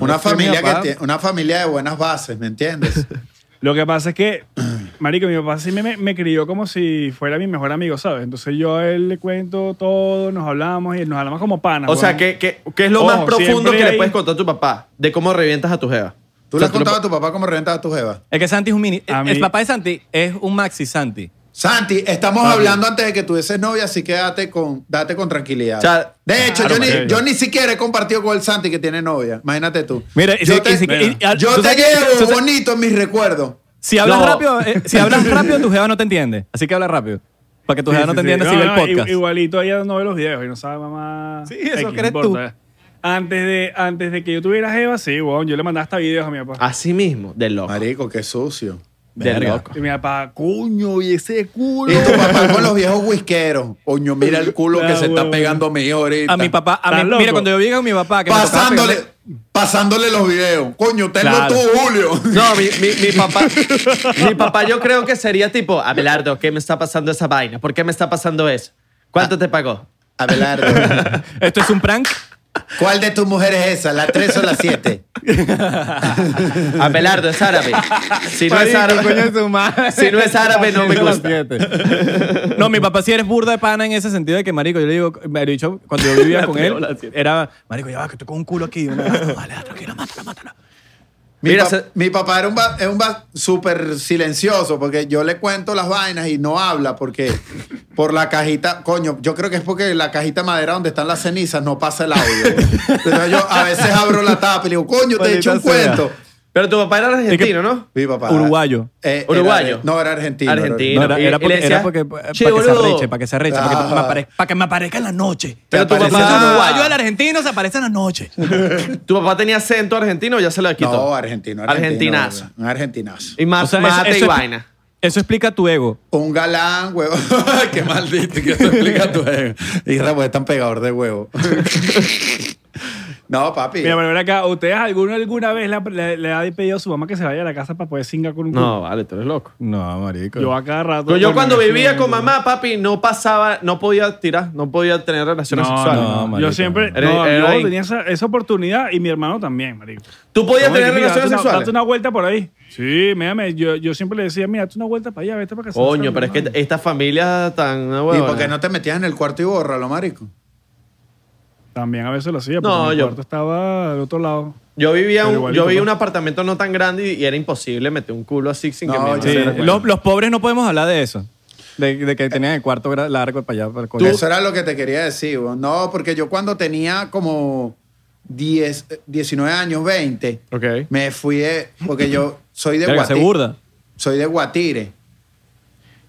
[SPEAKER 2] Una
[SPEAKER 1] no soy mi
[SPEAKER 2] familia, que
[SPEAKER 1] papá.
[SPEAKER 2] tie- una familia de buenas bases, ¿me entiendes?
[SPEAKER 4] Lo que pasa es que, marico, mi papá sí me, me, me crió como si fuera mi mejor amigo, ¿sabes? Entonces yo a él le cuento todo, nos hablamos y nos hablamos como panas.
[SPEAKER 3] O sea,
[SPEAKER 4] huevón.
[SPEAKER 3] que, que, que es lo
[SPEAKER 4] Ojo,
[SPEAKER 3] más profundo
[SPEAKER 4] siempre
[SPEAKER 3] que le
[SPEAKER 4] hay-
[SPEAKER 3] puedes contar a tu papá de cómo revientas a tu jeva.
[SPEAKER 2] ¿Tú
[SPEAKER 3] O
[SPEAKER 2] le
[SPEAKER 3] sea,
[SPEAKER 2] has contado a tu papá cómo reventabas a tu jeva?
[SPEAKER 1] Es que Santi es un mini.
[SPEAKER 4] A
[SPEAKER 1] el-
[SPEAKER 4] mí-
[SPEAKER 1] El papá de Santi es un maxi Santi.
[SPEAKER 2] Santi, estamos hablando antes de que tuvieses novia, así que date con, date con tranquilidad.
[SPEAKER 3] O sea,
[SPEAKER 2] de hecho,
[SPEAKER 4] claro,
[SPEAKER 2] yo, ni,
[SPEAKER 4] marico.
[SPEAKER 2] yo ni siquiera he compartido con el Santi que tiene novia. Imagínate tú.
[SPEAKER 1] Mira, y
[SPEAKER 2] yo
[SPEAKER 1] si-
[SPEAKER 2] te,
[SPEAKER 1] y si-
[SPEAKER 4] y-
[SPEAKER 1] y- a-
[SPEAKER 2] yo
[SPEAKER 1] tú
[SPEAKER 2] te
[SPEAKER 1] sabes que- tú
[SPEAKER 2] llevo
[SPEAKER 1] sabes-
[SPEAKER 2] bonito en mis recuerdos.
[SPEAKER 1] Si hablas
[SPEAKER 3] No.
[SPEAKER 1] rápido, eh, si hablas rápido, tu jeva no te entiende. Así que habla rápido. Para que tu jeva
[SPEAKER 4] Sí,
[SPEAKER 1] no
[SPEAKER 4] sí,
[SPEAKER 1] te
[SPEAKER 4] sí.
[SPEAKER 1] entienda si ve el
[SPEAKER 4] no, i-
[SPEAKER 1] podcast.
[SPEAKER 4] Igualito ella no ve los videos y no sabe mamá.
[SPEAKER 1] Sí, eso
[SPEAKER 4] no
[SPEAKER 1] crees tú.
[SPEAKER 4] importa. Antes de, antes de que yo tuviera Jeva, sí, weón, yo le mandaba hasta videos a mi
[SPEAKER 1] Ah,
[SPEAKER 4] papá.
[SPEAKER 3] Así mismo, de loco.
[SPEAKER 2] Marico, qué sucio.
[SPEAKER 3] De
[SPEAKER 1] Verga.
[SPEAKER 3] loco.
[SPEAKER 4] Y mi papá, coño, y ese culo.
[SPEAKER 2] Y tu papá con los viejos whiskeros. Oño, mira el culo que
[SPEAKER 4] Ah,
[SPEAKER 2] se está
[SPEAKER 4] huevo.
[SPEAKER 2] pegando mi ahorita.
[SPEAKER 1] A mi papá, a
[SPEAKER 4] ¿Estás
[SPEAKER 1] mí,
[SPEAKER 4] loco?
[SPEAKER 1] mira, cuando yo llegué con mi papá, que me tocaba
[SPEAKER 2] Pasándole,
[SPEAKER 1] pegarle-
[SPEAKER 2] pasándole los videos. Coño, tenlo
[SPEAKER 1] Claro.
[SPEAKER 2] tú, Julio.
[SPEAKER 3] No, mi, mi- mi papá, mi papá yo creo que sería tipo, Abelardo, ¿qué me está pasando esa vaina? ¿Por qué me está pasando eso? ¿Cuánto te pagó?
[SPEAKER 2] Abelardo,
[SPEAKER 1] Esto es un prank.
[SPEAKER 2] ¿cuál de tus mujeres es esa? ¿La 3 o la 7?
[SPEAKER 3] Abelardo, es árabe. Si no es
[SPEAKER 1] Marico, coño
[SPEAKER 3] árabe,
[SPEAKER 1] de su madre.
[SPEAKER 3] si no es árabe, no me
[SPEAKER 1] Haciendo las
[SPEAKER 3] gusta.
[SPEAKER 1] siete. No, mi papá sí eres burda de pana en ese sentido de que, marico, yo le digo, me he dicho, cuando yo vivía
[SPEAKER 3] La
[SPEAKER 1] con
[SPEAKER 3] tres o
[SPEAKER 1] él,
[SPEAKER 3] la siete.
[SPEAKER 1] era, marico, ya va, que estoy con un culo aquí. Una- Vale, tranquilo, mátala, mátala.
[SPEAKER 2] Mi,
[SPEAKER 3] Mira,
[SPEAKER 2] pap-
[SPEAKER 3] se-
[SPEAKER 2] mi papá era un va- es un va- súper silencioso porque yo le cuento las vainas y no habla porque por la cajita, coño, yo creo que es porque la cajita de madera donde están las cenizas no pasa el audio. Entonces yo a veces abro la tapa y le digo, coño, te he hecho un
[SPEAKER 1] Maldita sea.
[SPEAKER 2] cuento.
[SPEAKER 3] Pero tu papá era argentino, ¿no?
[SPEAKER 2] Mi papá.
[SPEAKER 1] Uruguayo.
[SPEAKER 2] Eh, era-
[SPEAKER 3] Uruguayo.
[SPEAKER 2] no, era argentino. era
[SPEAKER 1] No,
[SPEAKER 3] Argentino. Y-
[SPEAKER 1] era,
[SPEAKER 3] y
[SPEAKER 1] era
[SPEAKER 3] le
[SPEAKER 1] porque,
[SPEAKER 3] decía,
[SPEAKER 1] era porque-
[SPEAKER 3] "Che,
[SPEAKER 1] para que se
[SPEAKER 3] boludo".
[SPEAKER 1] arreche, para que se arreche, para, que,
[SPEAKER 2] Ah.
[SPEAKER 1] me apare- para que me aparezca en la noche.
[SPEAKER 3] Pero tu
[SPEAKER 1] Parece
[SPEAKER 3] papá-
[SPEAKER 1] el uruguayo del argentino se aparece en la noche.
[SPEAKER 3] ¿Tu papá tenía acento argentino o ya se lo quitó?
[SPEAKER 2] No, argentino. argentino,
[SPEAKER 3] Argentinazo.
[SPEAKER 2] Un argentinazo.
[SPEAKER 3] Y más
[SPEAKER 1] O sea, eso-
[SPEAKER 3] mate
[SPEAKER 1] eso
[SPEAKER 3] y
[SPEAKER 1] es-
[SPEAKER 3] vaina.
[SPEAKER 1] Eso explica tu ego.
[SPEAKER 2] Un galán, huevo. Qué maldito, que te explica tu ego. Y Ramos es tan pegador de huevo. no, papi.
[SPEAKER 4] Mira, pero ven acá, ¿ustedes alguna, alguna vez la- le, le ha pedido a su mamá que se vaya a la casa para poder singar con un culo?
[SPEAKER 3] No, vale, tú eres loco.
[SPEAKER 1] No, marico.
[SPEAKER 4] Yo a cada rato.
[SPEAKER 3] Yo,
[SPEAKER 4] bueno,
[SPEAKER 3] cuando
[SPEAKER 4] en ese
[SPEAKER 3] vivía
[SPEAKER 4] momento,
[SPEAKER 3] con mamá, papi, no pasaba, no podía tirar, no podía tener relaciones
[SPEAKER 4] No,
[SPEAKER 3] sexuales.
[SPEAKER 4] no,
[SPEAKER 1] No, marico,
[SPEAKER 4] yo siempre.
[SPEAKER 3] no.
[SPEAKER 4] no,
[SPEAKER 3] Era- era
[SPEAKER 4] yo
[SPEAKER 3] ahí.
[SPEAKER 4] tenía esa, esa oportunidad y mi hermano también, marico.
[SPEAKER 3] ¿Tú podías
[SPEAKER 4] Oye,
[SPEAKER 3] tener
[SPEAKER 4] mira,
[SPEAKER 3] relaciones
[SPEAKER 4] date una,
[SPEAKER 3] sexuales?
[SPEAKER 4] Date una vuelta por ahí. Sí, mírame, yo, yo siempre le decía, mira, date una vuelta para allá, vete para casa.
[SPEAKER 3] Coño, pero es que esta familia tan... No,
[SPEAKER 2] ¿Y
[SPEAKER 3] huevona.
[SPEAKER 2] por qué no te metías en el cuarto y borra, lo marico?
[SPEAKER 4] También a veces lo hacía,
[SPEAKER 3] No,
[SPEAKER 4] pero mi
[SPEAKER 3] yo-
[SPEAKER 4] cuarto estaba del otro lado.
[SPEAKER 3] Yo vivía,
[SPEAKER 4] Pero
[SPEAKER 3] un,
[SPEAKER 4] igualito,
[SPEAKER 3] yo vivía
[SPEAKER 4] ¿no?
[SPEAKER 3] un apartamento no tan grande y, y era imposible meter un culo así sin que
[SPEAKER 2] No,
[SPEAKER 3] me
[SPEAKER 2] yo
[SPEAKER 1] Sí,
[SPEAKER 2] sé.
[SPEAKER 1] los,
[SPEAKER 3] hicieran cuenta.
[SPEAKER 1] los pobres no podemos hablar de eso. De, de que tenían el cuarto gra- largo para allá. Para el coño.
[SPEAKER 2] Eso era lo que te quería decir. huevón. No, porque yo cuando tenía como 10, eh, 19 años, 20,
[SPEAKER 3] Ok.
[SPEAKER 2] me fui de- Porque yo soy de
[SPEAKER 1] Verga, se
[SPEAKER 2] Guatire.
[SPEAKER 1] burda.
[SPEAKER 2] Soy de Guatire.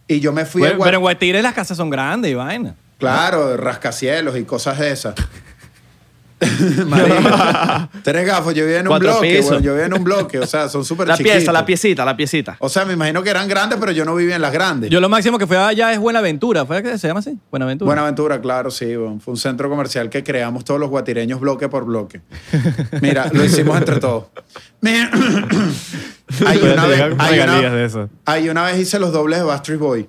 [SPEAKER 2] Y yo me fui de
[SPEAKER 1] Pero,
[SPEAKER 2] Guatire.
[SPEAKER 1] pero en Guatire las casas son grandes y vaina.
[SPEAKER 2] Claro, rascacielos y cosas de esas. Marico, tres gafos, yo vivía en un
[SPEAKER 3] Cuatro
[SPEAKER 2] bloque,
[SPEAKER 3] pisos.
[SPEAKER 2] weón, yo vivía en un bloque, o sea, son súper
[SPEAKER 3] La
[SPEAKER 2] chiquitos.
[SPEAKER 3] pieza, la piecita, la piecita.
[SPEAKER 2] O sea, me imagino que eran grandes, pero yo no vivía en las grandes.
[SPEAKER 1] Yo lo máximo que fui allá es Buenaventura. ¿Fue que se llama así? Buenaventura.
[SPEAKER 2] Buenaventura, claro, sí, weón. fue un centro comercial que creamos todos los guatireños bloque por bloque. Mira, lo hicimos entre todos. Mira, hay, una vez, hay,
[SPEAKER 4] regalías de
[SPEAKER 2] una,
[SPEAKER 4] eso.
[SPEAKER 2] hay una vez hice los dobles de Backstreet Boy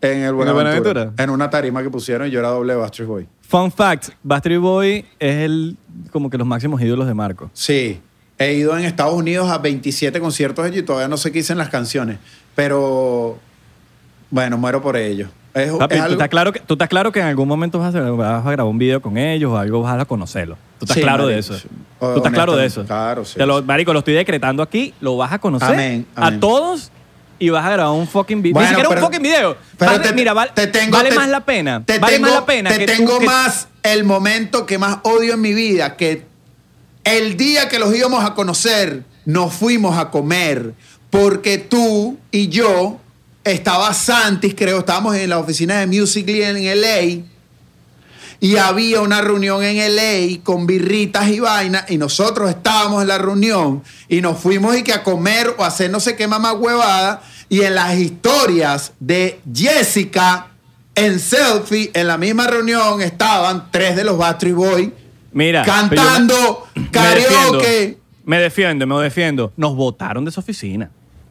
[SPEAKER 2] en el Buenaventura,
[SPEAKER 1] Buenaventura?
[SPEAKER 2] en una tarima que pusieron y yo era doble de Backstreet Boy.
[SPEAKER 1] Fun fact, Bastard Boy es el, como que los máximos ídolos de Marco.
[SPEAKER 2] Sí. He ido en Estados Unidos a 27 conciertos de ellos y todavía no sé qué dicen las canciones. Pero, bueno, muero por ellos. Es,
[SPEAKER 1] Papi,
[SPEAKER 2] Oh, es
[SPEAKER 1] ¿tú,
[SPEAKER 2] algo-
[SPEAKER 1] estás claro que, tú estás claro que en algún momento vas a, vas a grabar un video con ellos o algo, vas a conocerlos. Tú estás
[SPEAKER 2] Sí,
[SPEAKER 1] claro de
[SPEAKER 2] marico,
[SPEAKER 1] eso.
[SPEAKER 2] sí.
[SPEAKER 1] Tú estás claro de eso.
[SPEAKER 2] Claro, sí,
[SPEAKER 1] Te lo-
[SPEAKER 2] sí.
[SPEAKER 1] Marico, lo estoy decretando aquí, lo vas a conocer
[SPEAKER 2] Amén,
[SPEAKER 1] a
[SPEAKER 2] amén.
[SPEAKER 1] todos y vas a grabar un fucking video.
[SPEAKER 2] Bueno,
[SPEAKER 1] Ni siquiera
[SPEAKER 2] pero-
[SPEAKER 1] un fucking video.
[SPEAKER 2] Pero
[SPEAKER 1] Vale-
[SPEAKER 2] te,
[SPEAKER 1] mira, val-
[SPEAKER 2] te tengo,
[SPEAKER 1] vale
[SPEAKER 2] te-
[SPEAKER 1] más la pena.
[SPEAKER 2] Te
[SPEAKER 1] vale
[SPEAKER 2] tengo,
[SPEAKER 1] más la pena.
[SPEAKER 2] Te
[SPEAKER 1] que tú-
[SPEAKER 2] tengo
[SPEAKER 1] que-
[SPEAKER 2] más el momento que más odio en mi vida, que el día que los íbamos a conocer, nos fuimos a comer, porque tú y yo, estaba Santis, creo, estábamos en la oficina de Musical.ly en LA, y había una reunión en LA con birritas y vainas y nosotros estábamos en la reunión y nos fuimos y que a comer o a hacer no sé qué mamá huevada y en las historias de Jessica en selfie en la misma reunión estaban tres de los Backstreet Boys
[SPEAKER 1] Mira, pero yo me-
[SPEAKER 2] cantando
[SPEAKER 1] Me defiendo,
[SPEAKER 2] karaoke
[SPEAKER 1] Me defiendo, me defiendo. Nos votaron de esa oficina.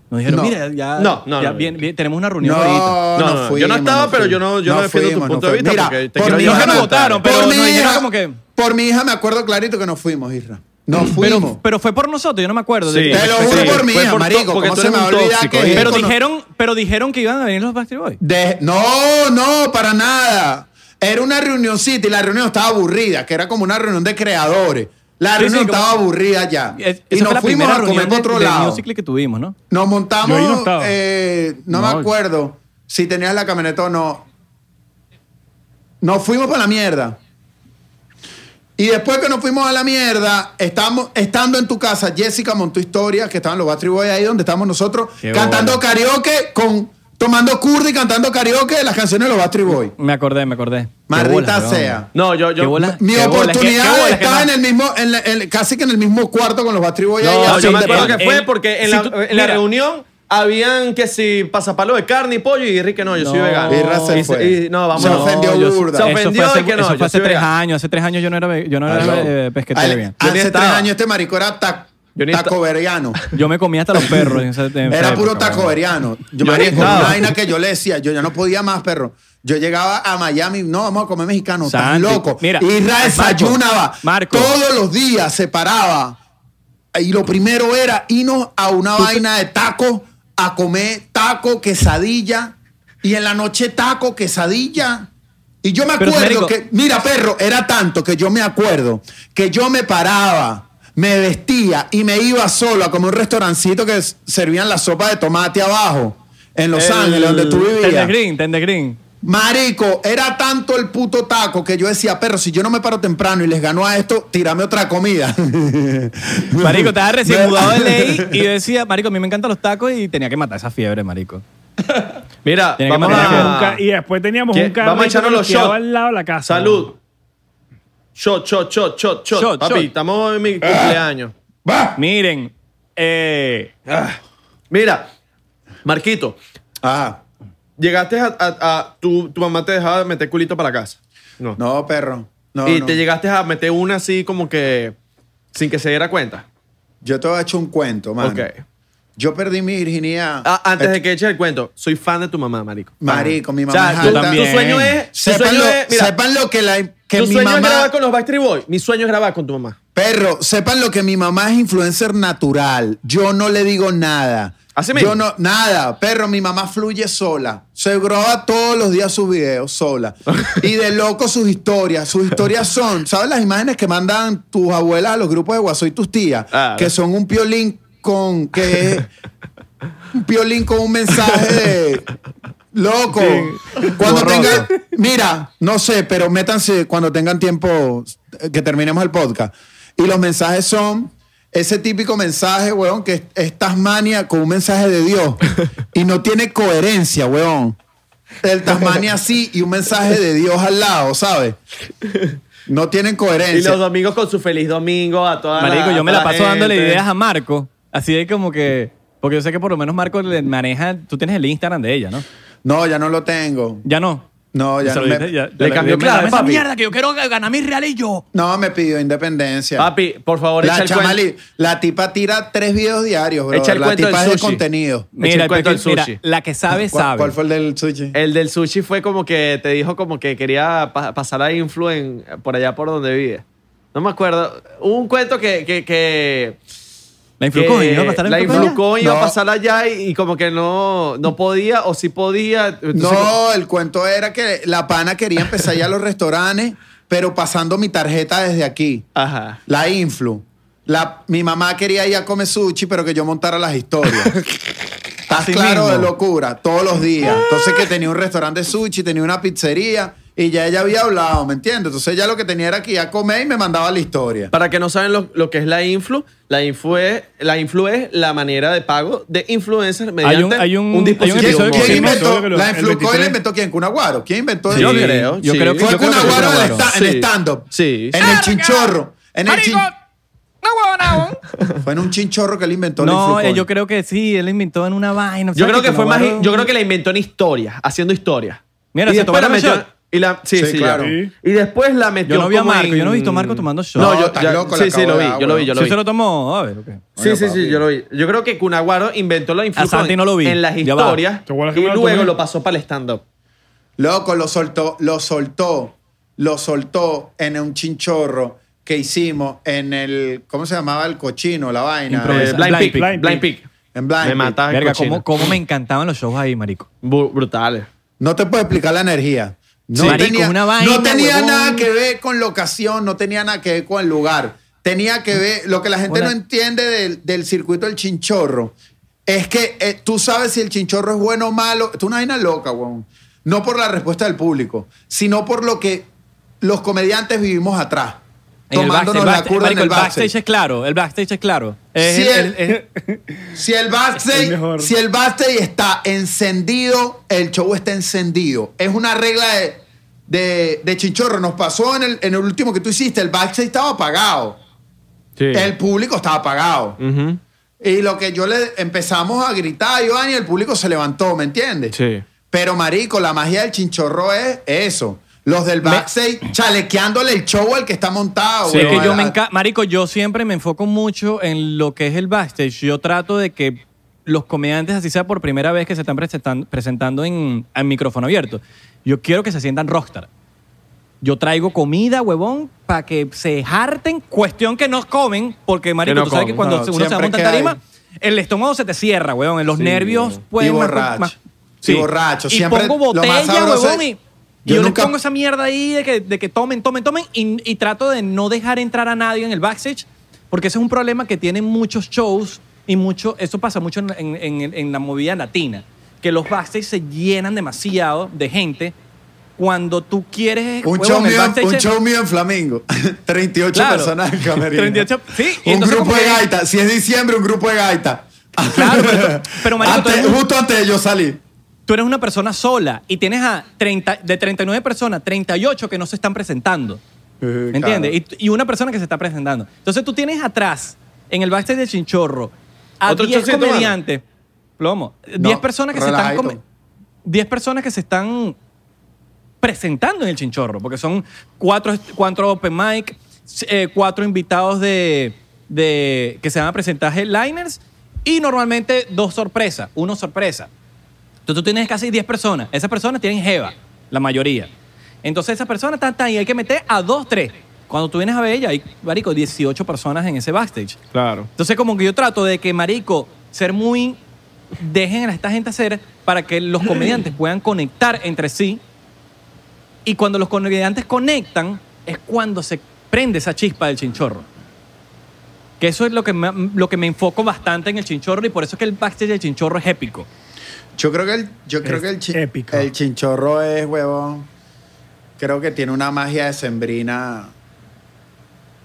[SPEAKER 1] Nos dijeron,
[SPEAKER 2] No.
[SPEAKER 1] mira, ya,
[SPEAKER 3] No, no,
[SPEAKER 1] ya
[SPEAKER 3] no.
[SPEAKER 1] bien- bien, tenemos una reunión ahorita.
[SPEAKER 3] No, no, yo no estaba, pero yo no- yo no defiendo tu punto de vista
[SPEAKER 2] Mira,
[SPEAKER 3] porque te
[SPEAKER 2] por
[SPEAKER 3] quiero
[SPEAKER 2] mi
[SPEAKER 3] ayudar.
[SPEAKER 2] hija
[SPEAKER 1] No
[SPEAKER 2] me-
[SPEAKER 1] votaron,
[SPEAKER 2] por
[SPEAKER 1] pero
[SPEAKER 2] mi
[SPEAKER 1] nos dijeron
[SPEAKER 2] hija-
[SPEAKER 1] como que-
[SPEAKER 2] Por mi hija me acuerdo clarito que nos fuimos, Isra. Nos fuimos.
[SPEAKER 1] Pero, pero fue por nosotros, yo no me acuerdo.
[SPEAKER 3] Sí.
[SPEAKER 1] de-
[SPEAKER 2] Te lo juro
[SPEAKER 3] Sí,
[SPEAKER 2] por mi
[SPEAKER 3] fue
[SPEAKER 2] hija,
[SPEAKER 3] por to-
[SPEAKER 2] marico.
[SPEAKER 3] porque
[SPEAKER 2] ¿Cómo
[SPEAKER 3] tú
[SPEAKER 2] se me
[SPEAKER 3] eres
[SPEAKER 2] va a
[SPEAKER 3] un
[SPEAKER 2] olvidar
[SPEAKER 3] tóxico,
[SPEAKER 2] que
[SPEAKER 3] ¿eh?
[SPEAKER 2] es
[SPEAKER 1] pero,
[SPEAKER 2] cono-
[SPEAKER 1] dijeron, pero dijeron que iban a venir los Backstreet Boys.
[SPEAKER 2] de- No, no, para nada. Era una reunioncita y la reunión estaba aburrida, que era como una reunión de creadores. La
[SPEAKER 1] Sí,
[SPEAKER 2] reunión
[SPEAKER 1] sí, como-
[SPEAKER 2] estaba aburrida ya.
[SPEAKER 1] Es- esa
[SPEAKER 2] y
[SPEAKER 1] fue
[SPEAKER 2] nos
[SPEAKER 1] la
[SPEAKER 2] fuimos
[SPEAKER 1] primera
[SPEAKER 2] a comer
[SPEAKER 1] reunión
[SPEAKER 2] por
[SPEAKER 1] de-
[SPEAKER 2] otro
[SPEAKER 1] de
[SPEAKER 2] lado.
[SPEAKER 1] Musical.ly que tuvimos, ¿no?
[SPEAKER 2] Nos montamos.
[SPEAKER 4] Yo
[SPEAKER 2] eh,
[SPEAKER 4] ahí no
[SPEAKER 2] No,
[SPEAKER 4] estaba.
[SPEAKER 2] me
[SPEAKER 1] No.
[SPEAKER 2] acuerdo si tenías la camioneta o no. Nos fuimos para la mierda. Y después que nos fuimos a la mierda, estamos, estando en tu casa, Jessica montó historias que estaban los Backstreet Boys ahí donde estamos nosotros,
[SPEAKER 1] Qué
[SPEAKER 2] cantando
[SPEAKER 1] bola.
[SPEAKER 2] karaoke, con, tomando curry, cantando karaoke de las canciones de los Backstreet Boys.
[SPEAKER 1] Me acordé, me acordé. Qué
[SPEAKER 2] Maldita
[SPEAKER 1] bolas, weón.
[SPEAKER 2] sea.
[SPEAKER 3] No, yo, yo.
[SPEAKER 1] Qué bola.
[SPEAKER 2] Mi
[SPEAKER 1] Qué bola, es que-
[SPEAKER 2] oportunidad
[SPEAKER 1] qué bola, es que
[SPEAKER 2] estaba
[SPEAKER 1] no-
[SPEAKER 2] en el mismo, en la- en- casi que en el mismo cuarto con los Backstreet Boys ahí,
[SPEAKER 3] No,
[SPEAKER 2] así
[SPEAKER 3] yo me
[SPEAKER 2] de
[SPEAKER 3] acuerdo
[SPEAKER 2] pana.
[SPEAKER 1] el-
[SPEAKER 3] que fue
[SPEAKER 1] el-
[SPEAKER 3] porque en,
[SPEAKER 1] si
[SPEAKER 3] la,
[SPEAKER 1] tú-
[SPEAKER 3] en la
[SPEAKER 1] mira.
[SPEAKER 3] reunión habían que si pasapalo de carne y pollo y Ricky no, yo soy
[SPEAKER 1] No.
[SPEAKER 3] vegano.
[SPEAKER 2] Y Raza se
[SPEAKER 3] Y
[SPEAKER 2] fue.
[SPEAKER 3] y- no, vamos.
[SPEAKER 2] Se ofendió
[SPEAKER 1] yo-
[SPEAKER 2] burda.
[SPEAKER 1] eso
[SPEAKER 3] Se ofendió
[SPEAKER 1] fue hace,
[SPEAKER 3] de que no,
[SPEAKER 1] eso fue
[SPEAKER 3] yo
[SPEAKER 1] hace
[SPEAKER 3] soy
[SPEAKER 1] tres
[SPEAKER 3] vegano.
[SPEAKER 1] años. Hace tres años yo no era, ve- yo no era
[SPEAKER 2] Aló.
[SPEAKER 1] eh, pesquetero
[SPEAKER 2] Ale-
[SPEAKER 1] bien.
[SPEAKER 3] Yo ni
[SPEAKER 2] Hace tres
[SPEAKER 3] estaba.
[SPEAKER 2] años este marico era ta-
[SPEAKER 3] Yo ni esta-
[SPEAKER 2] tacoberiano.
[SPEAKER 1] Yo me comía hasta los perros. en esa- en esa
[SPEAKER 2] Era
[SPEAKER 1] época,
[SPEAKER 2] puro
[SPEAKER 1] weón.
[SPEAKER 2] tacoberiano. Yo,
[SPEAKER 3] Yo ni
[SPEAKER 2] marico,
[SPEAKER 3] estaba.
[SPEAKER 2] una vaina que yo le decía, yo ya no podía más, perro. Yo llegaba a Miami, no, vamos a comer mexicano, estás
[SPEAKER 1] Santi,
[SPEAKER 2] loco.
[SPEAKER 1] mira,
[SPEAKER 2] Israel
[SPEAKER 1] Marco,
[SPEAKER 2] desayunaba.
[SPEAKER 1] Marco.
[SPEAKER 2] Todos los días se paraba. Y lo primero era irnos a una vaina de taco, a comer taco, quesadilla. Y en la noche taco, quesadilla. Y yo me
[SPEAKER 1] Pero,
[SPEAKER 2] acuerdo
[SPEAKER 1] marico-
[SPEAKER 2] que, mira, perro, era tanto que yo me acuerdo que yo me paraba, me vestía y me iba solo a comer un restaurancito que s- servían la sopa de tomate abajo, en Los
[SPEAKER 3] El-
[SPEAKER 2] Ángeles, donde tú
[SPEAKER 1] Tender
[SPEAKER 2] vivías.
[SPEAKER 1] Green, Tender Green.
[SPEAKER 2] Marico, era tanto el puto taco que yo decía, perro, si yo no me paro temprano y les gano a esto, tírame otra comida.
[SPEAKER 1] Marico, estaba recién
[SPEAKER 2] Me-
[SPEAKER 1] mudado de ley y decía, Marico, a mí me encantan los tacos y tenía que matar esa fiebre, Marico.
[SPEAKER 3] Mira,
[SPEAKER 1] Tiene que
[SPEAKER 3] vamos
[SPEAKER 1] manejar.
[SPEAKER 4] Teníamos un
[SPEAKER 3] a.
[SPEAKER 4] ca- y después teníamos
[SPEAKER 3] Ah. ¿Qué?
[SPEAKER 4] un carro
[SPEAKER 3] Vamos a echarnos los shots.
[SPEAKER 4] al lado de la casa.
[SPEAKER 3] Salud. Shot, shot, shot, shot, shot.
[SPEAKER 1] Shot,
[SPEAKER 3] Papi,
[SPEAKER 1] shot.
[SPEAKER 3] estamos en mi cumpleaños.
[SPEAKER 2] Va.
[SPEAKER 1] Miren, eh,
[SPEAKER 3] Ah. Mira, Marquito,
[SPEAKER 2] Ajá.
[SPEAKER 3] llegaste a. a- a- tu, tu mamá te dejaba meter culito para casa. No.
[SPEAKER 2] No, perro. No,
[SPEAKER 3] y
[SPEAKER 2] no.
[SPEAKER 3] te llegaste a meter una así como que. sin que se diera cuenta.
[SPEAKER 2] Yo te voy a echar un cuento, mano.
[SPEAKER 3] Ok.
[SPEAKER 2] Yo perdí mi virginidad. Eh,
[SPEAKER 3] Ah, antes de que eches el cuento, soy fan de tu mamá, marico.
[SPEAKER 2] Marico, mi mamá
[SPEAKER 3] O
[SPEAKER 2] es
[SPEAKER 3] sea, tú-
[SPEAKER 2] alta.
[SPEAKER 3] tu sueño es. Tu
[SPEAKER 2] Sepan
[SPEAKER 3] sueño
[SPEAKER 2] lo,
[SPEAKER 3] es. Mira,
[SPEAKER 2] sepan lo que, la, que
[SPEAKER 3] tu
[SPEAKER 2] mi
[SPEAKER 3] sueño es
[SPEAKER 2] mamá.
[SPEAKER 3] grabar con los Backstreet Boys. Mi sueño es grabar con tu mamá.
[SPEAKER 2] Perro, sepan lo que mi mamá es influencer natural. Yo no le digo nada.
[SPEAKER 3] Así
[SPEAKER 2] Yo
[SPEAKER 3] mismo.
[SPEAKER 2] no, nada. Perro, mi mamá fluye sola. Se graba todos los días sus videos sola. Y de loco sus historias. Sus historias son, ¿sabes las imágenes que mandan tus abuelas a los grupos de WhatsApp y tus tías?
[SPEAKER 3] Ah,
[SPEAKER 2] que
[SPEAKER 3] no.
[SPEAKER 2] son un piolín con. que es un piolín con un mensaje de. Loco. Cuando tengan. Mira, no sé, pero métanse cuando tengan tiempo eh, que terminemos el podcast. Y los mensajes son ese típico mensaje, weón, que es, es Tasmania con un mensaje de Dios. Y no tiene coherencia, weón. El Tasmania así y un mensaje de Dios al lado, ¿sabes? No tienen
[SPEAKER 3] Y los
[SPEAKER 2] coherencia.
[SPEAKER 3] domingos con su feliz domingo a toda
[SPEAKER 1] Marico, yo me
[SPEAKER 3] a
[SPEAKER 1] la paso dándole
[SPEAKER 3] gente.
[SPEAKER 1] ideas a Marco. Así de como que. Porque yo sé que por lo menos Marco le maneja. Tú tienes el Instagram de ella, ¿no?
[SPEAKER 2] No, ya no lo tengo.
[SPEAKER 1] Ya no.
[SPEAKER 2] No, ya
[SPEAKER 1] Se
[SPEAKER 2] no
[SPEAKER 1] lo
[SPEAKER 2] me,
[SPEAKER 1] dice, ya-
[SPEAKER 3] Le
[SPEAKER 1] ya
[SPEAKER 3] cambió
[SPEAKER 1] mira,
[SPEAKER 3] clave,
[SPEAKER 1] esa
[SPEAKER 3] papi.
[SPEAKER 1] mierda que yo quiero ganar mis reales yo.
[SPEAKER 2] no, me pidió independencia.
[SPEAKER 3] Papi, por favor, echa
[SPEAKER 2] la,
[SPEAKER 3] el
[SPEAKER 2] chama
[SPEAKER 3] cuento.
[SPEAKER 2] li- la tipa tira tres videos diarios, bro.
[SPEAKER 3] Echa el
[SPEAKER 2] la
[SPEAKER 3] cuento
[SPEAKER 2] tipa
[SPEAKER 3] del
[SPEAKER 2] es de
[SPEAKER 3] sushi.
[SPEAKER 2] contenido.
[SPEAKER 3] Echa
[SPEAKER 1] Mira,
[SPEAKER 3] el
[SPEAKER 1] el
[SPEAKER 3] cuento
[SPEAKER 1] perfil-
[SPEAKER 3] del
[SPEAKER 1] mira,
[SPEAKER 3] sushi.
[SPEAKER 1] la que sabe,
[SPEAKER 2] ¿Cuál,
[SPEAKER 1] sabe.
[SPEAKER 2] cuál fue el del sushi?
[SPEAKER 3] El del sushi fue como que te dijo como que quería pa- pasar a Influ en- por allá por donde vive. No me acuerdo. Hubo un cuento que... que, que
[SPEAKER 1] La influcoin,
[SPEAKER 3] que
[SPEAKER 1] ¿no? Para estar en
[SPEAKER 3] la
[SPEAKER 1] Influcoin.
[SPEAKER 3] Influcoin iba
[SPEAKER 2] No.
[SPEAKER 3] a pasar allá y, y como que no, no podía o sí podía. Entonces, como-
[SPEAKER 2] No, el cuento era que la pana quería empezar ya a los restaurantes, pero pasando mi tarjeta desde aquí.
[SPEAKER 3] Ajá.
[SPEAKER 2] La influ. La, mi mamá quería ir a comer sushi, pero que yo montara las historias. Estás
[SPEAKER 1] Así
[SPEAKER 2] claro de
[SPEAKER 1] mismo.
[SPEAKER 2] locura, todos los días. Entonces que tenía un restaurante de sushi, tenía una pizzería y ya ella había hablado, ¿me entiendes? Entonces ella lo que tenía era que ir a comer y me mandaba la historia.
[SPEAKER 3] Para que no saben lo, lo que es la influ, la influ es la, influ es la manera de pago de influencers mediante
[SPEAKER 1] un- hay un-
[SPEAKER 3] dispositivo.
[SPEAKER 1] hay un
[SPEAKER 2] ¿Quién,
[SPEAKER 1] episodio
[SPEAKER 3] móvil.
[SPEAKER 1] que-
[SPEAKER 2] quién
[SPEAKER 1] sí,
[SPEAKER 2] inventó?
[SPEAKER 4] obvio que lo-
[SPEAKER 2] La
[SPEAKER 4] el
[SPEAKER 2] influcoin
[SPEAKER 4] 23.
[SPEAKER 2] la inventó quién? Cunaguaro. ¿Quién inventó
[SPEAKER 3] Sí,
[SPEAKER 1] Yo creo,
[SPEAKER 3] Yo
[SPEAKER 1] sí.
[SPEAKER 3] creo que
[SPEAKER 2] Fue
[SPEAKER 1] yo creo que fue
[SPEAKER 2] Cunaguaro en,
[SPEAKER 1] Cunaguaro.
[SPEAKER 2] esta- en
[SPEAKER 3] Sí.
[SPEAKER 2] stand-up.
[SPEAKER 3] Sí.
[SPEAKER 2] En el chinchorro. En el chin- Fue en un chinchorro que él inventó la
[SPEAKER 1] No,
[SPEAKER 2] influcoin.
[SPEAKER 1] eh, yo creo que sí, él inventó en una vaina.
[SPEAKER 3] Yo creo que fue más. Yo creo
[SPEAKER 1] que
[SPEAKER 3] que la inventó en historias, haciendo historias.
[SPEAKER 1] Mira,
[SPEAKER 3] y
[SPEAKER 1] se
[SPEAKER 3] después la
[SPEAKER 1] tomaron
[SPEAKER 3] metió.
[SPEAKER 1] shot.
[SPEAKER 3] Y la, sí,
[SPEAKER 2] Sí,
[SPEAKER 3] sí,
[SPEAKER 2] claro.
[SPEAKER 3] claro.
[SPEAKER 4] Sí.
[SPEAKER 3] Y después la metió.
[SPEAKER 1] no vi a
[SPEAKER 3] como
[SPEAKER 1] Marco,
[SPEAKER 3] en-
[SPEAKER 1] yo no he visto a Marco tomando shot.
[SPEAKER 3] No,
[SPEAKER 1] No,
[SPEAKER 3] yo,
[SPEAKER 2] estás
[SPEAKER 3] ya-
[SPEAKER 2] loco, le
[SPEAKER 3] sí, sí,
[SPEAKER 2] acabo
[SPEAKER 3] lo
[SPEAKER 2] de
[SPEAKER 3] vi,
[SPEAKER 2] dar,
[SPEAKER 3] yo lo vi,
[SPEAKER 2] weón.
[SPEAKER 3] yo lo
[SPEAKER 1] Sí
[SPEAKER 3] vi.
[SPEAKER 1] se lo tomó. A ver, ok.
[SPEAKER 3] Sí,
[SPEAKER 2] Coño,
[SPEAKER 3] sí, sí,
[SPEAKER 2] papi.
[SPEAKER 3] yo lo vi. Yo creo que Cunaguaro inventó la influencia
[SPEAKER 1] Santi no lo vi.
[SPEAKER 3] en las
[SPEAKER 1] Ya va.
[SPEAKER 3] historias
[SPEAKER 4] ¿Te acuerdas que
[SPEAKER 3] y
[SPEAKER 4] me lo
[SPEAKER 3] luego
[SPEAKER 4] tomé?
[SPEAKER 3] lo pasó para el stand-up.
[SPEAKER 2] Loco, lo soltó, lo soltó, lo soltó en un chinchorro que hicimos en el, ¿cómo se llamaba? El cochino, la vaina.
[SPEAKER 1] Improvisa-
[SPEAKER 3] Eh,
[SPEAKER 2] Eh,
[SPEAKER 3] Blind
[SPEAKER 1] Blind
[SPEAKER 3] Pig.
[SPEAKER 1] Pig.
[SPEAKER 3] Blind Pig.
[SPEAKER 2] En Blind
[SPEAKER 3] Me
[SPEAKER 2] Pig.
[SPEAKER 3] mataba. el
[SPEAKER 1] Verga,
[SPEAKER 3] cochino.
[SPEAKER 1] cómo, cómo me encantaban los shows ahí, marico.
[SPEAKER 3] Bu- Brutales.
[SPEAKER 2] No te puedo explicar la energía. No
[SPEAKER 1] Sí. Marico,
[SPEAKER 2] tenía,
[SPEAKER 1] una vaina,
[SPEAKER 2] no tenía
[SPEAKER 1] huevón.
[SPEAKER 2] nada que ver con locación, no tenía nada que ver con el lugar. Tenía que ver, lo que la gente
[SPEAKER 1] Hola.
[SPEAKER 2] no entiende del, del circuito del chinchorro es que eh, tú sabes si el chinchorro es bueno o malo. Esto es una vaina loca, weón. No por la respuesta del público, sino por lo que los comediantes vivimos atrás.
[SPEAKER 1] En el backstage,
[SPEAKER 2] Tomándonos
[SPEAKER 1] el
[SPEAKER 2] la
[SPEAKER 1] backstage,
[SPEAKER 2] curva en
[SPEAKER 1] marico,
[SPEAKER 2] el
[SPEAKER 1] el backstage
[SPEAKER 2] backstage.
[SPEAKER 1] es claro, el backstage es claro. Es-
[SPEAKER 2] Si
[SPEAKER 1] es-
[SPEAKER 2] el,
[SPEAKER 1] es-
[SPEAKER 2] si el
[SPEAKER 4] Es
[SPEAKER 2] backstage,
[SPEAKER 4] mejor.
[SPEAKER 2] si el backstage está encendido, el show está encendido. Es una regla de, de, de chinchorro. Nos pasó en el, en el último que tú hiciste, el backstage estaba apagado.
[SPEAKER 3] Sí.
[SPEAKER 2] El público estaba apagado. Y lo que yo le empezamos a gritar a Iván y el público se levantó, ¿me entiendes?
[SPEAKER 3] Sí.
[SPEAKER 2] Pero marico, la magia del chinchorro es eso. Los del backstage chalequeándole el show al que está montado.
[SPEAKER 1] es
[SPEAKER 2] weón.
[SPEAKER 1] que yo me
[SPEAKER 2] A-
[SPEAKER 1] enca- Marico, yo siempre me enfoco mucho en lo que es el backstage. Yo trato de que los comediantes, así sea por primera vez que se están presentan- presentando en, en micrófono abierto, yo quiero que se sientan rockstar. Yo traigo comida, huevón, para que se harten. Cuestión que no comen, porque, marico,
[SPEAKER 3] no
[SPEAKER 1] tú sabes
[SPEAKER 3] comen.
[SPEAKER 1] que cuando
[SPEAKER 2] No,
[SPEAKER 1] uno se
[SPEAKER 2] siempre
[SPEAKER 1] monta en
[SPEAKER 2] que hay-
[SPEAKER 1] tarima, el estómago se te cierra, huevón. En los nervios pues, pueden...
[SPEAKER 2] y
[SPEAKER 1] más-
[SPEAKER 2] borracho.
[SPEAKER 1] más-
[SPEAKER 2] Y borracho.
[SPEAKER 1] Y
[SPEAKER 2] Siempre
[SPEAKER 1] pongo
[SPEAKER 2] lo más
[SPEAKER 1] botella,
[SPEAKER 2] sabroso
[SPEAKER 1] huevón,
[SPEAKER 2] es-
[SPEAKER 1] y...
[SPEAKER 2] Yo
[SPEAKER 1] Yo, les
[SPEAKER 2] nunca-
[SPEAKER 1] pongo esa mierda ahí de que, de que tomen, tomen, tomen y, y trato de no dejar entrar a nadie en el backstage porque ese es un problema que tienen muchos shows y mucho, eso pasa mucho en, en- en- en la movida latina, que los backstage se llenan demasiado de gente cuando tú quieres... eh,
[SPEAKER 2] Un
[SPEAKER 1] huevón,
[SPEAKER 2] show,
[SPEAKER 1] el
[SPEAKER 2] mío,
[SPEAKER 1] backstage
[SPEAKER 2] un
[SPEAKER 1] es-
[SPEAKER 2] show mío en Flamingo. 38
[SPEAKER 1] Claro.
[SPEAKER 2] personas en camerino.
[SPEAKER 1] 38, sí, y
[SPEAKER 2] Un
[SPEAKER 1] entonces
[SPEAKER 2] grupo
[SPEAKER 1] como
[SPEAKER 2] de
[SPEAKER 1] que-
[SPEAKER 2] gaita. Si es diciembre, un grupo de gaita.
[SPEAKER 1] Claro, pero- pero, marico,
[SPEAKER 2] Antes-
[SPEAKER 1] todo el mundo-
[SPEAKER 2] Justo antes de yo salir.
[SPEAKER 1] Tú eres una persona sola y tienes a 30, de 39 personas, 38 que no se están presentando. ¿Me entiendes? Y- Y, una persona que se está presentando. Entonces tú tienes atrás, en el backstage de Chinchorro, a
[SPEAKER 3] ¿Otro
[SPEAKER 1] 10
[SPEAKER 3] chocito, mano?
[SPEAKER 1] comediantes, plomo, 10 personas que se están
[SPEAKER 2] relajadito.
[SPEAKER 1] come- 10 personas que se están presentando en el Chinchorro, porque son cuatro, cuatro open mic, eh, cuatro invitados de, de- que se van a presentar headliners y normalmente dos sorpresas, uno sorpresa. Entonces tú tienes casi 10 personas. Esas personas tienen jeva, la mayoría. Entonces esas personas están tan y hay que meter a 2, 3. Cuando tú vienes a ver ella, hay, marico, 18 personas en ese backstage.
[SPEAKER 3] Claro.
[SPEAKER 1] Entonces como que yo trato de que, marico, ser muy... Dejen a esta gente hacer para que los comediantes puedan conectar entre sí. Y cuando los comediantes conectan, es cuando se prende esa chispa del chinchorro. Que eso es lo que me, lo que me enfoco bastante en el chinchorro y por eso es que el backstage del chinchorro es épico.
[SPEAKER 2] Yo creo que el, yo creo
[SPEAKER 4] Es
[SPEAKER 2] que el, chi-
[SPEAKER 4] épico.
[SPEAKER 2] el chinchorro es, huevón. Creo que tiene una magia de sembrina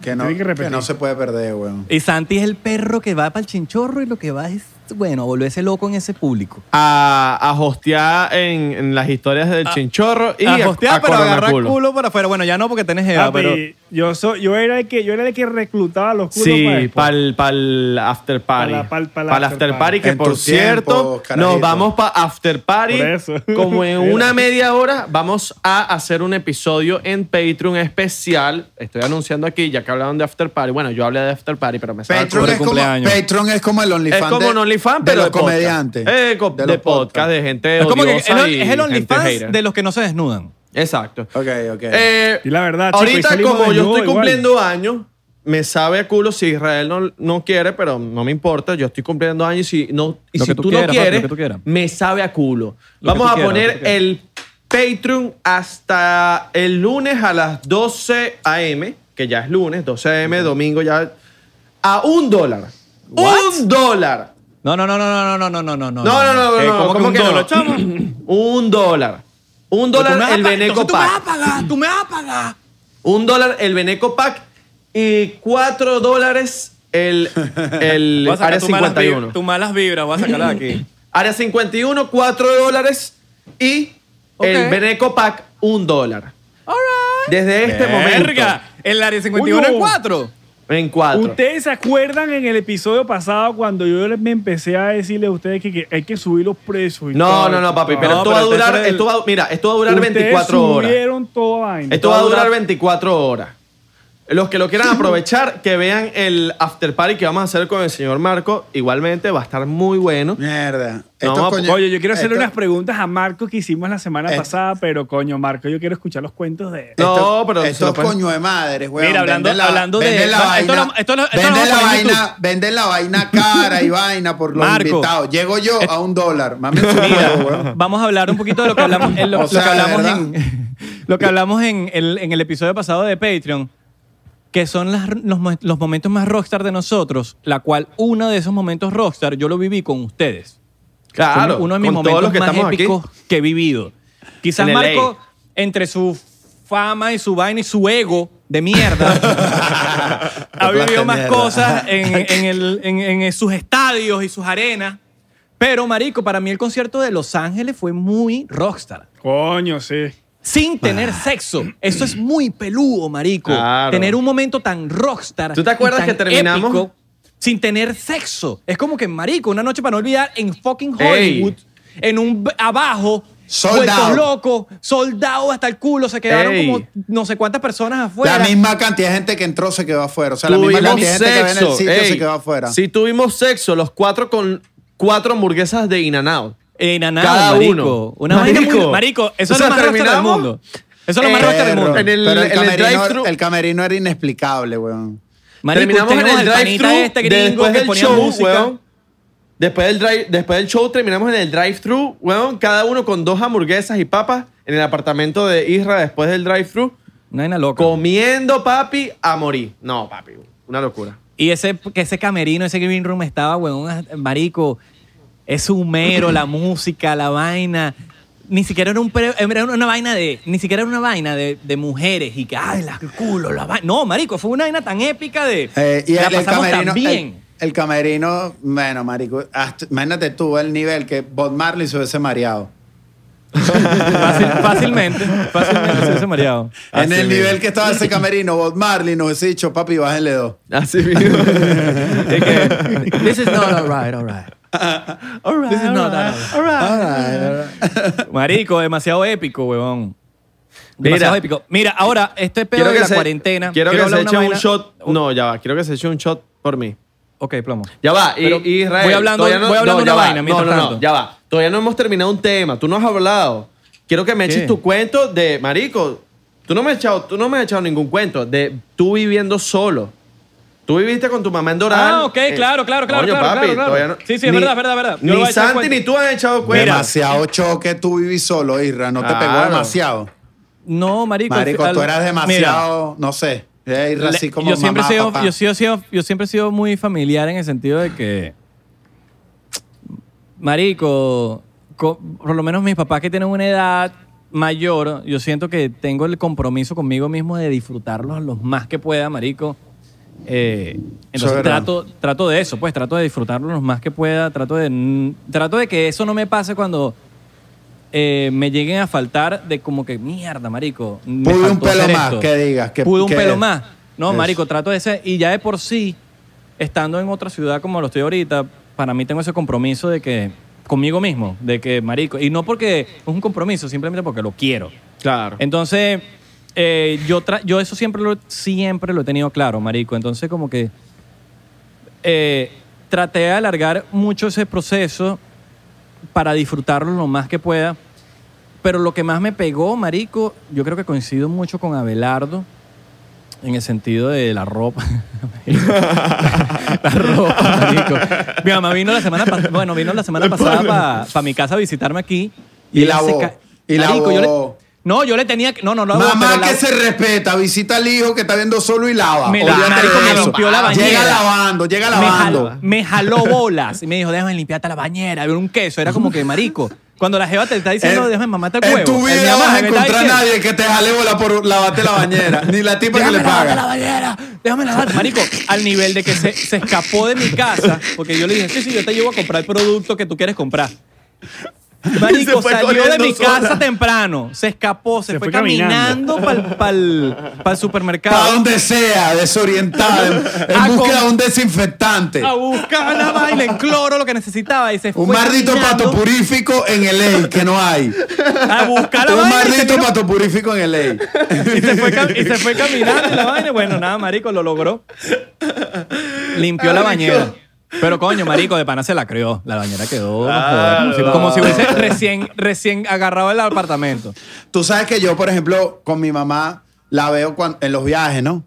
[SPEAKER 2] que no,
[SPEAKER 4] Tiene que
[SPEAKER 2] que
[SPEAKER 4] repetir.
[SPEAKER 2] no se puede perder, huevón.
[SPEAKER 1] Ah, Y Santi es el perro que va para el chinchorro y lo que va es bueno, volverse loco en ese público.
[SPEAKER 3] A, a hostear en, en las historias del chinchorro y
[SPEAKER 1] a
[SPEAKER 3] a,
[SPEAKER 1] hostear,
[SPEAKER 3] a
[SPEAKER 1] pero
[SPEAKER 3] coronarculo.
[SPEAKER 1] agarrar culo. para afuera. Bueno, ya no porque tenés jeva,
[SPEAKER 4] Papi,
[SPEAKER 1] pero...
[SPEAKER 4] yo, soy, yo, era el que, yo era el que reclutaba los culos para
[SPEAKER 3] Sí,
[SPEAKER 4] Expo.
[SPEAKER 3] para el after party.
[SPEAKER 4] Pa'l- pa'l- pa'l
[SPEAKER 3] Pa'l
[SPEAKER 4] after
[SPEAKER 3] after party, que
[SPEAKER 2] En
[SPEAKER 3] por
[SPEAKER 2] tus tiempos,
[SPEAKER 3] cierto,
[SPEAKER 2] carajito.
[SPEAKER 3] nos vamos para after party.
[SPEAKER 4] Por eso.
[SPEAKER 3] Como en
[SPEAKER 4] Mira.
[SPEAKER 3] una media hora vamos a hacer un episodio en Patreon especial. Estoy anunciando aquí, ya que hablaron de after party. Bueno, yo hablé de after party, pero me estaba
[SPEAKER 2] Patreon
[SPEAKER 1] de
[SPEAKER 2] es, como,
[SPEAKER 1] cumpleaños.
[SPEAKER 2] Patreon es como el OnlyFans.
[SPEAKER 3] Es como
[SPEAKER 2] de-
[SPEAKER 3] un OnlyFans,
[SPEAKER 2] de
[SPEAKER 3] pero
[SPEAKER 2] los
[SPEAKER 3] de podcast.
[SPEAKER 2] comediantes.
[SPEAKER 3] Eh, co- de,
[SPEAKER 2] los
[SPEAKER 3] podcast, de gente
[SPEAKER 1] es como que
[SPEAKER 3] odiosa
[SPEAKER 1] el- es
[SPEAKER 3] y
[SPEAKER 1] el
[SPEAKER 3] gente hater.
[SPEAKER 1] OnlyFans de los que no se desnudan.
[SPEAKER 3] Exacto.
[SPEAKER 2] Ok, ok.
[SPEAKER 3] Eh,
[SPEAKER 4] Y la verdad, chico, y
[SPEAKER 3] ahorita
[SPEAKER 4] salimos
[SPEAKER 3] como yo
[SPEAKER 4] desnudos
[SPEAKER 3] estoy
[SPEAKER 4] igual.
[SPEAKER 3] cumpliendo años, me sabe a culo si Israel no, no quiere, pero no me importa, yo estoy cumpliendo años y si no y
[SPEAKER 1] Lo
[SPEAKER 3] si
[SPEAKER 1] que tú
[SPEAKER 3] tú,
[SPEAKER 1] quieras,
[SPEAKER 3] no
[SPEAKER 1] papi, lo
[SPEAKER 3] quieres,
[SPEAKER 1] que tú quieras.
[SPEAKER 3] me sabe a culo.
[SPEAKER 1] Lo que
[SPEAKER 3] Vamos a
[SPEAKER 1] tú quieras, lo que
[SPEAKER 3] poner
[SPEAKER 1] tú quieras.
[SPEAKER 3] el Patreon hasta el lunes a las 12 a.m., que ya es lunes, 12 a.m., domingo ya a un dólar. Un dólar.
[SPEAKER 1] No, no, no, no, no, no, no, no, no, no.
[SPEAKER 3] No, no, no, no,
[SPEAKER 1] Eh, ¿cómo
[SPEAKER 3] no,
[SPEAKER 1] que
[SPEAKER 3] ¿cómo
[SPEAKER 1] un
[SPEAKER 3] que no?
[SPEAKER 1] dólar, chamo?
[SPEAKER 3] Un dólar. Un
[SPEAKER 1] Tú me vas
[SPEAKER 3] dólar
[SPEAKER 1] a
[SPEAKER 3] el
[SPEAKER 1] pa-
[SPEAKER 3] Beneco
[SPEAKER 1] entonces Tú me vas
[SPEAKER 3] Pack.
[SPEAKER 1] a pagar, tú me vas a pagar.
[SPEAKER 3] Un dólar el Beneco Pack y cuatro dólares el, el
[SPEAKER 1] Voy a sacar
[SPEAKER 3] Área
[SPEAKER 1] tus malas vib-
[SPEAKER 3] 51.
[SPEAKER 1] Tus malas vibras, voy a sacarlas de aquí.
[SPEAKER 3] Área 51, cuatro dólares y el
[SPEAKER 1] Ok.
[SPEAKER 3] Beneco Pack, un dólar. Desde este
[SPEAKER 1] Verga, el área 51 en
[SPEAKER 4] Uno.
[SPEAKER 1] 4.
[SPEAKER 3] momento. En cuatro.
[SPEAKER 4] ¿Ustedes se acuerdan en el episodio pasado cuando yo les- me empecé a decirle a ustedes que, que hay que subir los precios? y
[SPEAKER 3] No,
[SPEAKER 4] tal?
[SPEAKER 3] no, no, papi. Pero
[SPEAKER 1] No,
[SPEAKER 3] esto
[SPEAKER 1] pero
[SPEAKER 3] va a
[SPEAKER 1] este
[SPEAKER 3] durar.
[SPEAKER 1] es el-
[SPEAKER 3] Esto va, mira, esto va a durar
[SPEAKER 4] Ustedes
[SPEAKER 3] 24 horas.
[SPEAKER 4] subieron toda vaina.
[SPEAKER 3] Esto va a durar 24 horas. Los que lo quieran aprovechar, que vean el after party que vamos a hacer con el señor Marco. Igualmente va a estar muy bueno.
[SPEAKER 2] Mierda.
[SPEAKER 3] vamos a-
[SPEAKER 4] Oye, yo quiero hacerle
[SPEAKER 2] esto-
[SPEAKER 4] unas preguntas a Marco que hicimos la semana
[SPEAKER 2] Esto-
[SPEAKER 4] pasada, pero coño, Marco, yo quiero escuchar los cuentos de él.
[SPEAKER 3] No,
[SPEAKER 2] esto-
[SPEAKER 3] pero se
[SPEAKER 2] Estos
[SPEAKER 3] lo pueden-
[SPEAKER 2] coño de madres, güey.
[SPEAKER 1] Mira, hablando- hablando de-
[SPEAKER 2] Venden la
[SPEAKER 1] va- esto
[SPEAKER 2] vaina,
[SPEAKER 1] lo- esto lo- esto lo
[SPEAKER 2] venden
[SPEAKER 1] vamos a
[SPEAKER 2] la
[SPEAKER 1] poner en
[SPEAKER 2] vaina, venden la vaina cara y vaina por los
[SPEAKER 1] Marco. Eh,
[SPEAKER 2] invitados. Llego yo a un dólar. Mami,
[SPEAKER 1] Mira, vamos a hablar un poquito de lo que hablamos, en lo,
[SPEAKER 2] O
[SPEAKER 1] lo
[SPEAKER 2] sea,
[SPEAKER 1] que hablamos,
[SPEAKER 2] ¿verdad?
[SPEAKER 1] en, lo que hablamos en, el, en el episodio pasado de Patreon, que son las- los, mo- los momentos más rockstar de nosotros, la cual uno de esos momentos rockstar yo lo viví con ustedes. Fue
[SPEAKER 3] Claro,
[SPEAKER 1] uno de mis
[SPEAKER 3] con todos los
[SPEAKER 1] momentos
[SPEAKER 3] que
[SPEAKER 1] más
[SPEAKER 3] estamos
[SPEAKER 1] épicos
[SPEAKER 3] aquí.
[SPEAKER 1] que he vivido. Quizás
[SPEAKER 3] En LA.
[SPEAKER 1] Marco, entre su fama y su vaina y su ego de mierda, ha vivido más
[SPEAKER 2] Mierda.
[SPEAKER 1] cosas en, en el- en- en sus estadios y sus arenas. Pero, marico, para mí el concierto de Los Ángeles fue muy rockstar.
[SPEAKER 4] Coño, sí.
[SPEAKER 3] Ah.
[SPEAKER 1] Sin tener sexo. Eso es muy peludo, marico.
[SPEAKER 3] Claro.
[SPEAKER 1] Tener un momento tan rockstar.
[SPEAKER 3] ¿Tú te
[SPEAKER 1] y
[SPEAKER 3] acuerdas
[SPEAKER 1] tan
[SPEAKER 3] que terminamos?
[SPEAKER 1] épico sin tener sexo. Es como que, marico, una noche para no olvidar en fucking
[SPEAKER 3] Ey.
[SPEAKER 1] Hollywood, en un b- abajo,
[SPEAKER 2] Sold out.
[SPEAKER 1] vueltos locos, soldados hasta el culo. Se quedaron
[SPEAKER 3] Ey.
[SPEAKER 1] como no sé cuántas personas afuera.
[SPEAKER 2] La misma cantidad de gente que entró se quedó afuera. O sea, la misma
[SPEAKER 3] Tuvimos
[SPEAKER 2] cantidad de gente que ve en el
[SPEAKER 3] sexo.
[SPEAKER 2] sitio se
[SPEAKER 3] ey.
[SPEAKER 2] quedó afuera.
[SPEAKER 3] Sí, tuvimos sexo, los cuatro con cuatro hamburguesas de In and Out.
[SPEAKER 1] En Anao,
[SPEAKER 3] Cada
[SPEAKER 1] marico.
[SPEAKER 3] uno.
[SPEAKER 1] Una vaina muy-
[SPEAKER 3] Marico.
[SPEAKER 1] marico, eso
[SPEAKER 3] O
[SPEAKER 1] es lo
[SPEAKER 3] sea,
[SPEAKER 1] más rockstar del
[SPEAKER 3] terminamos
[SPEAKER 1] mundo. Eso es lo más
[SPEAKER 3] en-
[SPEAKER 1] rockstar del
[SPEAKER 2] Perro.
[SPEAKER 1] mundo.
[SPEAKER 3] en el-
[SPEAKER 2] Pero
[SPEAKER 3] en el
[SPEAKER 2] camerino-
[SPEAKER 3] drive-thru-
[SPEAKER 2] el camerino era inexplicable, weón.
[SPEAKER 1] Marico,
[SPEAKER 3] terminamos en
[SPEAKER 1] ustedes
[SPEAKER 3] el
[SPEAKER 1] al panita
[SPEAKER 3] drive-thru
[SPEAKER 1] este
[SPEAKER 3] de-
[SPEAKER 1] gringo
[SPEAKER 3] después
[SPEAKER 1] que
[SPEAKER 3] del
[SPEAKER 1] ponía
[SPEAKER 3] show,
[SPEAKER 1] música.
[SPEAKER 3] weón. Después del, drive, después del show terminamos en el drive-thru, weón, cada uno con dos hamburguesas y papas en el apartamento de Isra después del drive-thru,
[SPEAKER 1] Una vaina loca.
[SPEAKER 3] comiendo papi a morir. No, papi, una locura.
[SPEAKER 1] Y ese, que ese camerino, ese green room estaba, weón, as- marico. Es humero, la música, la vaina. Ni siquiera era, un, pre- era una vaina de. Ni siquiera era una vaina de, de mujeres y que, ay, la el culo, la vaina. No, marico, fue una vaina tan épica de.
[SPEAKER 2] Eh, y
[SPEAKER 1] la
[SPEAKER 2] el, el
[SPEAKER 1] pasamos
[SPEAKER 2] camerino,
[SPEAKER 1] tan bien.
[SPEAKER 2] El, el camerino, bueno, marico, hasta- imagínate tú el nivel que Bob Marley se hubiese mareado.
[SPEAKER 1] Fácil- fácilmente. Fácilmente se hubiese mareado.
[SPEAKER 2] en el nivel que estaba ese camerino, Bob Marley nos hubiese dicho, papi, bájenle dos.
[SPEAKER 3] Así mismo.
[SPEAKER 1] Es que, This is not alright, alright. This is not alright. Marico, demasiado épico, weón. Demasiado
[SPEAKER 3] Mira.
[SPEAKER 1] épico. Mira, ahora, este pedo de la
[SPEAKER 3] se-
[SPEAKER 1] cuarentena.
[SPEAKER 3] Quiero, que se
[SPEAKER 1] hablar una
[SPEAKER 3] eche un
[SPEAKER 1] vaina-
[SPEAKER 3] shot. No, ya va. Quiero que se eche un shot por mí.
[SPEAKER 1] Ok, plomo.
[SPEAKER 3] Ya va. y-
[SPEAKER 1] Pero
[SPEAKER 3] y Israel.
[SPEAKER 1] voy hablando-
[SPEAKER 3] todavía
[SPEAKER 1] voy hablando
[SPEAKER 3] ya
[SPEAKER 1] una
[SPEAKER 3] va.
[SPEAKER 1] vaina mientras
[SPEAKER 3] No, no, no.
[SPEAKER 1] tanto.
[SPEAKER 3] Ya va. Todavía no hemos terminado un tema. Tú no has hablado. Quiero que me
[SPEAKER 1] ¿Qué?
[SPEAKER 3] eches tu cuento de, marico, tú no me has echado, tú no me has echado ningún cuento de tú viviendo solo. Tú viviste con tu mamá en Doral. Eh,
[SPEAKER 1] Ah, ok, claro, claro, claro,
[SPEAKER 3] Coño,
[SPEAKER 1] claro,
[SPEAKER 3] papi,
[SPEAKER 1] claro, claro.
[SPEAKER 3] todavía no-
[SPEAKER 1] Sí, sí, es
[SPEAKER 3] ni-
[SPEAKER 1] verdad, es verdad, es verdad. Yo voy
[SPEAKER 3] Ni
[SPEAKER 1] a echar
[SPEAKER 3] Santi
[SPEAKER 1] cuento.
[SPEAKER 3] ni tú has echado cuento.
[SPEAKER 2] Demasiado choque tú vivís solo, Isra. No te pegó
[SPEAKER 3] Claro.
[SPEAKER 2] demasiado.
[SPEAKER 1] No, marico.
[SPEAKER 2] Marico,
[SPEAKER 1] al-
[SPEAKER 2] tú eras demasiado, no sé. Era Isra
[SPEAKER 1] mira,
[SPEAKER 2] así
[SPEAKER 1] le-
[SPEAKER 2] como
[SPEAKER 1] yo, siempre he
[SPEAKER 2] mamá,
[SPEAKER 1] sido,
[SPEAKER 2] papá.
[SPEAKER 1] yo, he sido- sido- yo siempre he sido muy familiar en el sentido de que... Marico, co- por lo menos mis papás que tienen una edad mayor, yo siento que tengo el compromiso conmigo mismo de disfrutarlos los más que pueda, marico. Eh,
[SPEAKER 2] Eso es
[SPEAKER 1] entonces
[SPEAKER 2] verdad.
[SPEAKER 1] trato, trato de eso, pues trato de disfrutarlo lo más que pueda, trato de, n- trato de que eso no me pase cuando eh, me lleguen a faltar de como que, mierda, marico. me
[SPEAKER 2] Pude un
[SPEAKER 1] faltó
[SPEAKER 2] pelo
[SPEAKER 1] hacer
[SPEAKER 2] más,
[SPEAKER 1] esto.
[SPEAKER 2] que digas, que-
[SPEAKER 1] Pude un
[SPEAKER 2] que-
[SPEAKER 1] pelo más. No,
[SPEAKER 2] Eso.
[SPEAKER 1] marico, trato de ese. Y ya de por sí, estando en otra ciudad como lo estoy ahorita, para mí tengo ese compromiso de que, conmigo mismo, de que, marico, y no porque es un compromiso, simplemente porque lo quiero.
[SPEAKER 3] Claro.
[SPEAKER 1] Entonces, eh, yo, tra- yo eso siempre lo, siempre lo he tenido claro, marico. Entonces, como que eh, traté de alargar mucho ese proceso para disfrutarlo lo más que pueda. Pero lo que más me pegó, marico, yo creo que coincido mucho con Abelardo en el sentido de la ropa. la ropa, marico. Mi mamá vino la semana pasada, bueno, vino la semana pasada para mi casa a visitarme aquí.
[SPEAKER 2] Y
[SPEAKER 1] ella
[SPEAKER 2] la
[SPEAKER 1] se
[SPEAKER 2] bo-
[SPEAKER 1] ca-
[SPEAKER 2] y la
[SPEAKER 1] Marico, yo le-
[SPEAKER 2] bo-
[SPEAKER 1] no, yo le tenía que. No, no, no. la bo-
[SPEAKER 2] Mamá
[SPEAKER 1] pero la-
[SPEAKER 2] que se respeta, visita al hijo que está viendo solo y lava.
[SPEAKER 1] Me-
[SPEAKER 2] Olvídate
[SPEAKER 1] marico,
[SPEAKER 2] de
[SPEAKER 1] me
[SPEAKER 2] eso.
[SPEAKER 1] limpió la
[SPEAKER 2] Llega
[SPEAKER 1] bañera.
[SPEAKER 2] lavando, llega
[SPEAKER 1] me jaló-
[SPEAKER 2] lavando.
[SPEAKER 1] Me jaló, bolas y me dijo, déjame limpiarte la bañera, ver un queso. Era como que, marico, cuando la jeva te está diciendo,
[SPEAKER 2] En-
[SPEAKER 1] déjame mamarte el
[SPEAKER 2] en
[SPEAKER 1] huevo.
[SPEAKER 2] tu
[SPEAKER 1] mi
[SPEAKER 2] vida
[SPEAKER 1] mamá
[SPEAKER 2] vas a
[SPEAKER 1] me está
[SPEAKER 2] encontrar a
[SPEAKER 1] diciendo,
[SPEAKER 2] nadie que te jale bola por lavarte la bañera. Ni la tipa que
[SPEAKER 1] Déjame
[SPEAKER 2] le
[SPEAKER 1] lavarte la
[SPEAKER 2] paga.
[SPEAKER 1] bañera, déjame lavarte. Marico, al nivel de que se, se escapó de mi casa, porque yo le dije, sí, sí, yo te llevo a comprar el producto que tú quieres comprar.
[SPEAKER 3] Se
[SPEAKER 1] Marico
[SPEAKER 3] fue
[SPEAKER 1] salió de
[SPEAKER 3] corriendo
[SPEAKER 1] mi
[SPEAKER 3] sola.
[SPEAKER 1] casa temprano, se escapó, se,
[SPEAKER 4] Se
[SPEAKER 1] fue,
[SPEAKER 4] fue caminando.
[SPEAKER 1] caminando para el
[SPEAKER 2] Para
[SPEAKER 1] supermercado.
[SPEAKER 2] donde sea, desorientada, en- en
[SPEAKER 1] Ah,
[SPEAKER 2] búsqueda
[SPEAKER 1] con- Ah,
[SPEAKER 2] de un desinfectante.
[SPEAKER 1] a buscar la vaina en cloro, lo que necesitaba. Y se
[SPEAKER 2] Un
[SPEAKER 1] fue
[SPEAKER 2] maldito
[SPEAKER 1] caminando
[SPEAKER 2] pato purífico en LA que no hay.
[SPEAKER 1] A buscar la
[SPEAKER 2] Un
[SPEAKER 1] vaina. Y se,
[SPEAKER 2] maldito
[SPEAKER 1] vino-
[SPEAKER 2] pato purífico en LA.
[SPEAKER 1] y se fue, cam- y se fue caminando y la vaina. Bueno, nada, marico, lo logró. Limpió la bañera. Pero coño, marico, de pana se la creó. La bañera quedó no joder, como, si,
[SPEAKER 3] Claro.
[SPEAKER 1] como si hubiese recién, recién agarrado el apartamento.
[SPEAKER 2] Tú sabes que yo, por ejemplo, con mi mamá la veo cuan- en los viajes, ¿no?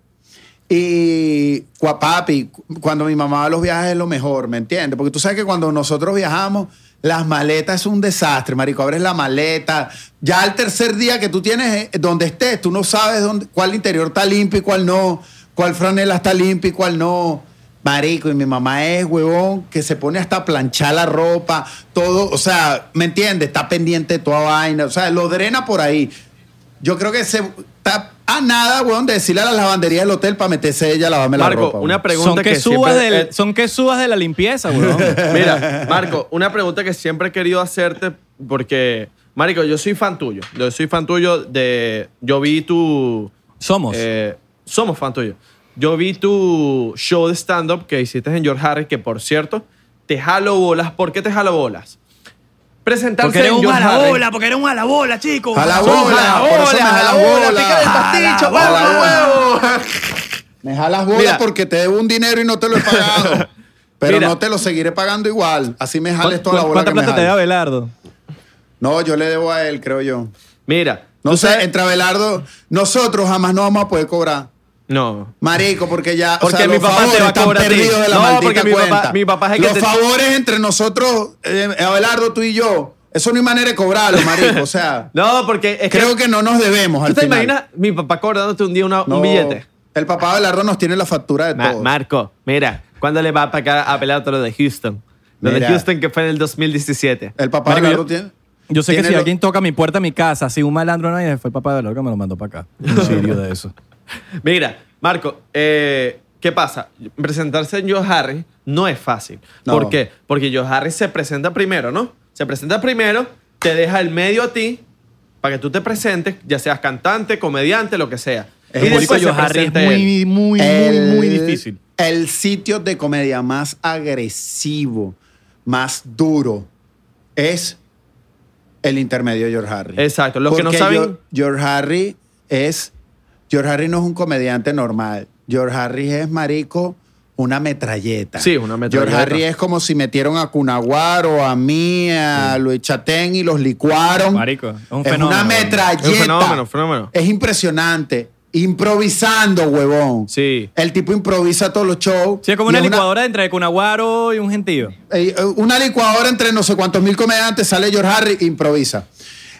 [SPEAKER 2] Y cua- papi, cu- cuando mi mamá va a los viajes es lo mejor, ¿me entiendes? Porque tú sabes que cuando nosotros viajamos, las maletas es un desastre, marico. Abres la maleta. Ya al tercer día que tú tienes, eh, donde estés, tú no sabes dónde, cuál interior está limpio y cuál no, cuál franela está limpio y cuál no. Marico, y mi mamá es huevón que se pone hasta a planchar la ropa, todo, o sea, ¿me entiendes? Está pendiente de toda vaina, o sea, lo drena por ahí. Yo creo que se está a nada, weón, de decirle a la lavandería del hotel para meterse ella a lavarme la
[SPEAKER 3] Marco,
[SPEAKER 2] ropa. weón.
[SPEAKER 3] una pregunta
[SPEAKER 1] Son que,
[SPEAKER 3] que
[SPEAKER 1] subas
[SPEAKER 3] siempre-
[SPEAKER 1] del-
[SPEAKER 3] eh,
[SPEAKER 1] son que subas de la limpieza, weón.
[SPEAKER 3] Mira, Marco, una pregunta que siempre he querido hacerte porque, Marco, yo soy fan tuyo. Yo soy fan tuyo de... Yo vi tu...
[SPEAKER 1] Somos.
[SPEAKER 3] eh, somos fan tuyo. Yo vi tu show de stand-up que hiciste en George Harris, que por cierto, te jalo bolas. ¿Por qué te jalo bolas? Presentarse
[SPEAKER 1] porque eres
[SPEAKER 3] en
[SPEAKER 1] un
[SPEAKER 3] George
[SPEAKER 1] a la
[SPEAKER 3] Harris.
[SPEAKER 1] bola, porque eres un a la bola, chicos.
[SPEAKER 2] A la
[SPEAKER 1] Son
[SPEAKER 2] bola, por eso me
[SPEAKER 3] a la
[SPEAKER 2] jala
[SPEAKER 3] bola,
[SPEAKER 2] bola.
[SPEAKER 3] pica de pasticho,
[SPEAKER 2] Jala
[SPEAKER 3] huevo,
[SPEAKER 2] bola.
[SPEAKER 3] huevo.
[SPEAKER 2] Me jalas bola
[SPEAKER 3] Mira.
[SPEAKER 2] porque te debo un dinero y no te lo he pagado. Pero
[SPEAKER 3] Mira.
[SPEAKER 2] no te lo seguiré pagando igual. Así me jales toda la bola
[SPEAKER 1] ¿Cuánta
[SPEAKER 2] que me
[SPEAKER 1] plata te da
[SPEAKER 2] jales.
[SPEAKER 1] Belardo?
[SPEAKER 2] No, yo le debo a él, creo yo.
[SPEAKER 3] Mira,
[SPEAKER 2] No
[SPEAKER 3] tú
[SPEAKER 2] sé,
[SPEAKER 3] sabes-
[SPEAKER 2] entre Abelardo, nosotros jamás no vamos a poder cobrar.
[SPEAKER 3] No.
[SPEAKER 2] Marico, porque ya.
[SPEAKER 3] Porque
[SPEAKER 2] o sea,
[SPEAKER 3] mi
[SPEAKER 2] los
[SPEAKER 3] papá
[SPEAKER 2] favores
[SPEAKER 3] te va a
[SPEAKER 2] están
[SPEAKER 3] cobrar a ti.
[SPEAKER 2] perdidos de la
[SPEAKER 3] No,
[SPEAKER 2] maldita
[SPEAKER 3] porque mi papá-
[SPEAKER 2] cuenta.
[SPEAKER 3] mi papá es el que
[SPEAKER 2] Los
[SPEAKER 3] te-
[SPEAKER 2] favores entre nosotros, eh, Abelardo, tú y yo, eso no hay manera de cobrarlo, marico. O sea,
[SPEAKER 3] No, porque es
[SPEAKER 2] creo que no nos debemos.
[SPEAKER 3] ¿Tú
[SPEAKER 2] Al
[SPEAKER 3] te
[SPEAKER 2] final.
[SPEAKER 3] imaginas mi papá cobrándote un día una-
[SPEAKER 2] No,
[SPEAKER 3] un billete?
[SPEAKER 2] El papá de Abelardo nos tiene la factura de
[SPEAKER 3] Ma-
[SPEAKER 2] todo.
[SPEAKER 3] Marco, mira, ¿cuándo le va a pagar a pelarte lo de Houston? Lo de
[SPEAKER 2] Mira.
[SPEAKER 3] Houston que fue en el 2017.
[SPEAKER 2] el papá
[SPEAKER 1] Marico,
[SPEAKER 2] de Abelardo
[SPEAKER 1] yo-
[SPEAKER 2] tiene.
[SPEAKER 1] Yo sé que
[SPEAKER 2] tiene
[SPEAKER 1] si
[SPEAKER 2] lo-
[SPEAKER 1] alguien toca mi puerta a mi casa, así un malandro nadie fue el papá de Belardo que me lo mandó para acá. Un serio de eso.
[SPEAKER 3] Mira, Marco, eh, ¿qué pasa? Presentarse en Joe Harris no es fácil.
[SPEAKER 2] No.
[SPEAKER 3] ¿Por qué? Porque Joe Harris se presenta primero, ¿no? Se presenta primero, te deja el medio a ti para que tú te presentes, ya seas cantante, comediante, lo que sea.
[SPEAKER 2] El
[SPEAKER 3] y
[SPEAKER 1] El público
[SPEAKER 3] después
[SPEAKER 1] de
[SPEAKER 3] se
[SPEAKER 1] Joe Harry es
[SPEAKER 3] presenta él.
[SPEAKER 1] muy, muy, muy, muy difícil.
[SPEAKER 2] El sitio de comedia más agresivo, más duro, es el intermedio de George Harry.
[SPEAKER 3] Exacto, los que no
[SPEAKER 2] Porque
[SPEAKER 3] saben-
[SPEAKER 2] Geor- George Harry es. George Harry no es un comediante normal. George Harry es marico. Una metralleta.
[SPEAKER 3] Sí, una metralleta.
[SPEAKER 2] George Harry es como si metieron a Cunaguar o a mí, a Luis Chatén y los licuaron.
[SPEAKER 1] Marico, es un fenómeno,
[SPEAKER 2] una
[SPEAKER 1] weón.
[SPEAKER 2] metralleta.
[SPEAKER 3] Es un fenómeno, fenómeno.
[SPEAKER 2] Es impresionante. Improvisando, huevón.
[SPEAKER 3] Sí.
[SPEAKER 2] El tipo improvisa todos los shows.
[SPEAKER 1] Sí, es como
[SPEAKER 2] Y
[SPEAKER 1] una
[SPEAKER 2] es
[SPEAKER 1] licuadora entre Cunaguaro y un gentío.
[SPEAKER 2] eh, eh, Una licuadora entre no sé cuántos mil comediantes. Sale George Harry, improvisa.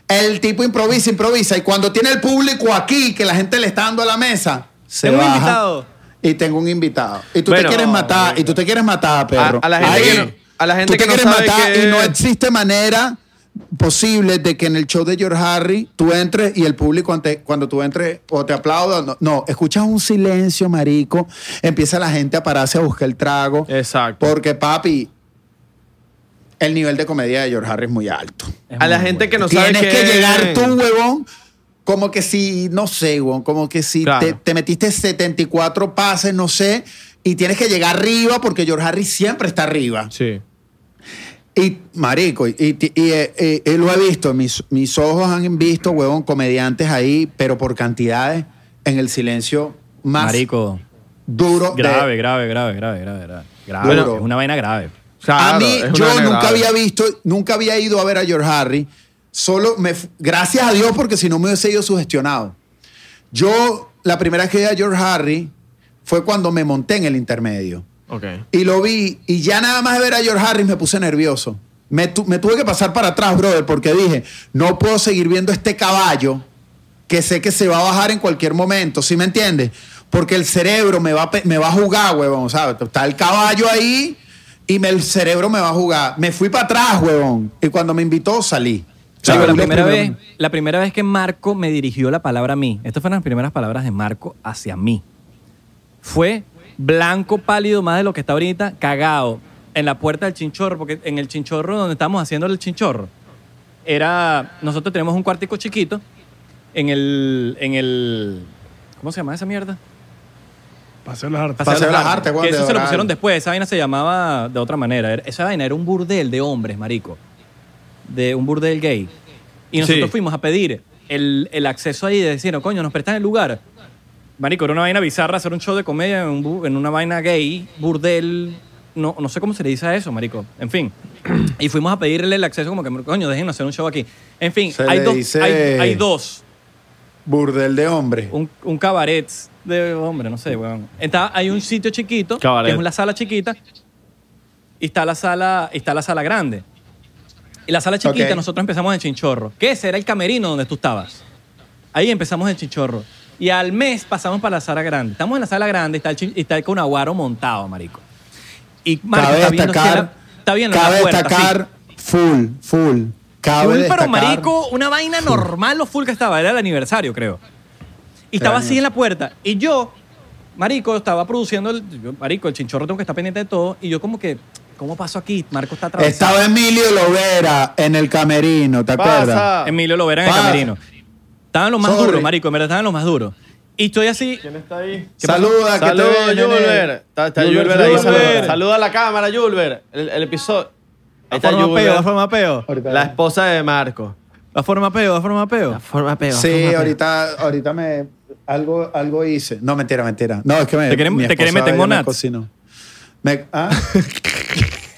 [SPEAKER 2] El tipo improvisa, improvisa. Y cuando tiene el público aquí, que la gente le está dando a la mesa, se
[SPEAKER 1] Tengo un
[SPEAKER 2] baja
[SPEAKER 1] invitado.
[SPEAKER 2] Y tengo un invitado. Y tú
[SPEAKER 3] Bueno,
[SPEAKER 2] te quieres matar, y tú te quieres matar, perro.
[SPEAKER 3] a la gente
[SPEAKER 2] Ahí,
[SPEAKER 3] que no- a la gente
[SPEAKER 2] tú te
[SPEAKER 3] que no
[SPEAKER 2] quieres
[SPEAKER 3] sabe
[SPEAKER 2] matar
[SPEAKER 3] que-
[SPEAKER 2] y no existe manera posible de que en el show de George Harry tú entres y el público ante- cuando tú entres o te aplauda. No, no, escuchas un silencio, marico. Empieza la gente a pararse a buscar el trago.
[SPEAKER 3] Eh, Exacto.
[SPEAKER 2] Porque, papi, el nivel de comedia de George Harry es muy alto.
[SPEAKER 3] a la gente que no sabe
[SPEAKER 2] Tienes que
[SPEAKER 3] qué-
[SPEAKER 2] llegar tú, huevón. Como que si, no sé, huevón, como que si
[SPEAKER 3] Claro.
[SPEAKER 2] te, te metiste 74 pases, no sé, y tienes que llegar arriba porque George Harry siempre está arriba.
[SPEAKER 3] Sí.
[SPEAKER 2] Y, marico, y, y- y, eh, eh, eh, lo he visto, mis, mis ojos han visto, huevón, comediantes ahí, pero por cantidades, en el silencio más
[SPEAKER 1] Marico.
[SPEAKER 2] duro. de-
[SPEAKER 1] Grave, grave, grave, grave, grave, grave. Grave.
[SPEAKER 2] Bueno.
[SPEAKER 1] es una vaina grave.
[SPEAKER 3] Claro,
[SPEAKER 2] a mí,
[SPEAKER 3] es una
[SPEAKER 2] yo
[SPEAKER 3] vaina
[SPEAKER 2] nunca
[SPEAKER 3] grave.
[SPEAKER 2] había visto, nunca había ido a ver a George Harry. Solo me. fu- Gracias a Dios, porque si no me hubiese ido sugestionado. Yo, la primera vez que vi a George Harry fue cuando me monté en el intermedio.
[SPEAKER 3] Ok.
[SPEAKER 2] Y lo vi, y ya nada más de ver a George Harris me puse nervioso. Me, tu- me tuve que pasar para atrás, brother, porque dije, no puedo seguir viendo este caballo que sé que se va a bajar en cualquier momento, ¿sí me entiendes? Porque el cerebro me va, a pe- me va a jugar, huevón, ¿sabes? Está el caballo ahí y me- el cerebro me va a jugar. Me fui para atrás, huevón, y cuando me invitó salí.
[SPEAKER 1] Marico,
[SPEAKER 2] Salí
[SPEAKER 1] la,
[SPEAKER 2] lo
[SPEAKER 1] primera vez,
[SPEAKER 2] primero.
[SPEAKER 1] la primera vez que Marco me dirigió la palabra a mí, estas fueron las primeras palabras de Marco hacia mí. Fue blanco, pálido, más de lo que está ahorita, cagado, en la puerta del chinchorro, porque en el chinchorro donde estábamos haciendo el chinchorro, era. Nosotros tenemos un cuartico chiquito en el. En el ¿Cómo se llama esa mierda?
[SPEAKER 4] Paseo de las artes.
[SPEAKER 2] Paseo de las Artes,
[SPEAKER 1] Que
[SPEAKER 2] Juan, de
[SPEAKER 1] eso se lo
[SPEAKER 2] Doral.
[SPEAKER 1] pusieron después. Esa vaina se llamaba de otra manera. Era- Esa vaina era un burdel de hombres, marico. De un burdel gay. Y nosotros
[SPEAKER 3] Sí.
[SPEAKER 1] fuimos a pedir el, el acceso ahí de decir, no, coño, nos prestan el lugar. Marico, era una vaina bizarra hacer un show de comedia en, un bu- en una vaina gay, burdel. No, no sé cómo se le dice a eso, marico. En fin. Y fuimos a pedirle el acceso como que, coño, déjenos hacer un show aquí. En fin,
[SPEAKER 2] Se
[SPEAKER 1] hay
[SPEAKER 2] le
[SPEAKER 1] dos,
[SPEAKER 2] dice-
[SPEAKER 1] hay, hay dos
[SPEAKER 2] Burdel de hombre.
[SPEAKER 1] un, un cabaret de hombre, no sé, weón. Está, hay un sitio chiquito,
[SPEAKER 3] Cabaret.
[SPEAKER 1] que es una sala chiquita, y está la sala, y está la sala grande. Y la sala chiquita,
[SPEAKER 2] Ok.
[SPEAKER 1] nosotros empezamos en Chinchorro, que ese era el camerino donde tú estabas. Ahí empezamos en Chinchorro. Y al mes pasamos para la sala grande. Estamos en la sala grande, está el, chin- está el conaguaro montado, marico. Y marico,
[SPEAKER 2] Cabe
[SPEAKER 1] está viendo hacia
[SPEAKER 2] destacar,
[SPEAKER 1] la- está viendo la
[SPEAKER 2] cabe
[SPEAKER 1] puerta, sí.
[SPEAKER 2] destacar, full, full. Cabe
[SPEAKER 1] Full, pero
[SPEAKER 2] destacar- Hmm.
[SPEAKER 1] marico, una vaina normal lo full que estaba. Era el aniversario, creo. Y estaba así en la puerta. Y yo, marico, estaba produciendo el... yo, marico, el chinchorro tengo que estar pendiente de todo. Y yo como que, ¿cómo paso aquí? Marco está atravesado.
[SPEAKER 2] Estaba Emilio Lovera en el camerino, ¿te acuerdas?
[SPEAKER 3] Pasa.
[SPEAKER 1] Emilio Lovera en el
[SPEAKER 2] Pasa.
[SPEAKER 1] camerino. Estaban los más
[SPEAKER 2] Sobre.
[SPEAKER 1] duros, marico. En verdad, estaban los más duros. Y estoy así...
[SPEAKER 3] ¿Quién está ahí?
[SPEAKER 1] ¿Qué pasó?
[SPEAKER 2] Saluda, que te
[SPEAKER 3] Saludos,
[SPEAKER 2] veo, nene.
[SPEAKER 3] Julber. Está, está
[SPEAKER 1] Julber,
[SPEAKER 3] Julber ahí.
[SPEAKER 1] Julber.
[SPEAKER 3] Saluda, Saluda a la cámara, Julber. El, el episodio.
[SPEAKER 1] La
[SPEAKER 3] Ahí está
[SPEAKER 1] forma
[SPEAKER 3] Julber.
[SPEAKER 1] peo, la forma peo.
[SPEAKER 3] La esposa de Marco.
[SPEAKER 1] La forma peo, la forma peo.
[SPEAKER 3] forma peo.
[SPEAKER 2] Sí, ahorita, ahorita me algo, algo hice. No, mentira, mentira. No, es que me.
[SPEAKER 1] Te quieren-
[SPEAKER 2] mi
[SPEAKER 1] te quieren
[SPEAKER 2] esposa
[SPEAKER 1] meter
[SPEAKER 2] ya
[SPEAKER 1] con
[SPEAKER 2] me
[SPEAKER 1] Nats.
[SPEAKER 2] cocinó. Me- ¿ah?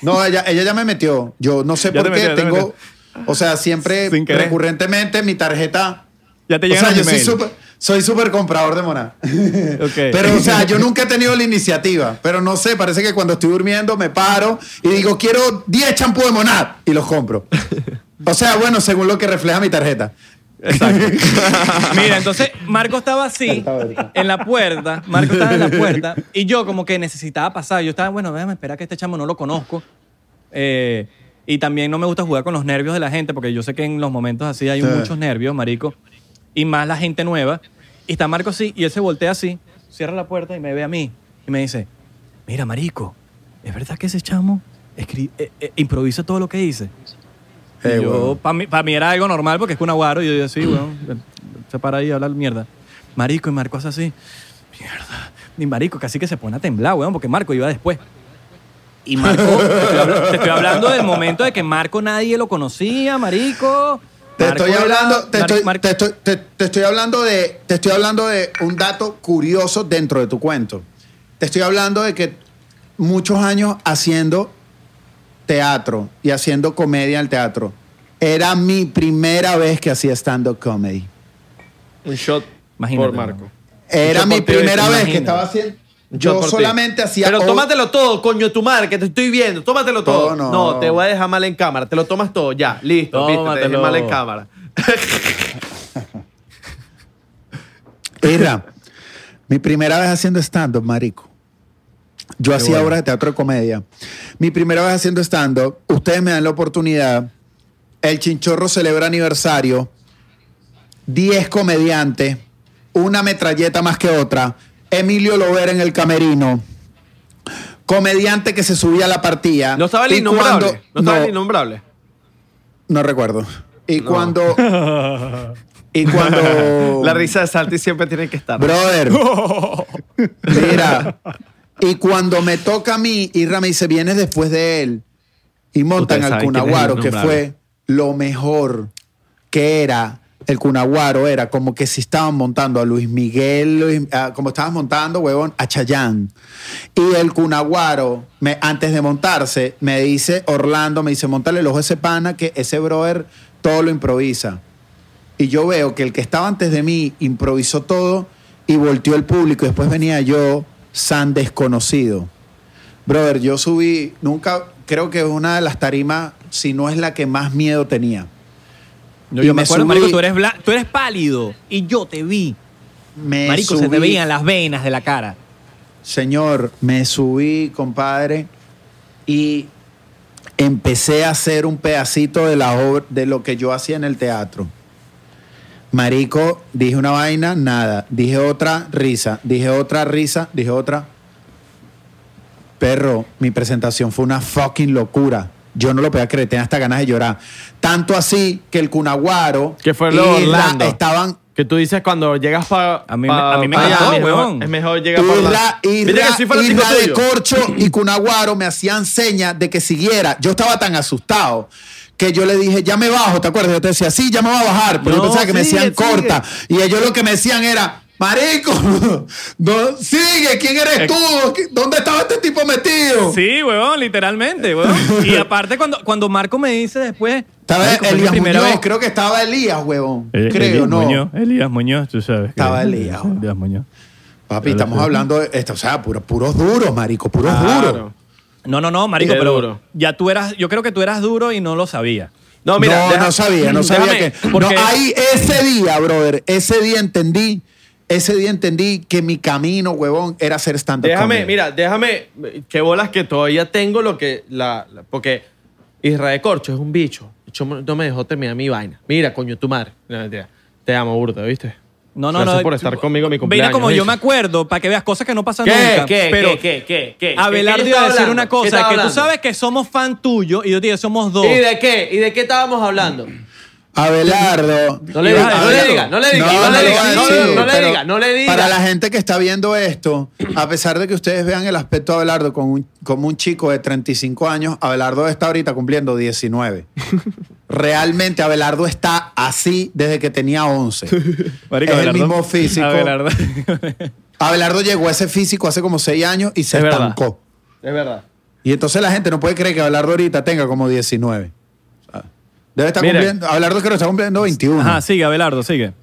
[SPEAKER 2] No, ella, ella ya me metió. Yo no sé
[SPEAKER 1] Ya
[SPEAKER 2] por
[SPEAKER 1] te
[SPEAKER 2] qué
[SPEAKER 1] metió, ya te
[SPEAKER 2] tengo.
[SPEAKER 1] metió.
[SPEAKER 2] O sea, siempre
[SPEAKER 1] Sin querer.
[SPEAKER 2] recurrentemente mi tarjeta.
[SPEAKER 1] Ya te
[SPEAKER 2] O
[SPEAKER 1] llegan
[SPEAKER 2] sea,
[SPEAKER 1] los
[SPEAKER 2] yo soy
[SPEAKER 1] emails.
[SPEAKER 2] súper soy súper comprador de moná.
[SPEAKER 1] Ok.
[SPEAKER 2] Pero, o sea, yo nunca he tenido la iniciativa. Pero no sé, parece que cuando estoy durmiendo me paro y digo, quiero 10 champú de Monat y los compro. O sea, bueno, según lo que refleja mi tarjeta.
[SPEAKER 1] Mira, entonces Marco estaba así en la puerta, Marco estaba en la puerta y yo como que necesitaba pasar, yo estaba, bueno, déjame esperar que este chamo no lo conozco. Eh, y también no me gusta jugar con los nervios de la gente porque yo sé que en los momentos así hay
[SPEAKER 2] Sí.
[SPEAKER 1] muchos nervios, marico, y más la gente nueva. Y está Marco así y él se voltea así, cierra la puerta y me ve a mí y me dice, mira, marico, ¿es verdad que ese chamo escri- eh, eh, improvisa todo lo que dice?
[SPEAKER 2] Eh, Mm. huevón.
[SPEAKER 1] para mí, pa' mí era algo normal porque es que un aguaro y yo digo, sí, weón, se para ahí a hablar mierda. Marico, y Marco hace así, mierda. Y Marico casi que se pone a temblar, weón, porque Marco iba después. Y Marco, te estoy, habla- te estoy hablando del momento de que Marco nadie lo conocía, Marico.
[SPEAKER 2] Te
[SPEAKER 1] Marco
[SPEAKER 2] estoy
[SPEAKER 1] era-
[SPEAKER 2] hablando, te
[SPEAKER 1] Mar-
[SPEAKER 2] estoy,
[SPEAKER 1] Mar-
[SPEAKER 2] te estoy- te- te estoy hablando de, te estoy hablando de un dato curioso dentro de tu cuento. Te estoy hablando de que muchos años haciendo teatro y haciendo comedia al teatro. Era mi primera vez que hacía stand-up comedy.
[SPEAKER 3] Un shot
[SPEAKER 1] Imagínate,
[SPEAKER 3] por Marco.
[SPEAKER 2] Era
[SPEAKER 3] Yo
[SPEAKER 2] mi
[SPEAKER 3] por ti,
[SPEAKER 2] primera vez
[SPEAKER 1] imagínate.
[SPEAKER 2] que estaba haciendo.
[SPEAKER 3] Un
[SPEAKER 2] Yo
[SPEAKER 3] shot por ti.
[SPEAKER 2] solamente hacía.
[SPEAKER 3] Pero
[SPEAKER 2] o-
[SPEAKER 3] tómatelo todo, coño, tu madre, que te estoy viendo. Tómatelo todo.
[SPEAKER 2] Todo no.
[SPEAKER 3] te voy a dejar mal en cámara. Te lo tomas todo, ya. Listo, viste, te dejé
[SPEAKER 1] Tómatelo.
[SPEAKER 3] mal en cámara.
[SPEAKER 2] Era mi primera vez haciendo stand-up, marico. Yo hacía obras de teatro de comedia. Mi primera vez haciendo stand-up, ustedes me dan la oportunidad El Chinchorro celebra aniversario. 10 comediantes. Una metralleta más que otra. Emilio Lovera en el camerino. Comediante que se subía a la partida.
[SPEAKER 3] No estaba el
[SPEAKER 2] Y
[SPEAKER 3] innombrable.
[SPEAKER 2] cuando-
[SPEAKER 3] No estaba
[SPEAKER 2] no,
[SPEAKER 3] el innombrable.
[SPEAKER 2] no recuerdo. Y cuando. Y cuando.
[SPEAKER 3] La risa de Santi siempre tiene que estar.
[SPEAKER 2] Brother. Mira. Y cuando me toca a mí, Irra me dice, vienes después de él. Y montan
[SPEAKER 3] Ustedes
[SPEAKER 2] al
[SPEAKER 3] saben quién es el
[SPEAKER 2] Cunaguaro, que
[SPEAKER 3] innombrable.
[SPEAKER 2] fue lo mejor que era el Cunaguaro. Era como que si estaban montando a Luis Miguel, Luis- ah, como estaban montando, huevón, a Chayán. Y el Cunaguaro, me, antes de montarse, me dice, Orlando, me dice, montale el ojo a ese pana, que ese brother todo lo improvisa. Y yo veo que el que estaba antes de mí improvisó todo y volteó el público. Después venía yo, san desconocido. Brother, yo subí, nunca, creo que es una de las tarimas, si no es la que más miedo tenía.
[SPEAKER 1] Yo,
[SPEAKER 2] Y
[SPEAKER 1] yo me
[SPEAKER 2] me
[SPEAKER 1] acuerdo,
[SPEAKER 2] subí-
[SPEAKER 1] marico, tú eres, bla- tú eres pálido y yo te vi.
[SPEAKER 2] Me
[SPEAKER 1] Marico, se te
[SPEAKER 2] subí-
[SPEAKER 1] veían las venas de la cara.
[SPEAKER 2] Señor, me subí, compadre, y empecé a hacer un pedacito de, la obra, de lo que yo hacía en el teatro. Marico, dije una vaina, nada. Dije otra risa, dije otra risa, dije otra. Perro, mi presentación fue una fucking locura. Yo no lo podía creer, tenía hasta ganas de llorar. Tanto así que el Cunaguaro
[SPEAKER 3] Que fue lo
[SPEAKER 2] y la-
[SPEAKER 3] Orlando.
[SPEAKER 2] estaban
[SPEAKER 3] Que tú dices cuando llegas para.
[SPEAKER 1] A mí me- a mí me encantó, weón.
[SPEAKER 3] Es mejor llegar para.
[SPEAKER 2] Irra,
[SPEAKER 3] Mira que
[SPEAKER 2] Irra,
[SPEAKER 3] soy fanático
[SPEAKER 2] Irra de
[SPEAKER 3] tuyo.
[SPEAKER 2] Corcho y Cunaguaro me hacían señas de que siguiera. Yo estaba tan asustado que yo le dije, ya me bajo, ¿te acuerdas? Yo te decía, sí, ya me va a bajar. Pero
[SPEAKER 3] No,
[SPEAKER 2] yo pensaba que me
[SPEAKER 3] sigue,
[SPEAKER 2] decían
[SPEAKER 3] sigue.
[SPEAKER 2] corta. Y ellos lo que me decían era, marico, no, sigue, ¿quién eres tú? ¿Dónde estaba este tipo metido?
[SPEAKER 5] Sí, huevón, literalmente, huevón. Y aparte, cuando, cuando Marco me dice después.
[SPEAKER 2] Estaba
[SPEAKER 5] "Marico, fue mi
[SPEAKER 2] Elías
[SPEAKER 5] primera
[SPEAKER 2] Muñoz,
[SPEAKER 5] vez".
[SPEAKER 2] creo que estaba Elías, huevón.
[SPEAKER 5] Eh,
[SPEAKER 2] creo,
[SPEAKER 5] Elías
[SPEAKER 2] no.
[SPEAKER 5] Muñoz, Elías Muñoz, tú sabes. que-
[SPEAKER 2] Estaba Elías, huevón.
[SPEAKER 5] Elías Muñoz.
[SPEAKER 2] Papi, estamos hablando de esto, o sea, puros, puros duros, marico, puros duros.
[SPEAKER 3] Claro.
[SPEAKER 5] No, no, no, marico,
[SPEAKER 3] Qué
[SPEAKER 5] pero
[SPEAKER 3] duro.
[SPEAKER 5] ya tú eras, yo creo que tú eras duro y no lo sabía.
[SPEAKER 3] No, mira.
[SPEAKER 2] no,
[SPEAKER 3] deja-
[SPEAKER 2] no sabía, no sabía
[SPEAKER 5] déjame,
[SPEAKER 2] que.
[SPEAKER 5] porque-
[SPEAKER 2] No, ahí ese día, brother, ese día entendí, ese día entendí que mi camino, huevón, era ser stand-up.
[SPEAKER 3] Déjame,
[SPEAKER 2] comedy.
[SPEAKER 3] mira, déjame. Qué bolas que todavía tengo lo que. La, la- porque Israel Corcho es un bicho. Yo no me dejó terminar mi vaina. Mira, coño, tu madre. No, mentira. Te amo, burda, ¿viste?
[SPEAKER 5] No, no,
[SPEAKER 3] Gracias
[SPEAKER 5] no.
[SPEAKER 3] por estar conmigo en mi
[SPEAKER 5] Mira
[SPEAKER 3] cumpleaños.
[SPEAKER 5] como yo
[SPEAKER 3] ¿viste?
[SPEAKER 5] me acuerdo, para que veas cosas que no pasan
[SPEAKER 3] ¿Qué?
[SPEAKER 5] nunca.
[SPEAKER 3] ¿Qué?
[SPEAKER 5] pero
[SPEAKER 3] ¿Qué? ¿Qué? ¿Qué? ¿Qué?
[SPEAKER 5] Abelardo
[SPEAKER 3] ¿Qué
[SPEAKER 5] iba a
[SPEAKER 3] estaba
[SPEAKER 5] decir
[SPEAKER 3] hablando?
[SPEAKER 5] una
[SPEAKER 3] ¿Qué
[SPEAKER 5] cosa,
[SPEAKER 3] estaba
[SPEAKER 5] que tú
[SPEAKER 3] hablando?
[SPEAKER 5] sabes que somos fan tuyo y yo te digo, somos dos.
[SPEAKER 3] ¿Y de qué? ¿Y de qué estábamos hablando?
[SPEAKER 2] Abelardo.
[SPEAKER 3] No le diga, no le diga, no le diga,
[SPEAKER 2] No, no
[SPEAKER 3] no le
[SPEAKER 2] lo
[SPEAKER 3] diga,
[SPEAKER 2] voy a
[SPEAKER 3] no,
[SPEAKER 2] decir,
[SPEAKER 3] no, no le
[SPEAKER 2] pero
[SPEAKER 3] diga, no le diga.
[SPEAKER 2] Para la gente que está viendo esto, a pesar de que ustedes vean el aspecto de Abelardo como un, como un chico de 35 años, Abelardo está ahorita cumpliendo 19. Realmente Abelardo está así desde que tenía 11.
[SPEAKER 5] Marico,
[SPEAKER 2] es el
[SPEAKER 5] Abelardo.
[SPEAKER 2] mismo físico.
[SPEAKER 5] Abelardo.
[SPEAKER 2] Abelardo llegó a ese físico hace como 6 años y se
[SPEAKER 3] Es verdad.
[SPEAKER 2] estancó.
[SPEAKER 3] Es verdad.
[SPEAKER 2] Y entonces la gente no puede creer que Abelardo ahorita tenga como 19. O sea, Debe estar
[SPEAKER 3] Mira.
[SPEAKER 2] cumpliendo. Abelardo creo que está cumpliendo 21.
[SPEAKER 5] Ajá, sigue, Abelardo, sigue.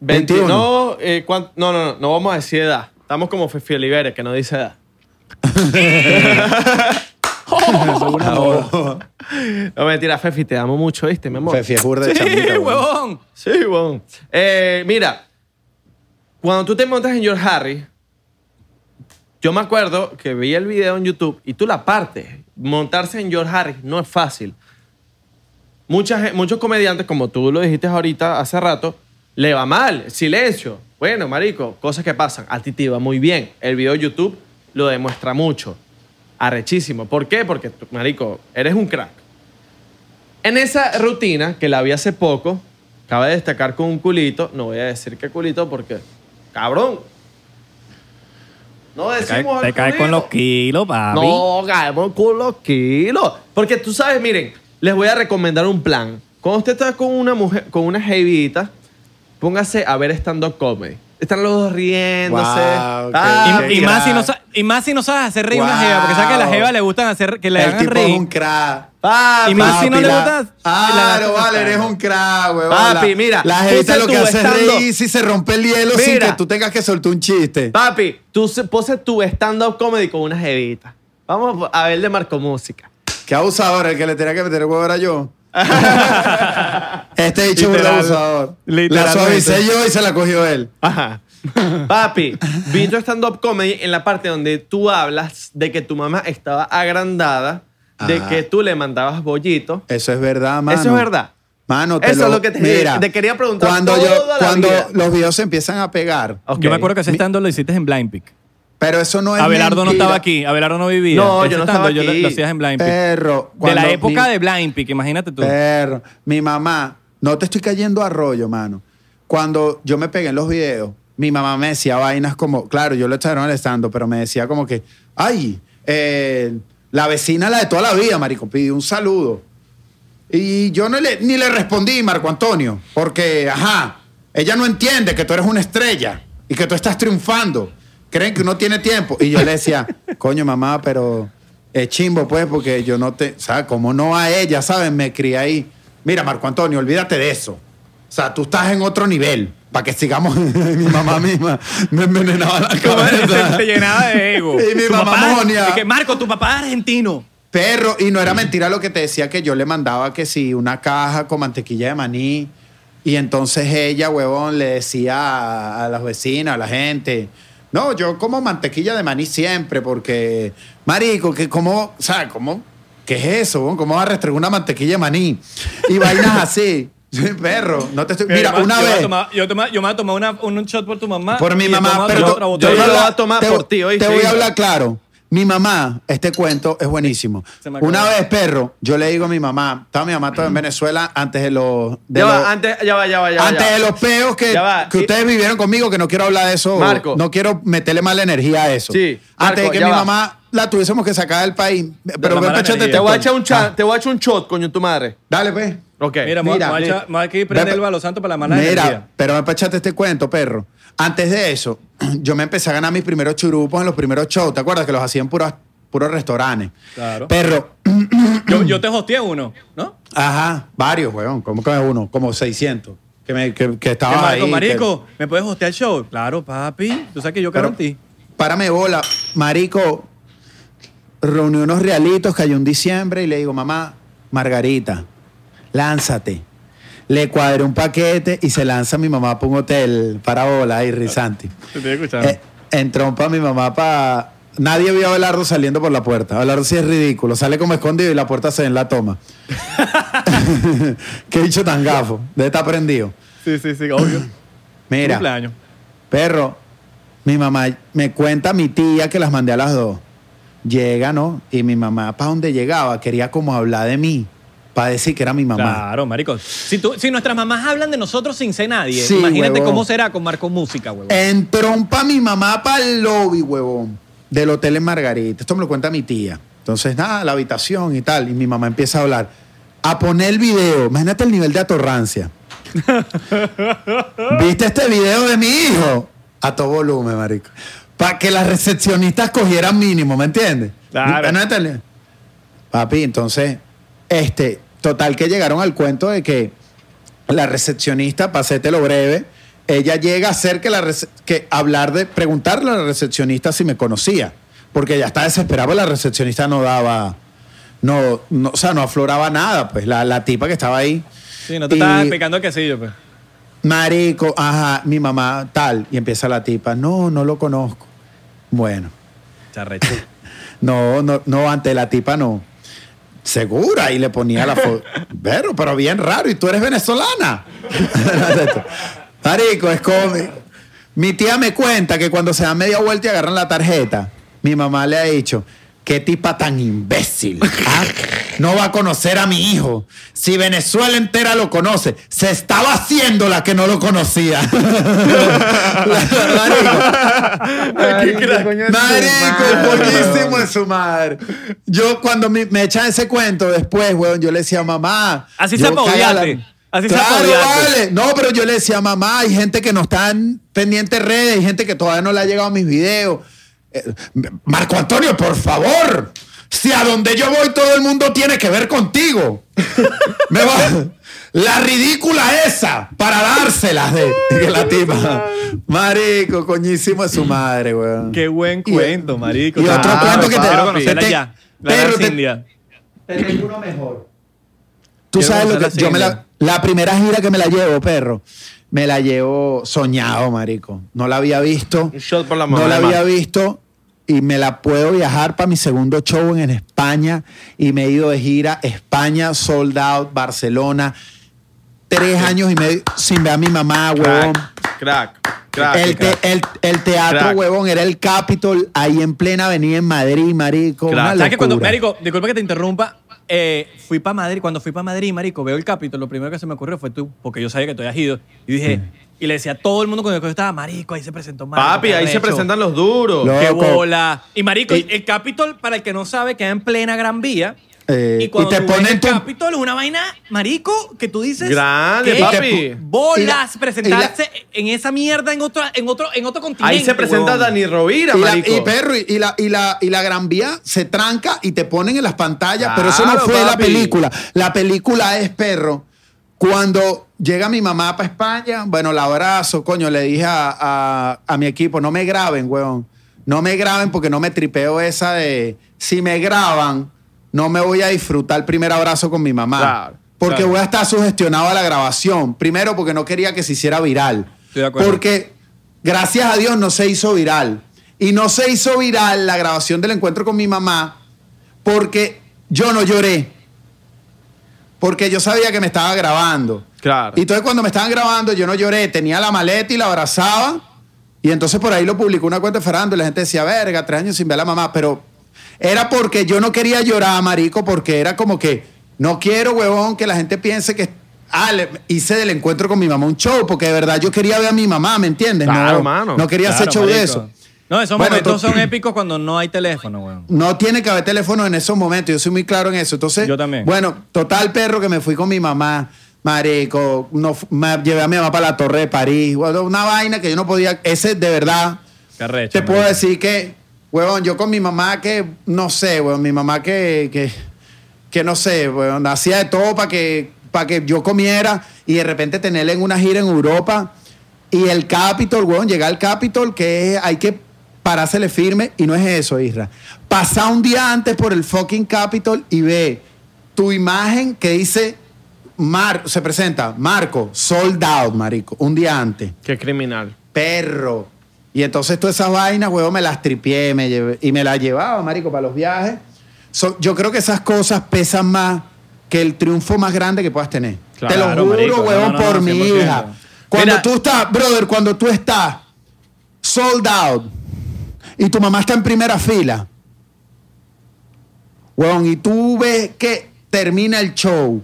[SPEAKER 3] 21.
[SPEAKER 2] 21.
[SPEAKER 3] No, eh, ¿cuán- no, no, no, no vamos a decir edad. Estamos como Fefi Oliveres, que no dice edad. No, mentira, Fefi, te amo mucho, ¿viste, mi amor?
[SPEAKER 2] Fefi es burda de
[SPEAKER 5] Sí,
[SPEAKER 2] chambita, weón.
[SPEAKER 5] huevón.
[SPEAKER 3] Sí, bueno. Eh, mira, cuando tú te montas en George Harry, yo me acuerdo que vi el video en YouTube y tú la partes. Montarse en George Harry no es fácil. Mucha gen- muchos comediantes, como tú lo dijiste ahorita hace rato, le va mal, silencio. Bueno, marico, cosas que pasan. A ti te iba muy bien. El video de YouTube lo demuestra mucho. Arrechísimo. ¿Por qué? Porque, tú, marico, eres un crack. En esa rutina, que la vi hace poco, acaba de destacar con un culito. No voy a decir qué culito porque, cabrón. No
[SPEAKER 5] Te
[SPEAKER 3] decimos
[SPEAKER 5] cae, con
[SPEAKER 3] el culito.
[SPEAKER 5] los kilos, papi.
[SPEAKER 3] No, caemos con los kilos. Porque tú sabes, miren, les voy a recomendar un plan. Cuando usted está con una mujer, con una jevita, póngase a ver stand-up comedy. Están los dos riéndose.
[SPEAKER 2] Guau, qué-
[SPEAKER 3] Ah,
[SPEAKER 2] qué
[SPEAKER 5] Y, y
[SPEAKER 2] crack.
[SPEAKER 5] más si no, sa- y más si no sabes hacer reír una
[SPEAKER 2] Wow.
[SPEAKER 5] jeva, porque sabes que a la jeva le gustan hacer, que le
[SPEAKER 2] El
[SPEAKER 5] hagan
[SPEAKER 2] tipo es
[SPEAKER 5] reír.
[SPEAKER 2] un crack.
[SPEAKER 3] papi,
[SPEAKER 5] Y más si no le
[SPEAKER 2] la-
[SPEAKER 5] botas,
[SPEAKER 2] Claro,
[SPEAKER 5] la-
[SPEAKER 2] vale, eres un crack, weón.
[SPEAKER 3] Papi,
[SPEAKER 2] La-
[SPEAKER 3] mira,
[SPEAKER 2] La gente
[SPEAKER 3] puse
[SPEAKER 2] lo
[SPEAKER 3] tu
[SPEAKER 2] que hace es
[SPEAKER 3] stand-up.
[SPEAKER 2] reír si se rompe el hielo sin
[SPEAKER 3] Mira.
[SPEAKER 2] que tú tengas que soltar un chiste.
[SPEAKER 3] Papi, tú se- pose tu stand-up comedy con una jevita. Vamos a ver de Marco Música.
[SPEAKER 2] Qué abusador, el que le tenía que meter el huevo era yo. este dicho es un
[SPEAKER 5] Literal.
[SPEAKER 2] abusador. La
[SPEAKER 5] Literalmente.
[SPEAKER 2] suavicé yo y se la cogió él.
[SPEAKER 3] Ajá. Papi, vi tu stand-up comedy en la parte donde tú hablas de que tu mamá estaba agrandada, de
[SPEAKER 2] Ajá.
[SPEAKER 3] que tú le mandabas bollitos.
[SPEAKER 2] Eso es verdad, mano.
[SPEAKER 3] Eso es verdad.
[SPEAKER 2] Mano, te
[SPEAKER 3] Eso es lo que te- te quería preguntar
[SPEAKER 2] Cuando, yo,
[SPEAKER 3] toda la
[SPEAKER 2] cuando
[SPEAKER 3] vida.
[SPEAKER 2] los videos se empiezan a pegar,
[SPEAKER 3] Ok.
[SPEAKER 5] Yo me acuerdo que ese
[SPEAKER 2] Mi-
[SPEAKER 5] stand lo hiciste en Blind Pick.
[SPEAKER 2] pero eso no es.
[SPEAKER 5] Abelardo no
[SPEAKER 2] mentira.
[SPEAKER 5] estaba aquí, Abelardo no vivía.
[SPEAKER 3] No,
[SPEAKER 5] Ese
[SPEAKER 3] yo no
[SPEAKER 5] stand-up
[SPEAKER 3] estaba
[SPEAKER 5] Yo lo,
[SPEAKER 3] aquí.
[SPEAKER 5] lo hacías en Blind Pick.
[SPEAKER 2] Perro.
[SPEAKER 5] de
[SPEAKER 2] Eh, cuando
[SPEAKER 5] la época
[SPEAKER 2] mi-
[SPEAKER 5] de
[SPEAKER 2] Eh,
[SPEAKER 5] Blind Pick, imagínate tú.
[SPEAKER 2] Perro. Mi mamá, no te estoy cayendo a rollo, mano. Cuando yo me pegué en los videos, mi mamá me decía vainas como, claro, yo lo echaron al estando, pero me decía como que, ay, eh, la vecina, la de toda la vida, marico, pidió un saludo. Y yo no le, ni le respondí, Marco Antonio, porque, ajá, ella no entiende que tú eres una estrella y que tú estás triunfando. Creen que uno tiene tiempo. Y yo le decía, coño, mamá, pero es chimbo, pues, porque yo no te. O sea, como no a ella, ¿sabes? Me crié ahí. Mira, Marco Antonio, olvídate de eso. O sea, tú estás en otro nivel. Para que sigamos. mi mamá misma me envenenaba la cabeza.
[SPEAKER 5] Se llenaba de ego.
[SPEAKER 2] Y mi
[SPEAKER 5] Tu
[SPEAKER 2] mamá
[SPEAKER 5] papá-
[SPEAKER 2] monia.
[SPEAKER 5] y que, Marco, tu papá es argentino.
[SPEAKER 2] Perro, y no era mentira lo que te decía que yo le mandaba que si una caja con mantequilla de maní. Y entonces ella, huevón, le decía a, a las vecinas, a la gente, no, yo como mantequilla de maní siempre, porque, marico, que cómo, o sea, cómo, ¿qué es eso? huevón? ¿Cómo vas a restregar una mantequilla de maní? Y vainas así. Perro, no te estoy... Mira,
[SPEAKER 5] Además,
[SPEAKER 2] una
[SPEAKER 5] Eh, yo me
[SPEAKER 2] vez...
[SPEAKER 5] tomaba- Yo, tomaba- yo me tomé una, un, un shot por tu mamá.
[SPEAKER 2] Por mi
[SPEAKER 5] y
[SPEAKER 2] mamá,
[SPEAKER 5] después me
[SPEAKER 2] pero
[SPEAKER 5] tomaba
[SPEAKER 2] tú-
[SPEAKER 5] otra
[SPEAKER 2] tú
[SPEAKER 5] botella.
[SPEAKER 3] yo
[SPEAKER 2] hablas-
[SPEAKER 3] lo voy a tomar
[SPEAKER 2] te-
[SPEAKER 3] por ti, ¿oíste?
[SPEAKER 2] Te voy a hablar claro. Mi mamá, este cuento es buenísimo.
[SPEAKER 5] Se me acabó.
[SPEAKER 2] Una vez, perro, yo le digo a mi mamá, estaba mi mamá todavía en Venezuela antes de los... de
[SPEAKER 3] Mm. Ya
[SPEAKER 2] los-
[SPEAKER 3] va, antes, ya va, ya va, ya va.
[SPEAKER 2] antes
[SPEAKER 3] ya va.
[SPEAKER 2] de los peos que,
[SPEAKER 3] Ya va.
[SPEAKER 2] que
[SPEAKER 3] Sí.
[SPEAKER 2] ustedes vivieron conmigo, que no quiero hablar de eso.
[SPEAKER 3] Marco.
[SPEAKER 2] No quiero meterle mala energía a eso.
[SPEAKER 3] Sí,
[SPEAKER 2] antes de
[SPEAKER 3] Marco,
[SPEAKER 2] que
[SPEAKER 3] ya
[SPEAKER 2] mi
[SPEAKER 3] va.
[SPEAKER 2] mamá la tuviésemos que sacar del país. Pero
[SPEAKER 5] la
[SPEAKER 2] ve,
[SPEAKER 5] mala
[SPEAKER 2] pechate
[SPEAKER 5] energía.
[SPEAKER 2] este
[SPEAKER 3] Te voy a
[SPEAKER 2] cuento.
[SPEAKER 3] echar un chat,
[SPEAKER 2] Ah,
[SPEAKER 3] te voy a echar un shot, coño, tu madre.
[SPEAKER 2] dale, pues.
[SPEAKER 3] Ok.
[SPEAKER 5] Mira, me voy
[SPEAKER 2] Mira,
[SPEAKER 5] a- me voy a
[SPEAKER 2] mira.
[SPEAKER 5] echar- me voy a aquí prender
[SPEAKER 2] Ve-
[SPEAKER 5] el balón santo para la mala
[SPEAKER 2] Mira,
[SPEAKER 5] energía.
[SPEAKER 2] pero me echaste este cuento, perro. Antes de eso, yo me empecé a ganar mis primeros churupos en los primeros shows. ¿Te acuerdas que los hacían puros, puros restaurantes?
[SPEAKER 5] Claro.
[SPEAKER 2] Perro,
[SPEAKER 5] Yo, yo te hosteé uno, ¿no?
[SPEAKER 2] ajá, varios, weón. ¿Cómo que uno? Como 600. Que, me, que, que estaba
[SPEAKER 5] Que Marco,
[SPEAKER 2] ahí, que-
[SPEAKER 5] marico, ¿me puedes hostear el show? Claro, papi. Tú sabes que yo creo
[SPEAKER 2] Pero,
[SPEAKER 5] en ti.
[SPEAKER 2] párame bola, marico. Reuní unos realitos, cayó en diciembre y le digo, mamá, Margarita, lánzate. Le cuadré un paquete y se lanza mi mamá para un hotel para bola y Risanti.
[SPEAKER 5] Ah,
[SPEAKER 4] Te estoy escuchando.
[SPEAKER 2] Eh, entrompa mi mamá para... Nadie vio a Abelardo saliendo por la puerta. Abelardo sí es ridículo. Sale como escondido y la puerta se ve en la toma. Qué bicho tan gafo. Debe estar prendido.
[SPEAKER 5] Sí, sí, sí, obvio.
[SPEAKER 2] Mira.
[SPEAKER 5] Cumpleaños.
[SPEAKER 2] Perro, mi mamá me cuenta mi tía que las mandé a las dos. Llega, ¿no? Y mi mamá, para donde llegaba, quería como hablar de mí, para decir que era mi mamá.
[SPEAKER 5] Claro, marico. Si, tú, si nuestras mamás hablan de nosotros sin ser nadie,
[SPEAKER 2] Sí,
[SPEAKER 5] imagínate
[SPEAKER 2] huevón. Eh,
[SPEAKER 5] cómo será con Marco Música, huevón.
[SPEAKER 2] Entrompa mi mamá para el lobby, huevón, del hotel en Margarita. Esto me lo cuenta mi tía. Entonces, nada, la habitación y tal. Y mi mamá empieza a hablar. A poner el video. Imagínate el nivel de atorrancia. ¿Viste este video de mi hijo? A todo volumen, marico. Para que las recepcionistas cogieran mínimo, ¿me entiendes?
[SPEAKER 4] Claro.
[SPEAKER 2] Imagínate el- Papi, entonces, este, total que llegaron al cuento de que la recepcionista, pasete lo breve, ella llega a hacer que, la rece- que hablar de, preguntarle a la recepcionista si me conocía, porque ella está desesperada, pues la recepcionista no daba, no, no, o sea, no afloraba nada, pues, la, la tipa que estaba ahí.
[SPEAKER 5] Sí, no te
[SPEAKER 2] Y-
[SPEAKER 5] estás explicando el quesillo, pues.
[SPEAKER 2] Marico, ajá, mi mamá, tal, y empieza la tipa, no, no lo conozco. Bueno,
[SPEAKER 5] Charrecho.
[SPEAKER 2] no, no, no, ante la tipa no. Segura, y le ponía la foto. Pero, pero bien raro, y tú eres venezolana. Marico, es cómico. Mi tía me cuenta que cuando se dan media vuelta y agarran la tarjeta, mi mamá le ha dicho, qué tipa tan imbécil. ah? No va a conocer a mi hijo. Si Venezuela entera lo conoce, se estaba haciendo la que no lo conocía.
[SPEAKER 3] Ay, qué coño de
[SPEAKER 2] Marico,
[SPEAKER 3] tu madre,
[SPEAKER 2] es buenísimo
[SPEAKER 3] weón.
[SPEAKER 2] de su madre. Yo cuando me, me echan ese cuento después, weón, yo le decía mamá.
[SPEAKER 5] Así
[SPEAKER 2] yo
[SPEAKER 5] se apodiate.
[SPEAKER 2] cágala.
[SPEAKER 5] Así se
[SPEAKER 2] claro,
[SPEAKER 5] apodiate.
[SPEAKER 2] vale. No, pero yo le decía mamá, hay gente que no está en pendiente de redes, hay gente que todavía no le ha llegado a mis videos. Eh, Marco Antonio, por favor. Si a donde yo voy todo el mundo tiene que ver contigo. Me va- La ridícula esa para dárselas de, de la tipa. Marico, coñísimo de su madre, weón.
[SPEAKER 5] Qué buen
[SPEAKER 2] Y-
[SPEAKER 5] cuento, marico.
[SPEAKER 2] y otro
[SPEAKER 5] Claro,
[SPEAKER 2] cuento que te-
[SPEAKER 5] Quiero
[SPEAKER 2] papi.
[SPEAKER 5] conocerla
[SPEAKER 2] te-
[SPEAKER 5] ya. La
[SPEAKER 2] perro,
[SPEAKER 5] gran
[SPEAKER 2] te-
[SPEAKER 5] Cindia.
[SPEAKER 2] Tú
[SPEAKER 5] Quiero
[SPEAKER 2] sabes lo
[SPEAKER 5] conocer
[SPEAKER 2] que yo
[SPEAKER 5] la
[SPEAKER 2] me la,
[SPEAKER 5] siguiente.
[SPEAKER 2] la primera gira que me la llevo, perro. Me la llevo soñado, marico. No la había visto.
[SPEAKER 3] Un shot por la mamá
[SPEAKER 2] No la
[SPEAKER 3] de
[SPEAKER 2] había
[SPEAKER 3] Marco.
[SPEAKER 2] visto y me la puedo viajar para mi segundo show en, en España y me he ido de gira España, sold out, Barcelona, tres años y medio sin ver a mi mamá, huevón.
[SPEAKER 3] Crack, crack, crack.
[SPEAKER 2] el, te-
[SPEAKER 3] crack.
[SPEAKER 2] el- el teatro,
[SPEAKER 3] Crack.
[SPEAKER 2] huevón, era el Capitol ahí en plena avenida en Madrid, marico.
[SPEAKER 3] Crack.
[SPEAKER 2] una
[SPEAKER 3] ¿Sabes
[SPEAKER 1] ¿Sabes que cuando,
[SPEAKER 2] locura.
[SPEAKER 1] Marico, disculpa que te interrumpa, eh, fui para Madrid, cuando fui para Madrid, Marico, veo el capítulo, lo primero que se me ocurrió fue tú, porque yo sabía que tú habías ido, y dije,
[SPEAKER 2] Mm.
[SPEAKER 1] y le decía a todo el mundo cuando yo estaba, Marico, ahí se presentó Marico.
[SPEAKER 3] Papi,
[SPEAKER 1] qué
[SPEAKER 3] ahí se
[SPEAKER 1] arrecho,
[SPEAKER 3] presentan los duros.
[SPEAKER 2] Lo-
[SPEAKER 1] Qué
[SPEAKER 2] Loco.
[SPEAKER 1] bola. Y Marico, el Capitol, para el que no sabe, queda en plena Gran Vía.
[SPEAKER 2] Eh,
[SPEAKER 1] y cuando
[SPEAKER 2] y te
[SPEAKER 1] tú ves
[SPEAKER 2] ponen
[SPEAKER 1] el
[SPEAKER 2] tu-
[SPEAKER 1] Capitol es una vaina, Marico, que tú dices.
[SPEAKER 3] Grande,
[SPEAKER 1] ¿qué
[SPEAKER 3] papi.
[SPEAKER 2] Y te pu-
[SPEAKER 1] Bolas,
[SPEAKER 2] y la-
[SPEAKER 1] presentarse en esa mierda en otro, en otro, en otro continente.
[SPEAKER 3] Ahí se presenta
[SPEAKER 1] weón.
[SPEAKER 3] Dani Rovira,
[SPEAKER 2] Y, la,
[SPEAKER 3] marico.
[SPEAKER 2] y perro, y y la, y, la, y la Gran Vía se tranca y te ponen en las pantallas, pero eso no
[SPEAKER 3] Claro,
[SPEAKER 2] fue la
[SPEAKER 3] papi.
[SPEAKER 2] película. La película es perro. Cuando llega mi mamá para España, bueno, la abrazo, coño, le dije a, a- a mi equipo, no me graben, weón. No me graben porque no me tripeo esa de, si me graban, no me voy a disfrutar el primer abrazo con mi mamá.
[SPEAKER 3] Claro,
[SPEAKER 2] porque
[SPEAKER 3] claro.
[SPEAKER 2] voy a estar sugestionado a la grabación. Primero porque no quería que se hiciera viral.
[SPEAKER 1] Estoy de acuerdo.
[SPEAKER 2] Porque que gracias a Dios no se hizo viral. Y no se hizo viral la grabación del encuentro con mi mamá porque yo no lloré. Porque yo sabía que me estaba grabando.
[SPEAKER 3] Claro.
[SPEAKER 2] Y entonces cuando me estaban grabando yo no lloré. Tenía la maleta y la abrazaba. Y entonces por ahí lo publicó una cuenta de Fernando y la gente decía, verga, tres años sin ver a la mamá. Pero era porque yo no quería llorar, marico, porque era como que no quiero, huevón, que la gente piense que... Ah, le- hice del encuentro con mi mamá un show, porque de verdad yo quería ver a mi mamá, ¿me entiendes?
[SPEAKER 3] Claro,
[SPEAKER 2] no,
[SPEAKER 3] mano.
[SPEAKER 2] no quería hacer
[SPEAKER 1] Claro,
[SPEAKER 2] show de
[SPEAKER 1] marico.
[SPEAKER 2] eso.
[SPEAKER 1] No, esos
[SPEAKER 2] Bueno,
[SPEAKER 1] momentos
[SPEAKER 2] to-
[SPEAKER 1] son épicos cuando no hay teléfono, weón.
[SPEAKER 2] No tiene que haber teléfono en esos momentos, yo soy muy claro en eso. Entonces,
[SPEAKER 1] Yo también.
[SPEAKER 2] bueno, total perro que me fui con mi mamá, marico, no, fu- me llevé a mi mamá para la Torre de París, bueno, una vaina que yo no podía, ese de verdad,
[SPEAKER 1] Qué arrecho,
[SPEAKER 2] te puedo
[SPEAKER 1] marico.
[SPEAKER 2] decir que, huevón, yo con mi mamá que, no sé, huevón, mi mamá que, que, que no sé, huevón, hacía de todo para que, para que yo comiera y de repente tenerla en una gira en Europa y el Capitol, huevón, llegar al Capitol que es- hay que parársele firme y no es eso, Isra. Pasa un día antes por el fucking Capitol y ve tu imagen que dice, Mar se presenta, Marco, sold out, marico, un día antes
[SPEAKER 3] Qué criminal.
[SPEAKER 2] Eh. perro. Y entonces todas esas vainas, huevón, me las tripié me llevé- y me las llevaba, marico, para los viajes. So- yo creo que esas cosas pesan más que el triunfo más grande que puedas tener.
[SPEAKER 3] Claro,
[SPEAKER 2] Te lo juro,
[SPEAKER 3] marico.
[SPEAKER 2] huevón,
[SPEAKER 3] No, no, no,
[SPEAKER 2] por mi
[SPEAKER 3] 100%.
[SPEAKER 2] hija. Cuando
[SPEAKER 3] Mira-
[SPEAKER 2] tú estás, brother, cuando tú estás sold out y tu mamá está en primera fila, huevón, y tú ves que termina el show,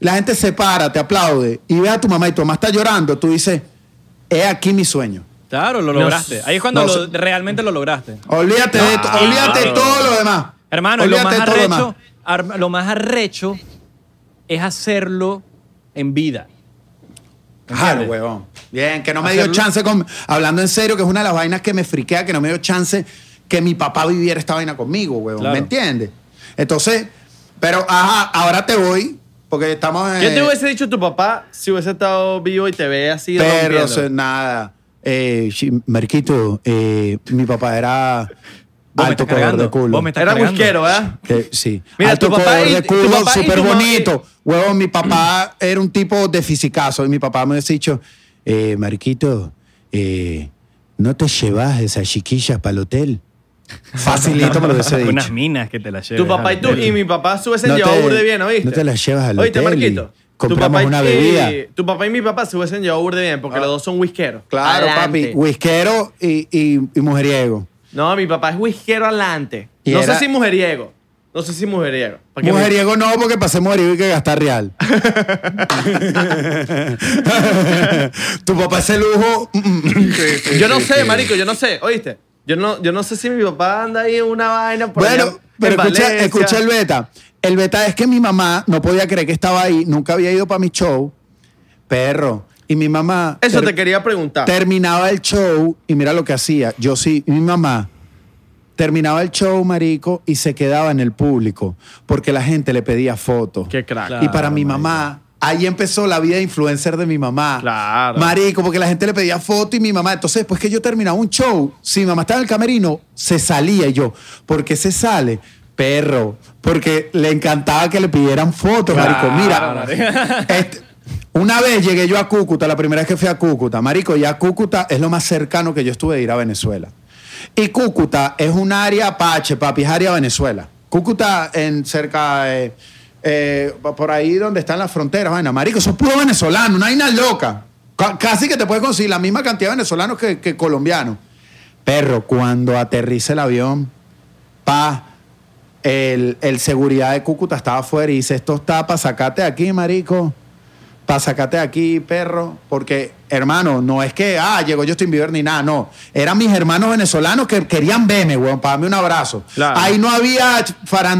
[SPEAKER 2] la gente se para, te aplaude y ve a tu mamá y tu mamá está llorando, tú dices, he aquí mi sueño.
[SPEAKER 1] Claro, lo lograste. Ahí es cuando lo-
[SPEAKER 2] no
[SPEAKER 1] realmente lo lograste.
[SPEAKER 2] Olvídate de esto, olvídate de todo lo demás.
[SPEAKER 1] Ah, Hermano, y lo
[SPEAKER 2] olvídate
[SPEAKER 1] más,
[SPEAKER 2] de todo
[SPEAKER 1] arrecho, ar- lo más arrecho es hacerlo en vida.
[SPEAKER 2] Claro,
[SPEAKER 1] ¿Entiendes?
[SPEAKER 2] huevón. Bien, que no me dio
[SPEAKER 1] Hacerlo-
[SPEAKER 2] chance con. Hablando en serio, que es una de las vainas que me friquea, que no me dio chance que mi papá viviera esta vaina conmigo, huevón.
[SPEAKER 1] Claro.
[SPEAKER 2] ¿Me entiendes? Entonces, pero ajá, ahora te voy, porque estamos en.
[SPEAKER 3] Yo te hubiese dicho tu papá si hubiese estado vivo y te ve así
[SPEAKER 2] Pero
[SPEAKER 3] rompiendo?
[SPEAKER 2] eso es nada. Eh, sí, Marquito, eh, mi papá era
[SPEAKER 1] Vos me
[SPEAKER 2] alto
[SPEAKER 1] estás
[SPEAKER 2] cobrador de
[SPEAKER 1] cargando,
[SPEAKER 2] culo.
[SPEAKER 1] vos me estás
[SPEAKER 3] Era
[SPEAKER 1] cargando.
[SPEAKER 3] busquero, ¿verdad?
[SPEAKER 2] Eh, sí.
[SPEAKER 3] Mira,
[SPEAKER 2] Alto
[SPEAKER 3] tu papá
[SPEAKER 2] cobrador
[SPEAKER 3] y-
[SPEAKER 2] de
[SPEAKER 3] tu
[SPEAKER 2] culo,
[SPEAKER 3] papá y
[SPEAKER 2] súper
[SPEAKER 3] tu mamá- eh.
[SPEAKER 2] bonito. Huevón, mi papá era un tipo de fisicazo. Y mi papá me hubiese dicho, eh, Mariquito, eh, ¿no te llevas esas chiquillas para el hotel? Facilito me lo hubiese dicho.
[SPEAKER 1] Unas minas que te las llevas.
[SPEAKER 3] Tu papá y tú y mi papá se hubiesen
[SPEAKER 2] No
[SPEAKER 3] llevado
[SPEAKER 2] te-
[SPEAKER 3] burde bien, ¿oíste?
[SPEAKER 2] no te las llevas al
[SPEAKER 3] ¿Oíste,
[SPEAKER 2] hotel y
[SPEAKER 3] Marquito? Tu
[SPEAKER 2] compramos
[SPEAKER 3] papá y-
[SPEAKER 2] una bebida.
[SPEAKER 3] y- Tu papá y mi papá se hubiesen llevado burde bien porque los dos son whiskeros.
[SPEAKER 2] Claro,
[SPEAKER 3] Ah. Adelante.
[SPEAKER 2] papi. Whiskero y, y- y mujeriego.
[SPEAKER 3] No, mi papá es whiskero adelante.
[SPEAKER 2] Y
[SPEAKER 3] No
[SPEAKER 2] era-
[SPEAKER 3] sé si mujeriego. No sé si mujeriego. Porque mi-
[SPEAKER 2] Mujeriego no, porque pasé mujeriego y hay que gastar real. tu papá ese lujo.
[SPEAKER 3] Yo no sé, marico, yo no sé, ¿oíste? Yo no, yo no sé si mi papá anda ahí en una vaina por allá
[SPEAKER 2] Bueno,
[SPEAKER 3] en
[SPEAKER 2] pero escucha,
[SPEAKER 3] Valencia.
[SPEAKER 2] escucha el beta. El beta es que mi mamá no podía creer que estaba ahí, nunca había ido para mi show, perro. Y mi mamá
[SPEAKER 3] Eso
[SPEAKER 2] ter-
[SPEAKER 3] te quería preguntar.
[SPEAKER 2] terminaba el show y mira lo que hacía. Yo sí, mi mamá terminaba el show, marico, y se quedaba en el público porque la gente le pedía fotos.
[SPEAKER 3] Qué crack.
[SPEAKER 2] y para mi mamá, ahí empezó la vida de influencer de mi mamá.
[SPEAKER 3] Claro.
[SPEAKER 2] Marico, porque la gente le pedía foto y mi mamá. Entonces, después que yo terminaba un show, si mi mamá estaba en el camerino, se salía y yo. ¿Por qué se sale? Perro. Porque le encantaba que le pidieran fotos, marico. Mira, este, una vez llegué yo a Cúcuta, la primera vez que fui a Cúcuta, marico, ya Cúcuta es lo más cercano que yo estuve de ir a Venezuela. Y Cúcuta es un área apache, papi, es área Venezuela. Cúcuta en cerca de eh, por ahí donde están las fronteras, vaina. Marico, eso es puro venezolano, una vaina loca. Ca- casi que te puedes conseguir la misma cantidad de venezolanos que, que colombianos. Perro, cuando aterriza el avión, pa, el, el seguridad de Cúcuta estaba afuera y dice, esto está para sacarte de aquí, marico. Para sacarte de aquí, perro. Porque, hermano, no es que, ah, llegó Justin Bieber ni nada, no. Eran mis hermanos venezolanos que querían verme, weón, para darme un abrazo.
[SPEAKER 3] Claro.
[SPEAKER 2] Ahí no había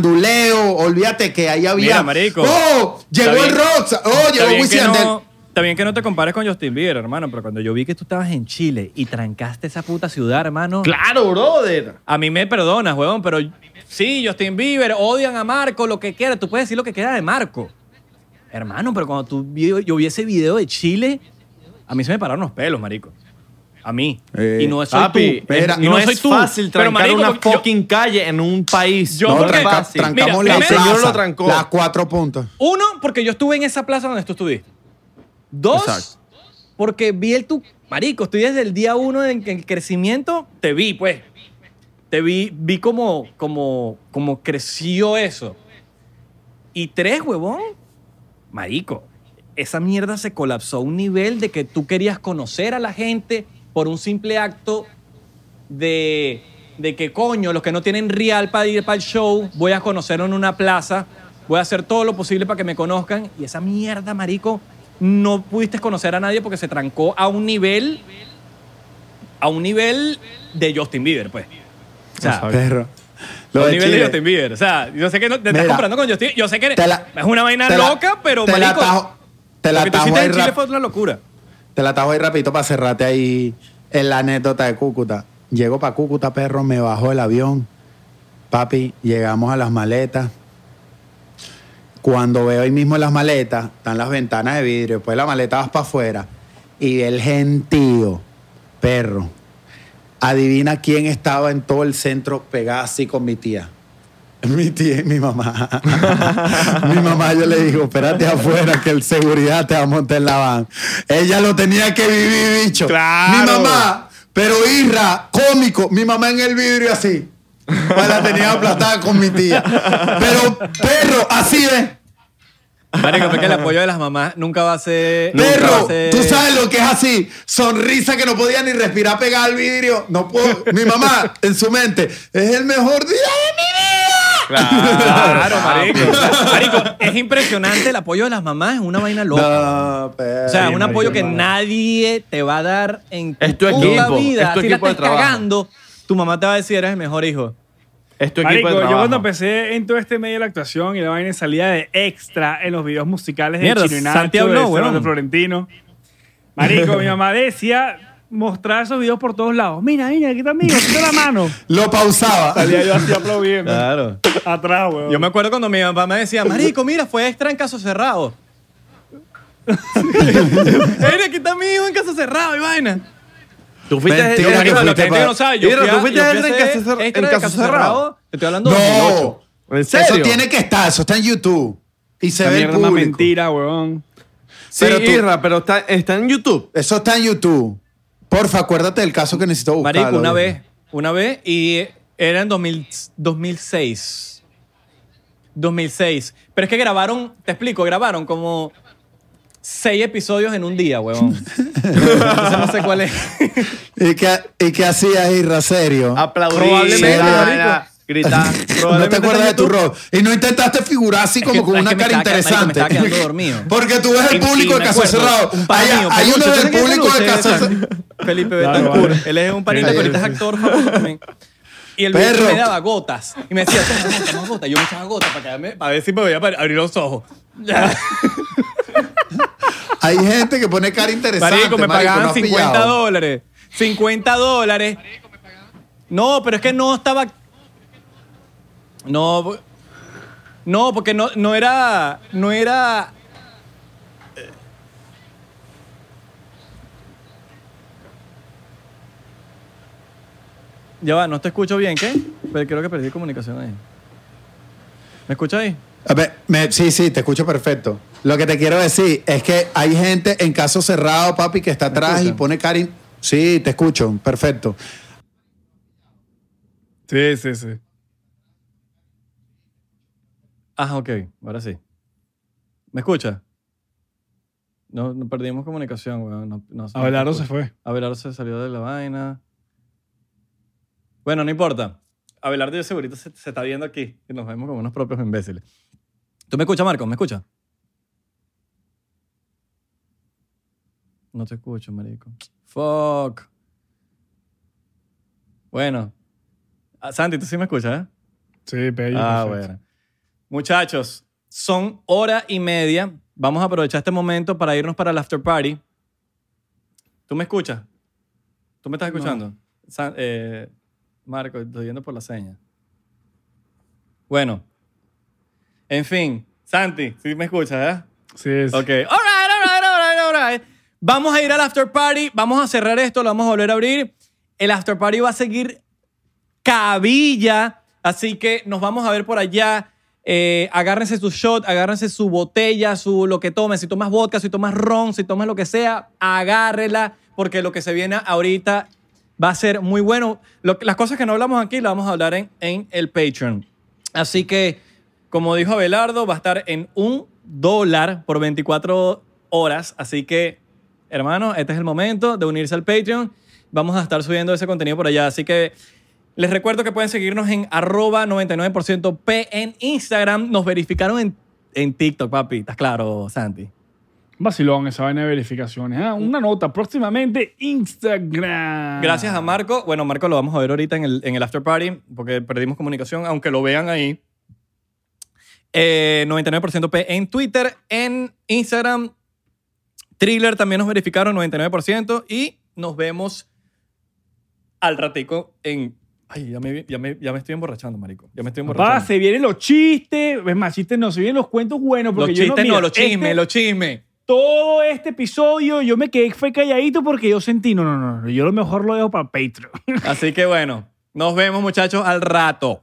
[SPEAKER 2] faranduleo, olvídate que ahí había...
[SPEAKER 1] Mira, marico.
[SPEAKER 2] ¡Oh! Llegó
[SPEAKER 1] Está
[SPEAKER 2] el
[SPEAKER 1] bien.
[SPEAKER 2] Rox. ¡Oh!
[SPEAKER 1] Está
[SPEAKER 2] Llegó
[SPEAKER 1] bien
[SPEAKER 2] Wisin
[SPEAKER 1] que
[SPEAKER 2] Yandel.
[SPEAKER 1] no- Está bien que no te compares con Justin Bieber, hermano, pero cuando yo vi que tú estabas en Chile y trancaste esa puta ciudad, hermano.
[SPEAKER 3] Claro, brother.
[SPEAKER 1] A mí me perdonas, huevón, pero sí, Justin Bieber, odian a Marco, lo que quiera. Tú puedes decir lo que quiera de Marco. Hermano, pero cuando tú vi- yo vi ese video de Chile, a mí se me pararon los pelos, marico. A mí.
[SPEAKER 2] Eh,
[SPEAKER 1] y no soy
[SPEAKER 3] Papi,
[SPEAKER 1] tú.
[SPEAKER 2] espera,
[SPEAKER 1] Y
[SPEAKER 3] no, es
[SPEAKER 1] soy tú.
[SPEAKER 3] fácil
[SPEAKER 1] Pero,
[SPEAKER 3] trancar
[SPEAKER 1] marico,
[SPEAKER 3] una
[SPEAKER 1] porque yo-
[SPEAKER 3] fucking calle en un país.
[SPEAKER 1] Yo
[SPEAKER 2] No,
[SPEAKER 1] porque-
[SPEAKER 2] tranca-
[SPEAKER 1] fácil.
[SPEAKER 2] trancamos
[SPEAKER 1] Mira, primero-
[SPEAKER 2] la plaza.
[SPEAKER 3] El señor lo trancó.
[SPEAKER 2] Las cuatro puntos.
[SPEAKER 1] Uno, porque yo estuve en esa plaza donde tú estuviste. Dos,
[SPEAKER 3] Exacto.
[SPEAKER 1] porque vi el tu. Marico, estoy desde el día uno en que el crecimiento te vi, pues. Te vi, vi como, como, como creció eso. Y tres, huevón. Marico, esa mierda se colapsó a un nivel de que tú querías conocer a la gente por un simple acto de, de que coño, los que no tienen real para ir para el show, voy a conocerlo en una plaza, voy a hacer todo lo posible para que me conozcan. Y esa mierda, marico, no pudiste conocer a nadie porque se trancó a un nivel, a un nivel de Justin Bieber, pues. O sea,
[SPEAKER 2] Perro.
[SPEAKER 1] a
[SPEAKER 2] Lo
[SPEAKER 1] un
[SPEAKER 2] de
[SPEAKER 1] nivel de
[SPEAKER 2] Chile.
[SPEAKER 1] Justin Bieber. O sea, yo sé que no, te estás
[SPEAKER 2] Mira,
[SPEAKER 1] comprando con Justin Yo sé que
[SPEAKER 2] te la-
[SPEAKER 1] es una vaina
[SPEAKER 2] te la-
[SPEAKER 1] loca, pero
[SPEAKER 2] te la
[SPEAKER 1] marico,
[SPEAKER 2] atajo- te la
[SPEAKER 1] lo que tú
[SPEAKER 2] atajo
[SPEAKER 1] hiciste
[SPEAKER 2] ahí
[SPEAKER 1] en Chile
[SPEAKER 2] rap-
[SPEAKER 1] fue una locura.
[SPEAKER 2] Te la atajo ahí rapidito para cerrarte ahí en la anécdota de Cúcuta. Llego para Cúcuta, perro, me bajó el avión. Papi, llegamos a las maletas. Cuando veo ahí mismo en las maletas, están las ventanas de vidrio. Después la maleta vas para afuera. Y el gentío, perro. Adivina quién estaba en todo el centro pegada así con mi tía. Mi tía y mi mamá. mi mamá, yo le digo, espérate afuera que el seguridad te va a montar en la van. Ella lo tenía que vivir, bicho.
[SPEAKER 4] Claro.
[SPEAKER 2] Mi mamá, pero irra, cómico. Mi mamá en el vidrio así. Pues la tenía aplastada con mi tía. Pero, perro, así es.
[SPEAKER 1] Marico, porque el apoyo de las mamás nunca va a ser. nunca va a
[SPEAKER 2] Perro,
[SPEAKER 1] ser-
[SPEAKER 2] tú sabes lo que es así. Sonrisa que no podía ni respirar pegada al vidrio. No puedo. Mi mamá, en su mente, es el mejor día de mi vida.
[SPEAKER 1] Claro, marico. Marico, es impresionante el apoyo de las mamás, es una vaina loca.
[SPEAKER 2] No, perro.
[SPEAKER 1] o sea,
[SPEAKER 4] Sí,
[SPEAKER 1] un
[SPEAKER 4] marico,
[SPEAKER 1] apoyo que
[SPEAKER 4] hermano.
[SPEAKER 1] nadie te va a dar en
[SPEAKER 3] Es tu
[SPEAKER 1] puta
[SPEAKER 3] equipo,
[SPEAKER 1] vida.
[SPEAKER 3] es tu
[SPEAKER 1] si la
[SPEAKER 3] equipo de
[SPEAKER 1] estás
[SPEAKER 3] trabajo.
[SPEAKER 1] cagando, tu mamá te va a decir, eres el mejor hijo.
[SPEAKER 3] Es tu equipo
[SPEAKER 4] Marico,
[SPEAKER 3] de
[SPEAKER 4] yo
[SPEAKER 3] trabajo.
[SPEAKER 4] cuando empecé en todo este medio de la actuación y la vaina salía de extra en los videos musicales de
[SPEAKER 1] Mierda,
[SPEAKER 4] Chino y Nacho,
[SPEAKER 1] Santiago
[SPEAKER 4] de
[SPEAKER 1] no,
[SPEAKER 4] Cerón
[SPEAKER 1] weón.
[SPEAKER 4] de Florentino. Marico, mi mamá decía mostrar esos videos por todos lados. Mira, mira, aquí está mi hijo, quita la mano.
[SPEAKER 2] Lo pausaba.
[SPEAKER 4] Salía yo así aplaudiendo.
[SPEAKER 1] Claro.
[SPEAKER 4] Atrás, weón.
[SPEAKER 1] Yo me acuerdo cuando mi papá me decía, marico, mira, fue extra en caso cerrado. Mira, aquí está mi hijo en caso cerrado y vaina.
[SPEAKER 3] Tú fuiste
[SPEAKER 2] Mentira
[SPEAKER 3] yo-
[SPEAKER 2] que
[SPEAKER 1] Marico, lo
[SPEAKER 2] fuiste
[SPEAKER 1] que
[SPEAKER 2] pa-
[SPEAKER 1] gente no sabe, yo
[SPEAKER 3] Mira,
[SPEAKER 1] fui
[SPEAKER 3] tú
[SPEAKER 1] a-
[SPEAKER 3] fuiste
[SPEAKER 1] yo fui a
[SPEAKER 3] extra en
[SPEAKER 1] hacer
[SPEAKER 3] caso cerra- en
[SPEAKER 1] extra de
[SPEAKER 3] caso cerrado.
[SPEAKER 1] Te estoy hablando de 2008.
[SPEAKER 2] No.
[SPEAKER 3] ¿En serio?
[SPEAKER 2] Eso tiene que estar. Eso está en YouTube. Y se
[SPEAKER 4] Esa
[SPEAKER 2] ve el
[SPEAKER 4] mierda es una
[SPEAKER 2] público.
[SPEAKER 4] mentira, weón.
[SPEAKER 3] Sí,
[SPEAKER 2] Pero tú-
[SPEAKER 3] Irra, pero está, está en YouTube.
[SPEAKER 2] Eso está en YouTube. Porfa, acuérdate del caso que necesito buscar.
[SPEAKER 1] Marico, una vez, una vez, y era en 2000 2006. 2006. Pero es que grabaron, te explico, grabaron como seis episodios en un día, huevón. Entonces no sé cuál es.
[SPEAKER 2] ¿Y qué, y qué hacías, Irra, serio?
[SPEAKER 1] Ah,
[SPEAKER 3] Aplaudir.
[SPEAKER 1] Probablemente,
[SPEAKER 3] dar,
[SPEAKER 1] marico.
[SPEAKER 3] dar, gritar.
[SPEAKER 2] No te
[SPEAKER 3] Probablemente
[SPEAKER 2] acuerdas
[SPEAKER 3] está
[SPEAKER 2] de
[SPEAKER 3] en
[SPEAKER 2] tu
[SPEAKER 3] YouTube.
[SPEAKER 2] rol. Y no intentaste figurar así
[SPEAKER 1] que-
[SPEAKER 2] como con
[SPEAKER 1] es
[SPEAKER 2] una
[SPEAKER 1] que me
[SPEAKER 2] cara
[SPEAKER 1] estaba que- marico, me
[SPEAKER 2] interesante.
[SPEAKER 1] estaba quedando dormido.
[SPEAKER 2] Porque tú ves el público de
[SPEAKER 1] me
[SPEAKER 2] Caso
[SPEAKER 1] acuerdo,
[SPEAKER 2] Cerrado.
[SPEAKER 1] un pana
[SPEAKER 2] Hay,
[SPEAKER 1] mío,
[SPEAKER 2] hay
[SPEAKER 1] peluche,
[SPEAKER 2] uno
[SPEAKER 1] ¿tú
[SPEAKER 2] del
[SPEAKER 1] sabes quién es
[SPEAKER 2] público de
[SPEAKER 1] peluche?
[SPEAKER 2] Caso Cerrado.
[SPEAKER 1] Felipe
[SPEAKER 4] Claro,
[SPEAKER 1] Betancourt.
[SPEAKER 4] vale.
[SPEAKER 1] Él es un panita,
[SPEAKER 4] Sí,
[SPEAKER 1] pero ahorita es
[SPEAKER 4] sí.
[SPEAKER 1] actor famoso también. Y el bicho
[SPEAKER 2] Perro.
[SPEAKER 1] me daba gotas. Y me decía, toma gotas, toma gotas. Yo me echaba gotas para, quedarme, para ver si me voy a abrir los ojos.
[SPEAKER 2] Hay gente que pone cara interesante.
[SPEAKER 1] Marico, me
[SPEAKER 2] marico, no
[SPEAKER 1] pagaban
[SPEAKER 2] has
[SPEAKER 1] 50
[SPEAKER 2] pillado.
[SPEAKER 1] dólares. 50 dólares. No, pero es que no estaba. No. po- No, porque no, no era. No era. eh. Ya va, no te escucho bien, ¿qué? Pero creo que perdí comunicación ahí. ¿Me escuchas ahí?
[SPEAKER 2] A ver, me- sí, sí, te escucho perfecto. Lo que te quiero decir es que hay gente en caso cerrado, papi, que está atrás y
[SPEAKER 1] escuchan?
[SPEAKER 2] pone cara. in- Sí, te escucho, perfecto.
[SPEAKER 1] Sí, sí, sí. Ah, ok, ahora sí. ¿Me escucha? No, no perdimos comunicación, weón. No, no- no-
[SPEAKER 4] Abelardo se fue.
[SPEAKER 1] Abelardo se salió de la vaina. Bueno, no importa. Abelardo yo segurito se, se está viendo aquí y nos vemos como unos propios imbéciles. ¿Tú me escuchas, Marcos? ¿Me escuchas? No te escucho, marico. Fuck. Bueno. Ah, Santi, tú sí me escuchas, ¿eh?
[SPEAKER 4] Sí, pero
[SPEAKER 1] Ah, bueno. Muchachos, son hora y media. Vamos a aprovechar este momento para irnos para el after party. ¿Tú me escuchas? ¿Tú me estás escuchando? San- eh, Marco, estoy yendo por la seña. Bueno. En fin. Santi, sí me escuchas, ¿eh?
[SPEAKER 4] Sí,
[SPEAKER 1] Ok.
[SPEAKER 4] sí.
[SPEAKER 1] All right, all right, all right, all right. Vamos a ir al after party. Vamos a cerrar esto. Lo vamos a volver a abrir. El after party va a seguir cabilla. Así que nos vamos a ver por allá. Eh, agárrense su shot, agárrense su botella, su lo que tomen. Si tomas vodka, si tomas ron, si tomas lo que sea, agárrela. Porque lo que se viene ahorita va a ser muy bueno. Lo- las cosas que no hablamos aquí las vamos a hablar en, en el Patreon. Así que, como dijo Abelardo, va a estar en un dólar por 24 horas. Así que, hermanos, este es el momento de unirse al Patreon. Vamos a estar subiendo ese contenido por allá. Así que les recuerdo que pueden seguirnos en arroba 99% P en Instagram. Nos verificaron en, en TikTok, papi. ¿Estás claro, Santi?
[SPEAKER 4] Vacilón, esa vaina de verificaciones. Ah, una nota. Próximamente Instagram.
[SPEAKER 1] Gracias a Marco. Bueno, Marco lo vamos a ver ahorita en el, en el after party porque perdimos comunicación, aunque lo vean ahí. Eh, 99% P en Twitter, en Instagram. Thriller también nos verificaron 99% y nos vemos al ratico en... Ay, ya me, ya me, ya me estoy emborrachando, marico. Ya me estoy
[SPEAKER 4] Papá,
[SPEAKER 1] emborrachando.
[SPEAKER 4] se vienen los chistes. Es más, chistes no, se vienen los cuentos buenos.
[SPEAKER 1] Los
[SPEAKER 4] Porque yo
[SPEAKER 1] chistes no,
[SPEAKER 4] mira,
[SPEAKER 1] los chismes,
[SPEAKER 4] este-
[SPEAKER 1] los chismes.
[SPEAKER 4] Todo este episodio yo me quedé fue calladito porque yo sentí, no, no, no, no, yo lo mejor lo dejo para Patreon.
[SPEAKER 1] Así que bueno, nos vemos muchachos al rato.